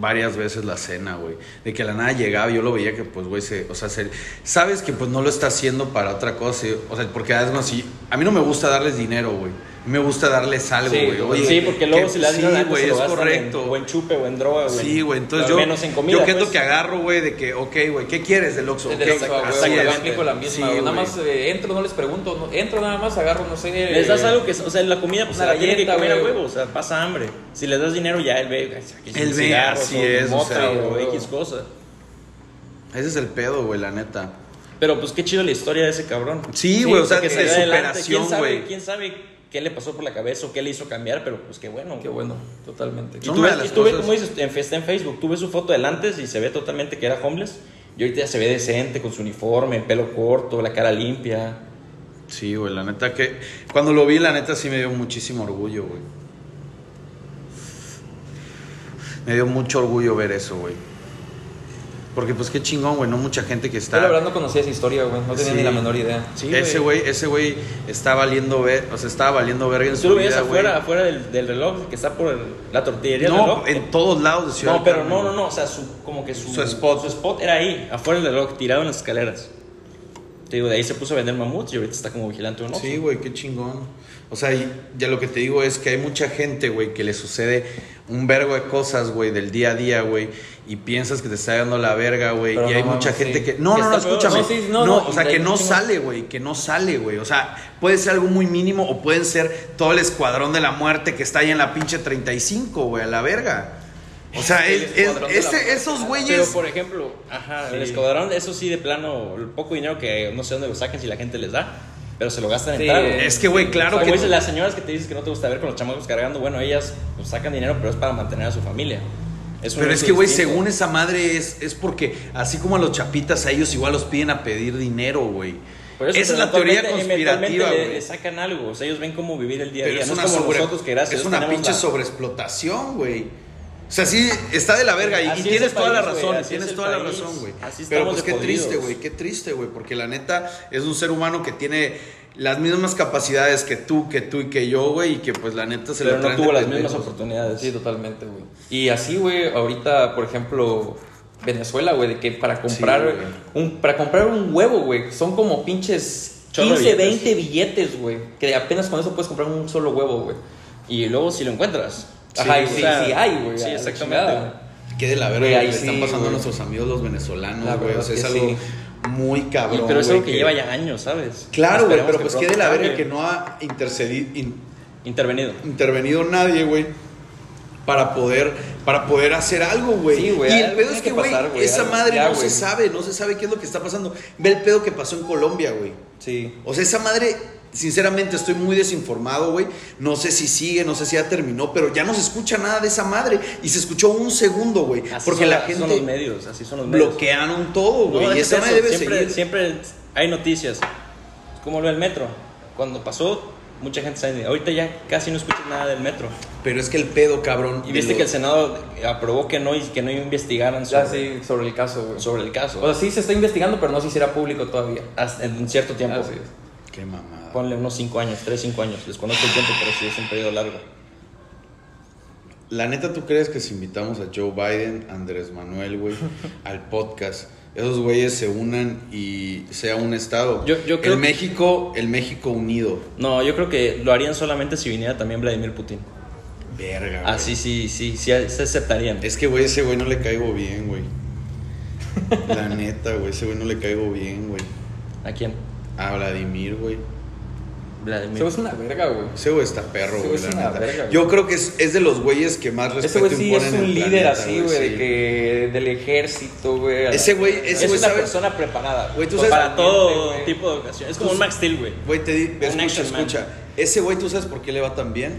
Speaker 2: varias veces la cena, güey. De que a la nada llegaba, yo lo veía que, pues, güey, se, o sea, se- sabes que pues no lo está haciendo para otra cosa. y- O sea, porque además, si, a mí no me gusta darles dinero, güey. Me gusta darles algo,
Speaker 4: Sí,
Speaker 2: güey. Oye,
Speaker 3: sí, porque luego
Speaker 2: que-
Speaker 3: si le das dinero
Speaker 2: Sí,
Speaker 3: a la gente,
Speaker 2: güey,
Speaker 3: se lo
Speaker 2: es
Speaker 3: gastan
Speaker 2: correcto.
Speaker 3: En, o en chupe, o en droga, güey.
Speaker 2: Sí, güey, entonces yo,
Speaker 3: Menos en comida.
Speaker 2: yo qué es
Speaker 3: pues.
Speaker 2: lo que agarro, güey, de que, ok, güey, ¿qué quieres del Oxxo?
Speaker 4: Es
Speaker 2: Ok,
Speaker 4: de los
Speaker 2: así
Speaker 4: güey,
Speaker 2: es.
Speaker 4: la aplico la misma,
Speaker 2: Sí,
Speaker 4: güey. nada
Speaker 2: güey.
Speaker 4: más eh, entro, no les pregunto, no- entro nada más, agarro, no sé...
Speaker 3: Les das
Speaker 4: eh,
Speaker 3: algo que, o sea, la comida pues, se
Speaker 4: una
Speaker 3: la tiene que
Speaker 4: galleta,
Speaker 3: comer a
Speaker 4: güey.
Speaker 3: huevo, o sea, pasa hambre. Si les das dinero ya él ve, aquí
Speaker 2: Él
Speaker 3: son
Speaker 2: ve,
Speaker 3: cigarros,
Speaker 2: así
Speaker 3: o
Speaker 2: es, o
Speaker 3: mota,
Speaker 2: sea,
Speaker 3: o
Speaker 4: güey.
Speaker 3: X cosa.
Speaker 2: Ese es el pedo, güey, la neta.
Speaker 3: Pero pues qué chido la historia de ese cabrón.
Speaker 2: Sí, güey, o sea,
Speaker 3: porque
Speaker 2: de
Speaker 3: salió adelante.
Speaker 2: superación,
Speaker 3: ¿Quién sabe-
Speaker 2: güey.
Speaker 3: ¿Quién sabe qué le pasó por la cabeza o qué le hizo cambiar? Pero pues qué bueno.
Speaker 4: Qué bueno, totalmente.
Speaker 3: Y
Speaker 2: Son
Speaker 3: tú
Speaker 2: una
Speaker 3: ves,
Speaker 2: de
Speaker 3: y
Speaker 2: las
Speaker 3: tú ves
Speaker 2: cosas-
Speaker 3: como dices, en, está en Facebook, tú ves su foto del antes y se ve totalmente que era homeless. Y ahorita ya se ve decente, con su uniforme, pelo corto, la cara limpia.
Speaker 2: Sí, güey, la neta que. Cuando lo vi, la neta sí me dio muchísimo orgullo, güey. Me dio mucho orgullo ver eso, güey. Porque, pues qué chingón, güey, no mucha gente que
Speaker 4: Yo la verdad
Speaker 2: está.
Speaker 4: no conocía esa historia, güey, no tenía
Speaker 2: Sí.
Speaker 4: ni la menor idea.
Speaker 3: Sí,
Speaker 2: ese güey, ese güey está valiendo ver, o sea, estaba valiendo verga en
Speaker 3: Tú
Speaker 2: su
Speaker 3: lo veías
Speaker 2: vida, Pues güey.
Speaker 3: afuera, afuera del, del reloj, que está por el- la tortillería del reloj.
Speaker 2: No, en todos lados de Ciudad
Speaker 3: No,
Speaker 2: del
Speaker 3: pero
Speaker 2: Carmen,
Speaker 3: no, no,
Speaker 2: güey.
Speaker 3: no, o sea, su, como que su,
Speaker 2: Su spot.
Speaker 3: su spot era ahí, afuera del reloj, tirado en las escaleras. Te digo, de ahí se puso a vender mamuts y ahorita está como vigilante o no.
Speaker 2: Sí, güey, qué chingón. O sea, y ya lo que te digo es que hay mucha gente, güey, que le sucede un vergo de cosas, güey, del día a día, güey, y piensas que te está dando la verga, güey,
Speaker 4: Pero
Speaker 2: y
Speaker 4: no
Speaker 2: hay
Speaker 4: mames,
Speaker 2: mucha
Speaker 4: sí.
Speaker 2: gente que no,
Speaker 3: Que
Speaker 2: no, no,
Speaker 3: está peor.
Speaker 2: escúchame,
Speaker 4: No, sí, no,
Speaker 2: no,
Speaker 4: no,
Speaker 2: o sea,
Speaker 4: y de
Speaker 2: que
Speaker 4: ahí
Speaker 2: no
Speaker 4: tengo-
Speaker 2: sale, güey, que no sale, güey, o sea, puede ser algo muy mínimo o pueden ser todo el escuadrón de la muerte que está ahí en la pinche 35, güey, a la verga. O sea,
Speaker 4: El
Speaker 2: es- es-
Speaker 4: escuadrón de la
Speaker 2: ese-
Speaker 4: muerte.
Speaker 2: esos
Speaker 3: Pero
Speaker 2: güeyes
Speaker 3: por ejemplo, ajá, el
Speaker 4: Sí.
Speaker 3: escuadrón, eso sí, de plano, el poco dinero que no sé dónde lo sacan si la gente les da, pero se lo gastan
Speaker 4: Sí,
Speaker 3: en trago.
Speaker 4: eh,
Speaker 2: es que, güey, claro
Speaker 3: Claro
Speaker 2: que
Speaker 3: las señoras que te dices que no te gusta ver con los chamacos cargando, bueno, ellas pues, sacan dinero, pero es para mantener a su familia. Es un
Speaker 2: Pero es
Speaker 3: uso
Speaker 2: que, güey,
Speaker 3: distinto.
Speaker 2: según esa madre es, es porque así como a los chapitas, a ellos igual los piden a pedir dinero, güey.
Speaker 3: Por eso,
Speaker 2: Esa es
Speaker 3: pero
Speaker 2: la teoría
Speaker 3: eventualmente- eventualmente
Speaker 2: conspirativa,
Speaker 3: le-
Speaker 2: güey.
Speaker 3: Le sacan algo, o sea, ellos ven cómo vivir el día a
Speaker 2: Pero
Speaker 3: día.
Speaker 2: es
Speaker 3: No es
Speaker 2: una,
Speaker 3: como
Speaker 2: sobre-
Speaker 3: nosotros que gracias.
Speaker 2: es
Speaker 3: a Dios
Speaker 2: una
Speaker 3: tenemos
Speaker 2: pinche
Speaker 3: la-
Speaker 2: sobreexplotación, güey. O sea, sí, está de la verga y, y
Speaker 3: Así es el
Speaker 2: tienes toda la
Speaker 3: país, güey,
Speaker 2: razón,
Speaker 3: así es
Speaker 2: tienes
Speaker 3: el
Speaker 2: toda la
Speaker 3: país,
Speaker 2: razón, güey.
Speaker 3: así
Speaker 2: Pero
Speaker 3: estamos
Speaker 2: pues
Speaker 3: de
Speaker 2: qué
Speaker 3: jodidos.
Speaker 2: triste, güey, qué triste, güey, porque la neta es un ser humano que tiene las mismas capacidades que tú, que tú y que yo, güey, y que pues la neta se la
Speaker 3: Pero no
Speaker 2: traen de
Speaker 3: tuvo las
Speaker 2: pendejos.
Speaker 3: mismas oportunidades.
Speaker 4: Sí, totalmente, güey. Y así, güey, ahorita, por ejemplo, Venezuela, güey, de que para comprar
Speaker 2: güey.
Speaker 4: un para comprar un huevo, güey, son como pinches
Speaker 3: Chorro
Speaker 4: 15,
Speaker 3: de billetes.
Speaker 4: 20 billetes, güey, que apenas con eso puedes comprar un solo huevo, güey.
Speaker 3: Y luego si lo encuentras.
Speaker 4: Ajá, y
Speaker 3: o
Speaker 4: sí,
Speaker 3: sea,
Speaker 4: sí hay, güey. a
Speaker 3: Sí,
Speaker 4: la
Speaker 3: exactamente.
Speaker 4: chingada.
Speaker 3: güey.
Speaker 2: Qué de la verga
Speaker 4: Güey,
Speaker 2: lo que
Speaker 4: ahí
Speaker 2: le están
Speaker 4: sí,
Speaker 2: pasando a
Speaker 4: güey.
Speaker 2: nuestros amigos los
Speaker 4: La
Speaker 2: venezolanos, güey.
Speaker 4: verdad
Speaker 2: O sea, es
Speaker 4: que
Speaker 2: algo
Speaker 4: sí.
Speaker 2: muy cabrón.
Speaker 3: Y- pero es algo que
Speaker 2: güey,
Speaker 3: lleva ya años, ¿sabes?
Speaker 2: Claro, güey,
Speaker 3: Esperemos
Speaker 2: pero pues qué
Speaker 3: pronto
Speaker 2: de la verga
Speaker 3: cambie.
Speaker 2: que no ha intercedi- in-
Speaker 3: Intervenido.
Speaker 2: intervenido nadie, güey. Para poder, para poder hacer algo, güey.
Speaker 4: Sí, güey,
Speaker 2: y el
Speaker 4: algo
Speaker 2: pedo
Speaker 4: tiene
Speaker 2: es que,
Speaker 4: que
Speaker 2: güey,
Speaker 4: pasar, güey,
Speaker 2: esa
Speaker 4: algo,
Speaker 2: madre
Speaker 4: ya,
Speaker 2: no se
Speaker 4: güey.
Speaker 2: sabe, no se sabe qué es lo que está pasando. Ve el pedo que pasó en Colombia, güey.
Speaker 4: Sí.
Speaker 2: O sea, esa madre, sinceramente estoy muy desinformado, güey. No sé si sigue, no sé si ya terminó, pero ya no se escucha nada de esa madre. Y se escuchó un segundo, güey.
Speaker 3: Así
Speaker 2: Porque
Speaker 3: son-
Speaker 2: la
Speaker 3: así
Speaker 2: gente
Speaker 3: son los medios, así son los medios.
Speaker 2: bloquearon todo,
Speaker 3: No,
Speaker 2: güey. y
Speaker 3: deja
Speaker 2: esa
Speaker 3: eso,
Speaker 2: madre debe
Speaker 3: siempre,
Speaker 2: seguir.
Speaker 3: siempre hay noticias. Es como lo del metro. Cuando pasó, mucha gente sabe. Ahorita ya casi no escuchas nada del metro.
Speaker 2: Pero es que el pedo, cabrón.
Speaker 3: Y
Speaker 2: de
Speaker 3: viste
Speaker 2: lo-
Speaker 3: que el Senado aprobó que no, y que no investigaran
Speaker 4: Ya Pues-
Speaker 3: sobre,
Speaker 4: sí, sobre el caso, güey.
Speaker 3: sobre el caso.
Speaker 4: O sea, sí se está investigando, pero no se hiciera público todavía.
Speaker 3: Hasta en un cierto tiempo.
Speaker 4: Así es.
Speaker 2: Qué mamada.
Speaker 3: Ponle unos 5 años, 3, 5 años. Desconozco el tiempo, pero sí es un periodo largo.
Speaker 2: La neta, ¿tú crees que si invitamos a Joe Biden, Andrés Manuel, güey, al podcast, esos güeyes se unan y sea un estado?
Speaker 3: Yo- yo creo
Speaker 2: el
Speaker 3: que-
Speaker 2: México, el México unido.
Speaker 3: No, yo creo que lo harían solamente si viniera también Vladimir Putin.
Speaker 2: Verga. güey.
Speaker 3: Así sí, sí, sí, se aceptarían.
Speaker 2: Es que, güey, ese güey no le caigo bien, güey. La neta, güey, ese güey no le caigo bien, güey.
Speaker 3: ¿A quién?
Speaker 2: A Vladimir, güey.
Speaker 3: Vladimir.
Speaker 4: Eso es una verga, güey.
Speaker 2: Ese güey está perro,
Speaker 4: Ese
Speaker 2: güey,
Speaker 4: güey
Speaker 2: la
Speaker 4: es una
Speaker 2: neta.
Speaker 4: verga, güey.
Speaker 2: Yo creo que es, es de los güeyes que más
Speaker 4: Ese
Speaker 2: respeto
Speaker 4: güey sí es
Speaker 2: imponen
Speaker 4: un
Speaker 2: en el
Speaker 4: líder
Speaker 2: planeta,
Speaker 4: así, güey,
Speaker 2: sí.
Speaker 4: de que del ejército, güey. a la-
Speaker 2: Ese güey,
Speaker 3: Es
Speaker 2: ese güey
Speaker 3: una
Speaker 2: sabe...
Speaker 3: persona preparada.
Speaker 2: Güey, tú
Speaker 3: Pues
Speaker 2: sabes-
Speaker 3: para todo
Speaker 4: güey.
Speaker 3: tipo de ocasión. Es como un Max Steel, güey.
Speaker 2: Güey, te di, escucha,
Speaker 3: action man.
Speaker 2: escucha. Ese güey, ¿tú sabes por qué le va tan bien?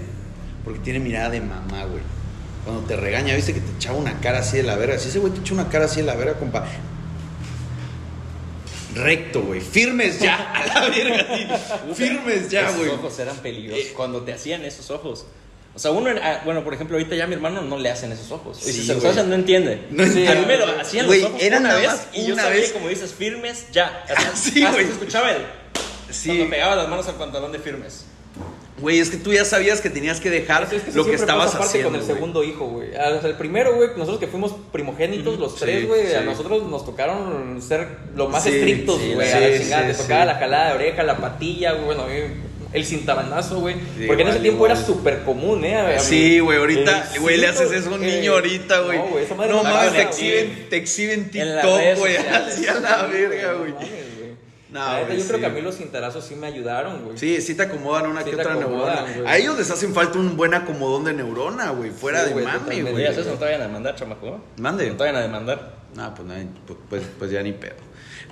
Speaker 2: Porque tiene mirada de mamá, güey. Cuando te regaña, viste que te echaba una cara así de la verga. Si ese güey te echa una cara así de la verga, compa. Recto, güey. Firmes ya, a la verga. así. Firmes ya,
Speaker 3: esos
Speaker 2: güey. Eh,
Speaker 3: ojos eran peligrosos. Cuando te hacían esos ojos. O sea, uno, era- ah, bueno, por ejemplo, ahorita ya a mi hermano no le hacen esos ojos. Y
Speaker 2: Sí,
Speaker 3: si se los
Speaker 2: güey.
Speaker 3: hacen, no entiende.
Speaker 2: No
Speaker 3: A mí
Speaker 2: entiende.
Speaker 3: me lo hacían
Speaker 2: Güey,
Speaker 3: los ojos
Speaker 2: era
Speaker 3: una
Speaker 2: nada
Speaker 3: vez
Speaker 2: más
Speaker 3: y yo
Speaker 2: una
Speaker 3: sabía,
Speaker 2: vez. Ah,
Speaker 3: como dices, firmes ya. Hasta-
Speaker 2: Sí,
Speaker 3: hasta
Speaker 2: güey.
Speaker 3: escuchaba el,
Speaker 2: Sí.
Speaker 3: cuando pegaba las manos al pantalón de firmes.
Speaker 2: Güey, es que tú ya sabías que tenías que dejar
Speaker 4: Eso es eso
Speaker 2: lo que
Speaker 4: siempre
Speaker 2: estabas
Speaker 4: pasa aparte
Speaker 2: haciendo.
Speaker 4: con el
Speaker 2: güey.
Speaker 4: segundo hijo, güey. Al- o sea, el primero, güey, nosotros que fuimos primogénitos, los
Speaker 2: sí,
Speaker 4: tres, güey, a
Speaker 2: sí.
Speaker 4: nosotros nos tocaron ser lo más
Speaker 2: Sí,
Speaker 4: estrictos,
Speaker 2: sí,
Speaker 4: güey.
Speaker 2: sí,
Speaker 4: a la chingada,
Speaker 2: sí,
Speaker 4: te tocaba
Speaker 2: sí.
Speaker 4: la jalada de oreja, la patilla, güey, bueno, a mí, el cintabanazo, güey. Porque en
Speaker 2: igual,
Speaker 4: ese tiempo
Speaker 2: igual.
Speaker 4: era súper común, ¿eh? A- a
Speaker 2: Sí,
Speaker 4: mí-
Speaker 2: güey, ahorita,
Speaker 4: el
Speaker 2: güey, le
Speaker 4: cinto,
Speaker 2: haces eso a un
Speaker 4: eh,
Speaker 2: niño ahorita, güey.
Speaker 4: No, güey, esa madre
Speaker 2: No
Speaker 4: me
Speaker 2: mames, te
Speaker 4: acaba de-
Speaker 2: exhiben, te exhiben
Speaker 3: En las
Speaker 2: TikTok,
Speaker 3: redes
Speaker 2: güey,
Speaker 3: sociales.
Speaker 2: así a la verga,
Speaker 4: No
Speaker 2: güey.
Speaker 4: mames, güey.
Speaker 2: No,
Speaker 4: La neta,
Speaker 2: güey,
Speaker 4: yo creo
Speaker 2: sí.
Speaker 4: que a mí los cintarazos sí me ayudaron, güey.
Speaker 2: Sí, sí te acomodan una
Speaker 4: Sí
Speaker 2: que
Speaker 4: te
Speaker 2: otra
Speaker 4: acomodan,
Speaker 2: neurona.
Speaker 4: güey.
Speaker 2: A ellos les hacen falta un buen acomodón de neurona, güey, fuera
Speaker 4: Sí,
Speaker 2: de
Speaker 4: güey,
Speaker 2: mami,
Speaker 4: totalmente.
Speaker 2: güey.
Speaker 3: Oye, ¿haces no te vayan a demandar, chamaco?
Speaker 2: Mande.
Speaker 3: No te vayan a demandar.
Speaker 2: No, pues, no, pues, pues, pues ya ni pedo.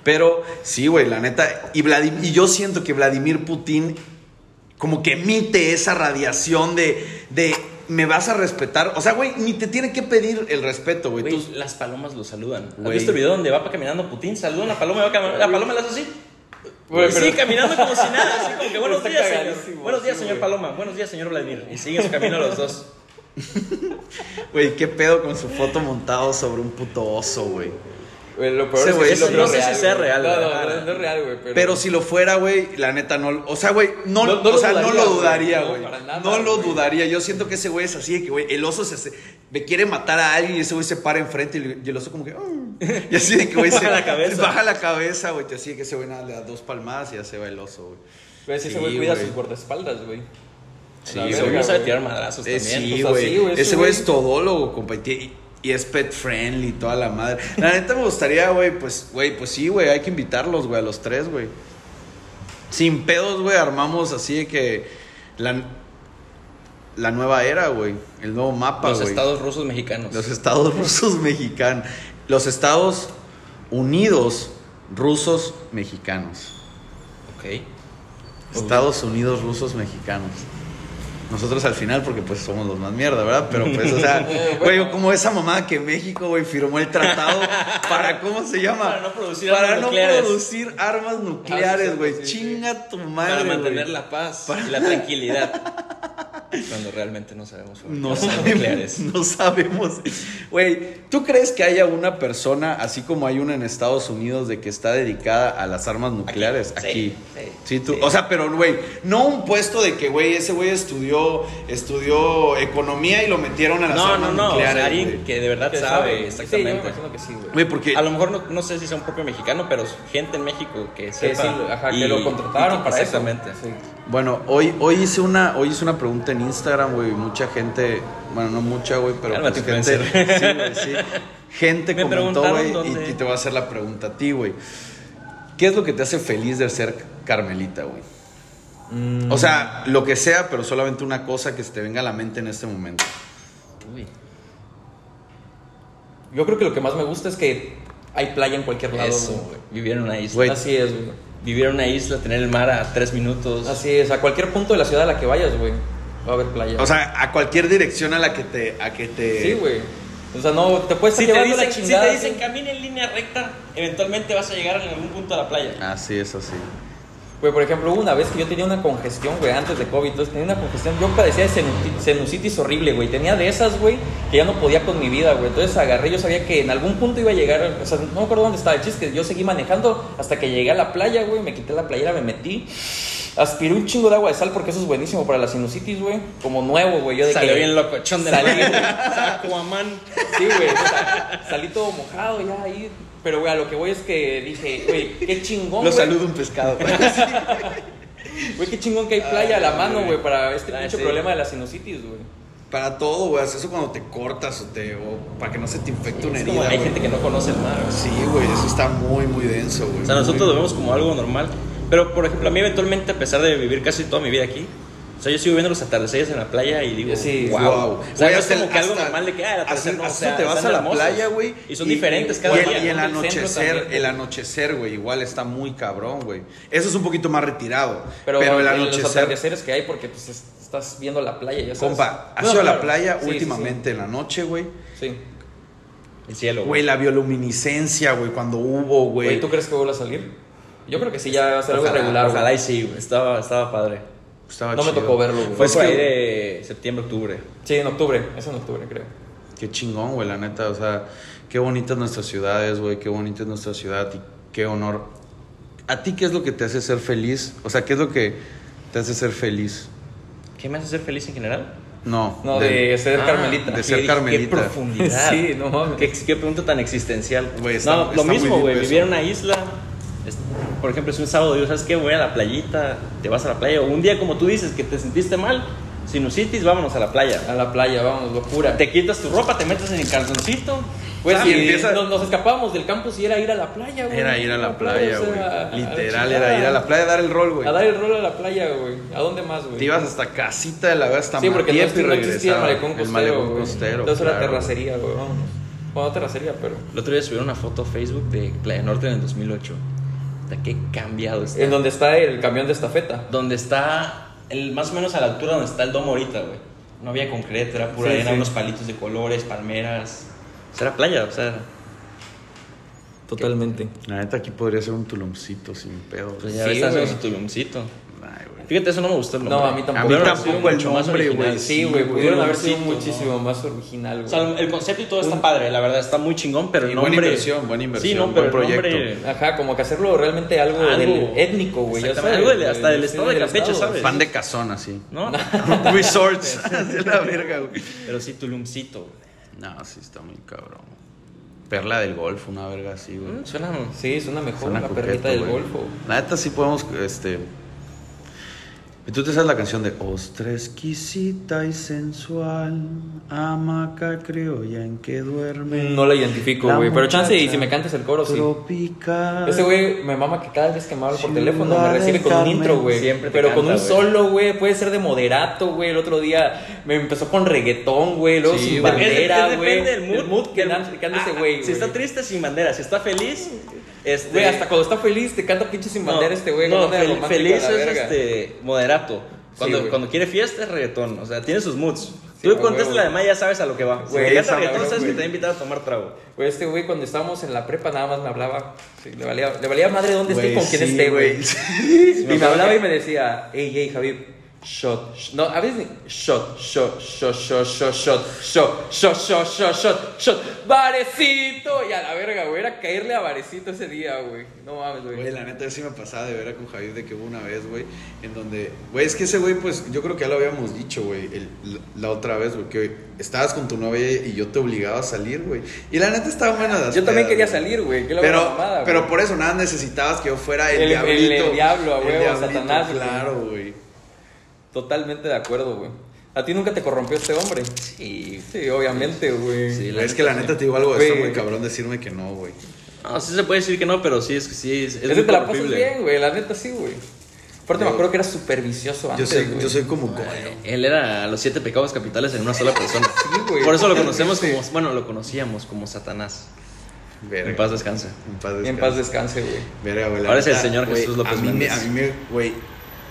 Speaker 2: Pero sí, güey, la neta. Y, Vladim- y yo siento que Vladimir Putin como que emite esa radiación de, de me vas a respetar. O sea, güey, ni te tiene que pedir el respeto, güey.
Speaker 3: Güey,
Speaker 2: Tú-
Speaker 3: las palomas lo saludan. ¿Has
Speaker 2: Güey.
Speaker 3: visto el video donde va caminando Putin? Saluda a la paloma y va cami- La paloma la hace así. Y
Speaker 4: Güey, pero-
Speaker 3: sigue caminando como si nada, así como que buenos
Speaker 4: Está
Speaker 3: días, señor.
Speaker 4: cagadísimo,
Speaker 3: Buenos días,
Speaker 4: sí,
Speaker 3: señor
Speaker 4: güey.
Speaker 3: Paloma. Buenos días, señor Vladimir. Y siguen su camino los dos.
Speaker 2: Güey, qué pedo con su foto montado sobre un puto oso, güey.
Speaker 4: Güey, Lo peor
Speaker 2: Ese
Speaker 4: es que
Speaker 2: güey,
Speaker 4: sí lo
Speaker 2: no
Speaker 4: creo
Speaker 2: sé si
Speaker 4: güey.
Speaker 3: sea real,
Speaker 4: No,
Speaker 3: la
Speaker 4: no, no,
Speaker 3: verdad.
Speaker 4: no es real, güey. Pero,
Speaker 2: Pero si lo fuera, güey, la neta no. O sea, güey, no,
Speaker 4: No- no
Speaker 2: o
Speaker 4: lo
Speaker 2: sea, no lo
Speaker 4: dudaría,
Speaker 2: dudaría,
Speaker 4: güey,
Speaker 2: güey.
Speaker 4: no, para nada,
Speaker 2: No lo
Speaker 4: güey.
Speaker 2: dudaría. Yo siento que ese güey es así de que, güey, el oso se, se- me quiere matar a alguien y ese güey se para enfrente y, le- y el oso como que. "Ah". Y así de que, güey, se-
Speaker 3: Baja la cabeza.
Speaker 2: Baja la cabeza, güey. Así de que ese güey nada, le da dos palmadas y ya se va el oso, güey.
Speaker 4: Pero si ese
Speaker 2: Sí,
Speaker 4: güey cuida
Speaker 2: güey.
Speaker 4: sus guardaespaldas, güey.
Speaker 2: Sí,
Speaker 4: La
Speaker 2: güey.
Speaker 4: verga,
Speaker 3: Seguro sabe
Speaker 4: güey.
Speaker 3: tirar madrazos
Speaker 2: Eh,
Speaker 3: también.
Speaker 2: sí,
Speaker 4: pues, así,
Speaker 2: güey.
Speaker 4: güey, ese
Speaker 2: ese güey
Speaker 4: güey.
Speaker 2: es todólogo, compadre. Y, y es pet friendly y toda la madre. La neta me gustaría, güey, pues, güey, pues sí, güey, hay que invitarlos, güey, a los tres, güey. Sin pedos, güey, armamos así de que la, la nueva era, güey. El nuevo mapa,
Speaker 3: Los
Speaker 2: güey.
Speaker 3: estados rusos mexicanos.
Speaker 2: Los estados rusos mexicanos. Los Estados Unidos rusos mexicanos.
Speaker 3: Ok.
Speaker 2: Estados Unidos rusos mexicanos. Nosotros al final, porque pues somos los más mierda, ¿verdad? Pero pues, o sea,
Speaker 4: Eh, bueno.
Speaker 2: güey, como esa mamada que México, güey, firmó el tratado para, ¿cómo se llama?
Speaker 3: Para no producir
Speaker 2: Para
Speaker 3: armas
Speaker 2: no
Speaker 3: nucleares. Ah,
Speaker 2: producir armas nucleares, güey.
Speaker 4: sí, sí.
Speaker 2: Chinga tu madre,
Speaker 3: Para mantener
Speaker 2: güey.
Speaker 3: la paz y la tranquilidad. Cuando realmente no sabemos sobre
Speaker 2: No
Speaker 3: armas
Speaker 2: sabemos,
Speaker 3: nucleares.
Speaker 2: no sabemos. Güey, ¿tú crees que haya una persona, así como hay una en Estados Unidos, de que está dedicada a las armas nucleares?
Speaker 3: Sí,
Speaker 2: Aquí.
Speaker 3: sí,
Speaker 2: Sí, tú- O sea, pero, güey, no un puesto de que, güey, ese güey estudió, estudió economía y lo metieron a las
Speaker 3: No, no,
Speaker 2: armas
Speaker 3: no. o sea,
Speaker 2: nucleares.
Speaker 3: alguien
Speaker 2: güey.
Speaker 3: que de verdad
Speaker 4: Que
Speaker 3: sabe,
Speaker 4: sabe. Sí, yo me
Speaker 3: exactamente.
Speaker 4: imagino que sí, güey.
Speaker 2: Güey, porque...
Speaker 3: A lo mejor no, no sé si sea un propio mexicano, pero gente en México que
Speaker 4: Que
Speaker 3: sepa.
Speaker 4: sí, ajá,
Speaker 3: y-
Speaker 4: que lo
Speaker 3: y
Speaker 4: contrataron
Speaker 3: que-
Speaker 4: para eso.
Speaker 3: exactamente.
Speaker 4: Sí.
Speaker 2: Bueno, hoy, hoy, hice una, hoy hice una pregunta en Instagram, güey. Mucha gente, bueno, no mucha, güey, pero pues,
Speaker 3: Cálmate,
Speaker 2: gente, sí, güey, sí. gente
Speaker 3: Me
Speaker 2: comentó, güey,
Speaker 3: preguntaron dónde.
Speaker 2: y, y te voy a hacer la pregunta a ti, güey. ¿Qué es lo que te hace feliz de ser Carmelita, güey?
Speaker 3: Mm.
Speaker 2: O sea, lo que sea, pero solamente una cosa que se te venga a la mente en este momento.
Speaker 3: Uy.
Speaker 4: Yo creo que lo que más me gusta es que hay playa en cualquier lado,
Speaker 3: Eso, güey. Vivir en una isla.
Speaker 2: Güey.
Speaker 4: Así es, güey.
Speaker 3: Vivir en una isla, tener el mar a tres minutos.
Speaker 4: Así es, a cualquier punto de la ciudad a la que vayas, güey, va a haber playa.
Speaker 2: O sea, a cualquier dirección a la que te, a que te.
Speaker 4: sí, güey. O sea, no, te puedes
Speaker 3: Si
Speaker 4: estar
Speaker 3: te,
Speaker 4: llevando
Speaker 3: dicen,
Speaker 4: la
Speaker 3: si
Speaker 4: chingada.
Speaker 3: te dicen
Speaker 4: sí.
Speaker 3: camina en línea recta, eventualmente vas a llegar en algún punto a la
Speaker 4: Ah,
Speaker 3: playa.
Speaker 2: Así es, así.
Speaker 4: Güey, por ejemplo, hubo una vez que yo tenía una congestión, güey, antes de COVID, entonces tenía una congestión, yo padecía de senu- sinusitis horrible, güey, tenía de esas, güey, que ya no podía con mi vida, güey, entonces agarré, yo sabía que en algún punto iba a llegar, o sea, no me acuerdo dónde estaba el chiste, que yo seguí manejando hasta que llegué a la playa, güey, me quité la playera, me metí, aspiré un chingo de agua de sal porque eso es buenísimo para la sinusitis, güey, como nuevo, güey, yo de
Speaker 3: Salió
Speaker 4: que-
Speaker 3: bien locochón de la
Speaker 4: Salí,
Speaker 3: playa.
Speaker 4: güey.
Speaker 3: Aquaman.
Speaker 4: Sí, güey. o sea, salí todo mojado ya ahí. Pero, güey, a lo que voy es que dije, güey, qué
Speaker 3: Oh,
Speaker 4: chingón.
Speaker 2: Lo
Speaker 4: güey.
Speaker 2: saludo un pescado, güey.
Speaker 4: Güey, qué chingón que hay playa a la mano, güey, para este
Speaker 3: Ah,
Speaker 4: pinche
Speaker 3: sí.
Speaker 4: problema de la sinusitis, güey.
Speaker 2: Para todo, güey. Eso cuando te cortas o te. O para que no se te infecte una
Speaker 3: Es
Speaker 2: herida.
Speaker 3: como, hay
Speaker 2: güey.
Speaker 3: gente que no conoce el mar. güey.
Speaker 2: Sí, güey, eso está muy, muy denso, güey.
Speaker 3: O sea, nosotros lo vemos como algo normal. Pero, por ejemplo, a mí eventualmente, a pesar de vivir casi toda mi vida aquí, o sea, yo sigo viendo los atardeceres en la playa y digo,
Speaker 4: Sí,
Speaker 3: wow.
Speaker 2: Wow.
Speaker 3: O sea,
Speaker 2: Güey,
Speaker 3: no es
Speaker 2: hasta-
Speaker 3: como que algo
Speaker 2: hasta-
Speaker 3: normal de que, ah, el atardecer
Speaker 2: hasta-
Speaker 3: no, o
Speaker 2: hasta
Speaker 3: sea,
Speaker 2: te vas
Speaker 3: están
Speaker 2: a la
Speaker 3: hermosos.
Speaker 2: playa, güey.
Speaker 3: Y son diferentes cada
Speaker 2: y, el-
Speaker 3: día.
Speaker 2: Y el
Speaker 4: ¿no? El centro
Speaker 2: anochecer,
Speaker 4: también.
Speaker 2: el anochecer, güey, igual está muy cabrón, güey. Eso es un poquito más retirado.
Speaker 4: Pero,
Speaker 2: Pero, el
Speaker 4: el- los
Speaker 2: anochecer,
Speaker 4: atardeceres que hay porque pues, es- estás viendo la playa, ya sabes.
Speaker 2: compa, has
Speaker 4: Bueno,
Speaker 2: ido a la
Speaker 4: claro.
Speaker 2: playa
Speaker 4: Sí, sí,
Speaker 2: últimamente en la noche, güey.
Speaker 4: Sí.
Speaker 3: El cielo.
Speaker 2: Güey, la bioluminiscencia, güey, cuando hubo,
Speaker 4: Güey,
Speaker 2: güey.
Speaker 4: ¿tú crees que vuelva a salir? Yo creo que sí, ya va a ser algo
Speaker 3: Ojalá,
Speaker 4: regular. güey.
Speaker 3: Ojalá y sí, güey. estaba, estaba padre.
Speaker 2: Estaba
Speaker 4: No me
Speaker 2: chido.
Speaker 4: tocó verlo, güey.
Speaker 3: Fue
Speaker 2: Pues
Speaker 3: por
Speaker 2: que-
Speaker 3: ahí de septiembre, octubre.
Speaker 4: Sí, en octubre. Es en octubre, creo.
Speaker 2: Qué chingón, güey, la neta. O sea, qué bonitas nuestras ciudades, güey. Qué bonita es nuestra ciudad y qué honor. ¿A ti qué es lo que te hace ser feliz? O sea, ¿qué es lo que te hace ser feliz?
Speaker 3: ¿Qué me hace ser feliz en general?
Speaker 6: No.
Speaker 4: No, de, ser
Speaker 3: Ah,
Speaker 4: carmelita.
Speaker 6: de
Speaker 3: Qué-
Speaker 6: ser
Speaker 3: Qué
Speaker 6: carmelita.
Speaker 3: profundidad.
Speaker 4: Sí, no mames.
Speaker 3: Qué, qué pregunta tan existencial.
Speaker 6: Güey, está-
Speaker 3: no,
Speaker 6: está
Speaker 3: lo
Speaker 6: muy
Speaker 3: mismo,
Speaker 6: deep
Speaker 3: güey.
Speaker 6: eso.
Speaker 3: Vivir en una isla. es- por ejemplo, es un sábado, digo, ¿sabes qué? Voy a la playita, te vas a la playa. O un día, como tú dices, que te sentiste mal, sinusitis, vámonos a la playa.
Speaker 4: A la playa, vamos, locura.
Speaker 3: Te quitas tu ropa, te metes en el calzoncito.
Speaker 4: Pues
Speaker 6: Ah,
Speaker 4: sí,
Speaker 6: y empieza-
Speaker 4: nos, nos escapábamos del campus y era ir a la playa, güey.
Speaker 6: Era ir a la playa,
Speaker 4: o
Speaker 6: güey.
Speaker 4: sea,
Speaker 6: Literal,
Speaker 4: a-
Speaker 6: era ir a la playa, dar el rol, güey.
Speaker 4: A dar el rol a la playa, güey. ¿A dónde más, güey?
Speaker 6: Te ibas hasta casita de la vez hasta
Speaker 4: Sí, porque no,
Speaker 6: Matiep
Speaker 4: existía-
Speaker 6: y
Speaker 4: no existía el
Speaker 6: regresabas.
Speaker 4: malecón costero.
Speaker 6: El malecón
Speaker 4: güey.
Speaker 6: costero,
Speaker 4: Entonces era
Speaker 6: claro.
Speaker 4: terracería, güey. Vámonos. Bueno, no terracería, pero.
Speaker 3: El otro día subieron una foto a Facebook de Playa Norte en el 2008. Puta, qué cambiado está.
Speaker 4: En donde está el camión de estafeta.
Speaker 3: Donde está, el, más o menos a la altura donde está el domo ahorita, güey. No había concreto, era pura
Speaker 4: Sí,
Speaker 3: arena,
Speaker 4: sí.
Speaker 3: unos palitos de colores, palmeras. O sea, era playa, o sea,
Speaker 4: Totalmente.
Speaker 6: La neta aquí podría ser un tulumcito sin pedo.
Speaker 3: pues ya
Speaker 4: Sí,
Speaker 3: ves, haciendo
Speaker 4: güey.
Speaker 3: su tulumcito.
Speaker 6: Ay, güey.
Speaker 3: Fíjate, eso no me gustó el nombre.
Speaker 4: No, a mí tampoco.
Speaker 6: A mí
Speaker 4: Pero
Speaker 6: tampoco el
Speaker 3: mucho más
Speaker 6: nombre,
Speaker 3: original.
Speaker 6: güey.
Speaker 4: Sí, güey. pudieron haber sido
Speaker 3: Olorcito,
Speaker 4: muchísimo más original,
Speaker 3: O
Speaker 4: güey.
Speaker 3: sea, el concepto y todo está padre, la verdad, está muy chingón, pero
Speaker 6: Y
Speaker 3: el
Speaker 6: buena
Speaker 3: nombre...
Speaker 6: inversión, buena inversión,
Speaker 3: Sí, no,
Speaker 6: buen
Speaker 3: pero
Speaker 6: proyecto.
Speaker 3: el nombre...
Speaker 4: Ajá, como que hacerlo realmente algo,
Speaker 3: Algo.
Speaker 4: del- étnico, güey. ya
Speaker 3: Exactamente,
Speaker 4: sabes,
Speaker 3: algo del- hasta
Speaker 4: güey,
Speaker 3: del estado de
Speaker 4: del
Speaker 3: Campeche,
Speaker 4: estado.
Speaker 3: ¿sabes?
Speaker 6: Pan de cazón, así.
Speaker 3: ¿No?
Speaker 6: Resorts. Así la verga, güey.
Speaker 3: pero sí, tulumcito, güey.
Speaker 6: No, sí está muy cabrón. Perla del Golfo, una verga así, güey.
Speaker 3: Mm, Suena...
Speaker 4: Sí, suena mejor
Speaker 6: Suena
Speaker 4: la
Speaker 6: coqueto,
Speaker 4: perrita del
Speaker 6: güey.
Speaker 4: golfo.
Speaker 6: La neta sí podemos, este... Y tú te sabes la canción de Ostra exquisita y sensual, hamaca criolla en que duerme.
Speaker 4: No la identifico,
Speaker 6: la
Speaker 4: güey. Pero chance, y
Speaker 6: muchacha
Speaker 4: si me cantas el coro, sí.
Speaker 6: Tropical.
Speaker 4: Ese güey me mama que cada vez que me habla por
Speaker 6: Ciudad
Speaker 4: teléfono me recibe
Speaker 6: del
Speaker 4: con un
Speaker 6: Carmen.
Speaker 4: intro, güey.
Speaker 3: Siempre te
Speaker 4: Pero con
Speaker 3: canta,
Speaker 4: un
Speaker 3: güey.
Speaker 4: solo, güey. Puede ser de moderato, güey. El otro día me empezó con reggaetón, güey. Luego
Speaker 6: Sí,
Speaker 4: sin
Speaker 6: güey.
Speaker 4: bandera, güey.
Speaker 3: Depende del mood.
Speaker 4: que
Speaker 3: del-
Speaker 4: dan- que anda ese
Speaker 3: Ah,
Speaker 4: güey,
Speaker 3: Si está
Speaker 4: güey.
Speaker 3: triste, sin bandera. Si está feliz, este...
Speaker 4: Güey, hasta cuando está feliz te canta pinche sin
Speaker 3: No,
Speaker 4: bandera este güey.
Speaker 3: No,
Speaker 4: con onda de
Speaker 3: fel-
Speaker 4: romántico
Speaker 3: feliz
Speaker 4: a
Speaker 3: es
Speaker 4: la verga.
Speaker 3: este moderato. Cuando,
Speaker 4: güey.
Speaker 3: cuando quiere fiesta es reggaetón, o sea, tiene sus moods.
Speaker 4: a
Speaker 3: Tú
Speaker 4: huevo,
Speaker 3: contestas la
Speaker 4: güey.
Speaker 3: demás ya sabes a lo que va. Si
Speaker 4: Güey,
Speaker 3: le encanta
Speaker 4: esa
Speaker 3: reggaetón,
Speaker 4: madre,
Speaker 3: sabes
Speaker 4: güey.
Speaker 3: que te ha invitado a tomar trago.
Speaker 4: Güey, este güey cuando estábamos en la prepa nada más me hablaba. Sí, le, valía, le valía madre dónde esté y con quién
Speaker 6: sí,
Speaker 4: esté, güey.
Speaker 6: Sí.
Speaker 4: Y me hablaba y me decía, hey, hey, Javier, shot. sh-". No, a veces ni- shot, shot, shot, shot, shot, shot, shot, shot, shot, shot, shot, shot, barecito. Y a la verga, güey, era caerle a barecito ese día, güey. No mames,
Speaker 2: Güey,
Speaker 4: güey.
Speaker 2: la neta sí me pasaba de ver a con Javier de que hubo una vez, güey, en donde, güey, es que ese güey, pues yo creo que ya lo habíamos dicho, güey, el- la- la otra vez, güey, que estabas con tu novia y yo te obligaba a salir, güey. Y la neta estaba buena. las
Speaker 4: Yo también
Speaker 2: pedas,
Speaker 4: quería
Speaker 2: güey.
Speaker 4: salir, güey. qué la
Speaker 2: Pero,
Speaker 4: buena mamada,
Speaker 2: pero
Speaker 4: güey.
Speaker 2: por eso nada necesitabas que yo fuera el,
Speaker 4: El- el- el
Speaker 2: diablito.
Speaker 4: diablo, a
Speaker 2: el
Speaker 4: huevo,
Speaker 2: diablito,
Speaker 4: Satanás, güey.
Speaker 2: Claro, güey.
Speaker 4: Totalmente de acuerdo, güey. ¿A ti nunca te corrompió este hombre? Sí. Sí, obviamente, güey.
Speaker 3: Sí,
Speaker 2: Es que la neta te digo algo, está
Speaker 4: Güey.
Speaker 2: muy cabrón decirme que no, güey.
Speaker 3: No, sí se puede decir que no, pero sí es que sí es, es
Speaker 4: Es
Speaker 3: muy
Speaker 4: que te la pasas
Speaker 3: corrompible.
Speaker 4: bien, güey. La neta sí, güey. Aparte me
Speaker 2: Yo-
Speaker 4: acuerdo que era súper vicioso
Speaker 2: Yo
Speaker 4: antes,
Speaker 2: soy,
Speaker 4: güey.
Speaker 2: yo soy como Goyo.
Speaker 3: Él era los siete pecados capitales en una sola persona.
Speaker 4: Sí, güey.
Speaker 3: Por eso lo conocemos como, bueno, lo conocíamos como Satanás.
Speaker 2: Verga.
Speaker 3: En paz descansa.
Speaker 2: En paz
Speaker 4: Y
Speaker 2: descanse.
Speaker 4: En paz descanse, güey.
Speaker 2: Verga, güey. la
Speaker 3: Ahora es el
Speaker 2: neta,
Speaker 3: señor
Speaker 2: güey,
Speaker 3: Jesús López
Speaker 2: a mí, me,
Speaker 3: Méndez.
Speaker 2: a mí me, güey,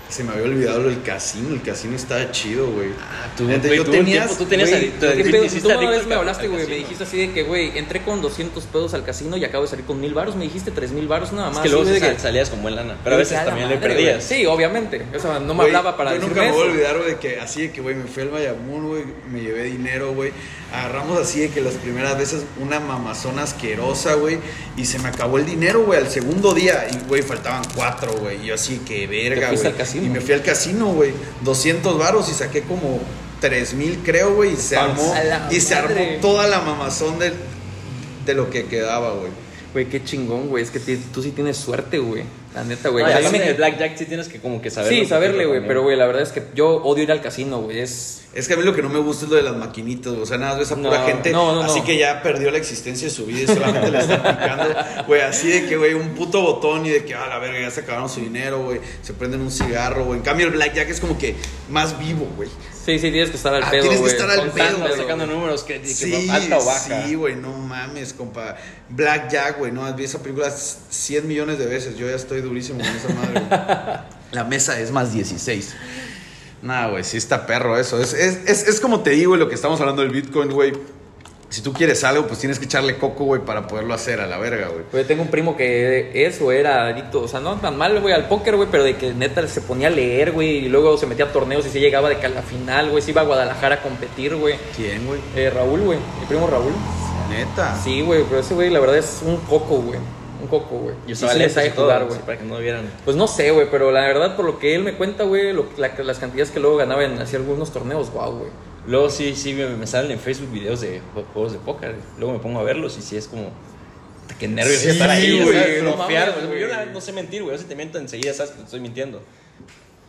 Speaker 2: se me había olvidado lo del casino. El casino estaba chido, güey. Ah,
Speaker 3: tú, güey, tú un tiempo, tú tenías
Speaker 4: Güey,
Speaker 3: adicto-
Speaker 4: ¿qué
Speaker 3: te
Speaker 4: pedo?
Speaker 3: hiciste
Speaker 4: Tú una
Speaker 3: adicto
Speaker 4: vez me
Speaker 3: al
Speaker 4: hablaste, güey, me
Speaker 3: casino.
Speaker 4: dijiste así de que, güey, entré con 200 pedos al casino y acabo de salir con mil baros, me dijiste 3000 baros nada
Speaker 3: Es
Speaker 4: más.
Speaker 3: que
Speaker 4: así
Speaker 3: luego
Speaker 4: de
Speaker 3: sí
Speaker 4: que-
Speaker 3: sal- salías con buena lana, pero a veces
Speaker 4: Dije, la
Speaker 3: también le
Speaker 4: madre,
Speaker 3: perdías.
Speaker 4: güey. Sí, obviamente. O sea, no me hablaba para
Speaker 2: Yo nunca me
Speaker 4: decirme
Speaker 2: voy a
Speaker 4: eso.
Speaker 2: olvidar, güey, de que así de que, güey, me fui al Bayamón, güey, me llevé dinero, güey. Agarramos así de que las primeras veces una mamazona asquerosa, güey, y se me acabó el dinero, güey, al segundo día. Y, güey, faltaban cuatro, güey. Y yo así que verga,
Speaker 4: fuiste
Speaker 2: güey.
Speaker 4: al casino.
Speaker 2: Y me fui al casino, güey. 200 varos y saqué como 3000, creo, güey, y se
Speaker 4: Vamos.
Speaker 2: armó.
Speaker 4: A la
Speaker 2: Y se armó
Speaker 4: madre.
Speaker 2: toda la mamazón del- de lo que quedaba, güey.
Speaker 4: Güey, qué chingón, güey. Es que ti- tú sí tienes suerte, güey. La neta, güey.
Speaker 3: No, y
Speaker 4: O sea,
Speaker 3: también
Speaker 4: yo
Speaker 3: en
Speaker 4: me-
Speaker 3: el blackjack sí tienes que como que saberlo.
Speaker 4: Sí,
Speaker 3: un poquito
Speaker 4: saberle, güey.
Speaker 3: también.
Speaker 4: Pero, güey, la verdad es que yo odio ir al casino, güey. Es
Speaker 2: Es que a mí lo que no me gusta es lo de las maquinitas, güey. o sea, nada, más ves a
Speaker 4: No,
Speaker 2: pura gente
Speaker 4: no, no,
Speaker 2: así
Speaker 4: no.
Speaker 2: que ya perdió la existencia de su vida y solamente la están picando, güey, así de que, güey, un puto botón y de que, ah, la verga, ya se acabaron su dinero, güey, se prenden un cigarro, güey. En cambio, el blackjack es como que más vivo, güey.
Speaker 4: Sí, sí, tienes que estar al
Speaker 2: Ah,
Speaker 4: pedo,
Speaker 2: tienes que
Speaker 4: güey.
Speaker 2: estar al
Speaker 4: Contando,
Speaker 2: pedo, güey.
Speaker 4: sacando
Speaker 3: sacando números que, que
Speaker 2: Sí,
Speaker 3: alta o baja.
Speaker 2: sí, güey, no mames, compa. Blackjack, güey, no, vi esa película 100 millones de veces, yo ya estoy durísimo con esa madre, güey. La mesa es más 16. Nah, güey, sí está perro eso. Es, es, es, es como te digo, güey, lo que estamos hablando del Bitcoin, güey. Si tú quieres algo, pues tienes que echarle coco, güey, para poderlo hacer a la verga, güey.
Speaker 4: Güey, tengo un primo que es o era adicto, o sea, no tan mal, güey, al póker, güey, pero de que neta se ponía a leer, güey, y luego se metía a torneos y se llegaba de que a la final, güey, se iba a Guadalajara a competir, güey.
Speaker 2: ¿Quién, güey?
Speaker 4: Eh, Raúl, güey, mi primo Raúl.
Speaker 2: Neta.
Speaker 4: Sí, güey, pero ese güey, la verdad es un coco, güey. un coco, güey.
Speaker 3: Yo
Speaker 4: Y
Speaker 3: estaba
Speaker 4: sí le
Speaker 3: lejos
Speaker 4: sabe
Speaker 3: y todo,
Speaker 4: jugar, güey.
Speaker 3: para que no vieran.
Speaker 4: Pues no sé, güey, pero la verdad, por lo que él me cuenta, güey, lo- la- las cantidades que luego ganaba en así algunos torneos, wow, güey.
Speaker 3: Luego sí, sí, me, me salen en Facebook videos de ju- juegos de póker. Luego me pongo a verlos y sí es como. Qué nervios
Speaker 4: Sí,
Speaker 3: estar ahí,
Speaker 4: güey,
Speaker 3: ¿sabes?
Speaker 4: no
Speaker 3: Bloquear,
Speaker 4: mames,
Speaker 3: güey. Yo la-
Speaker 4: güey.
Speaker 3: no sé mentir, güey. Yo si te miento enseguida, sabes que te estoy mintiendo.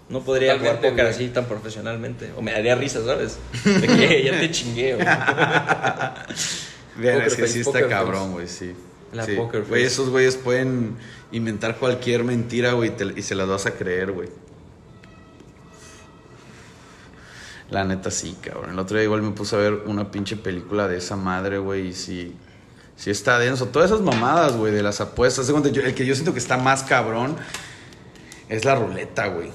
Speaker 3: No podría
Speaker 4: Totalmente,
Speaker 3: jugar póker
Speaker 4: güey.
Speaker 3: así tan profesionalmente. O me daría risa, ¿sabes? De que ya te chingué, güey.
Speaker 2: Vean,
Speaker 4: Poker
Speaker 2: es que
Speaker 4: face,
Speaker 2: sí está
Speaker 4: poker
Speaker 2: cabrón,
Speaker 4: face.
Speaker 2: güey, sí.
Speaker 4: La
Speaker 2: Sí.
Speaker 4: poker
Speaker 2: Güey,
Speaker 4: face.
Speaker 2: esos güeyes pueden inventar cualquier mentira, güey, y te- y se las vas a creer, güey. La neta sí, cabrón. El otro día igual me puse a ver una pinche película de esa madre, güey, y sí. Sí está denso. Todas esas mamadas, güey, de las apuestas. Haz de cuenta, yo- el que yo siento que está más cabrón es la ruleta, güey.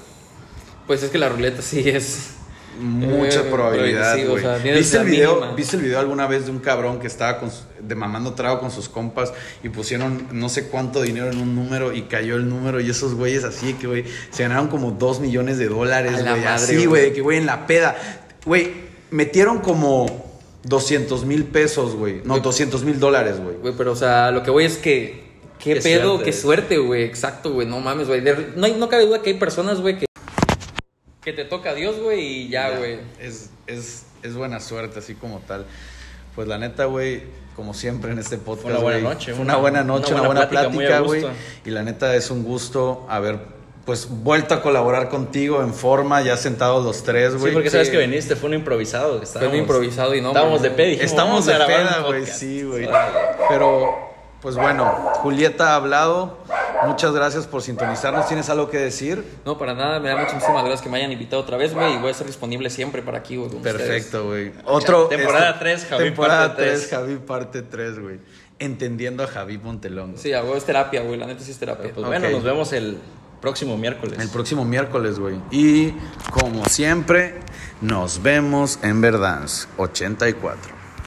Speaker 4: Pues es que la ruleta sí es.
Speaker 2: Mucha
Speaker 4: Eh,
Speaker 2: probabilidad,
Speaker 4: sí, o
Speaker 2: güey.
Speaker 4: sea, tienes
Speaker 2: ¿Viste, el
Speaker 4: la
Speaker 2: video,
Speaker 4: mínima.
Speaker 2: ¿Viste el video alguna vez de un cabrón que estaba con su- de mamando trago con sus compas y pusieron no sé cuánto dinero en un número y cayó el número y esos güeyes así que, güey, se ganaron como dos millones de
Speaker 4: A
Speaker 2: dólares,
Speaker 4: la
Speaker 2: güey.
Speaker 4: madre,
Speaker 2: Así,
Speaker 4: güey.
Speaker 2: güey, de que, güey, en la peda. Güey, metieron como 200 mil pesos, güey. No,
Speaker 4: Güey.
Speaker 2: 200 mil dólares, güey.
Speaker 4: Güey, pero o sea, lo que voy es que. Qué,
Speaker 3: Qué
Speaker 4: pedo,
Speaker 3: suerte.
Speaker 4: qué suerte, güey. Exacto, güey. No mames, güey. De- No, hay- no cabe duda que hay personas, güey, que. Que te toca Dios, güey, y ya, güey.
Speaker 2: Es, es, es buena suerte, así como tal. Pues la neta, güey, como siempre en este podcast.
Speaker 3: Fue una buena
Speaker 2: güey,
Speaker 3: noche,
Speaker 2: Fue una buena noche, una, buena, plática,
Speaker 3: muy a
Speaker 2: güey.
Speaker 3: gusto.
Speaker 2: Y la neta es un gusto haber, pues, vuelto a colaborar contigo en forma, ya sentados los tres,
Speaker 3: Sí,
Speaker 2: güey.
Speaker 3: porque
Speaker 4: sí.
Speaker 3: sabes que viniste, fue un improvisado. que
Speaker 4: Fue muy
Speaker 3: estábamos-
Speaker 4: improvisado y no.
Speaker 3: Estábamos de
Speaker 4: güey.
Speaker 3: pedi. dijimos,
Speaker 2: Estamos
Speaker 3: "Vamos a
Speaker 2: de
Speaker 3: grabar un
Speaker 2: peda, güey,
Speaker 3: podcast".
Speaker 2: sí, güey. Pero, pues bueno, Julieta ha hablado. Muchas gracias por sintonizarnos. ¿Tienes algo que decir?
Speaker 4: No, para nada. Me da muchísimas gracias que me hayan invitado otra vez, güey. Y voy a estar disponible siempre para aquí, güey. con ustedes.
Speaker 2: Perfecto, güey. Otro.
Speaker 3: temporada tres, Javi,
Speaker 2: Temporada
Speaker 3: parte
Speaker 2: 3,
Speaker 3: tres.
Speaker 2: Javi, parte 3, güey. Entendiendo a Javi Montelongo.
Speaker 4: Sí, a huevo es terapia, güey. La neta sí es terapia.
Speaker 3: Pues bueno,
Speaker 2: Ok.
Speaker 3: nos vemos el próximo miércoles.
Speaker 2: El próximo miércoles, güey. Y como siempre, nos vemos en Verdance 84.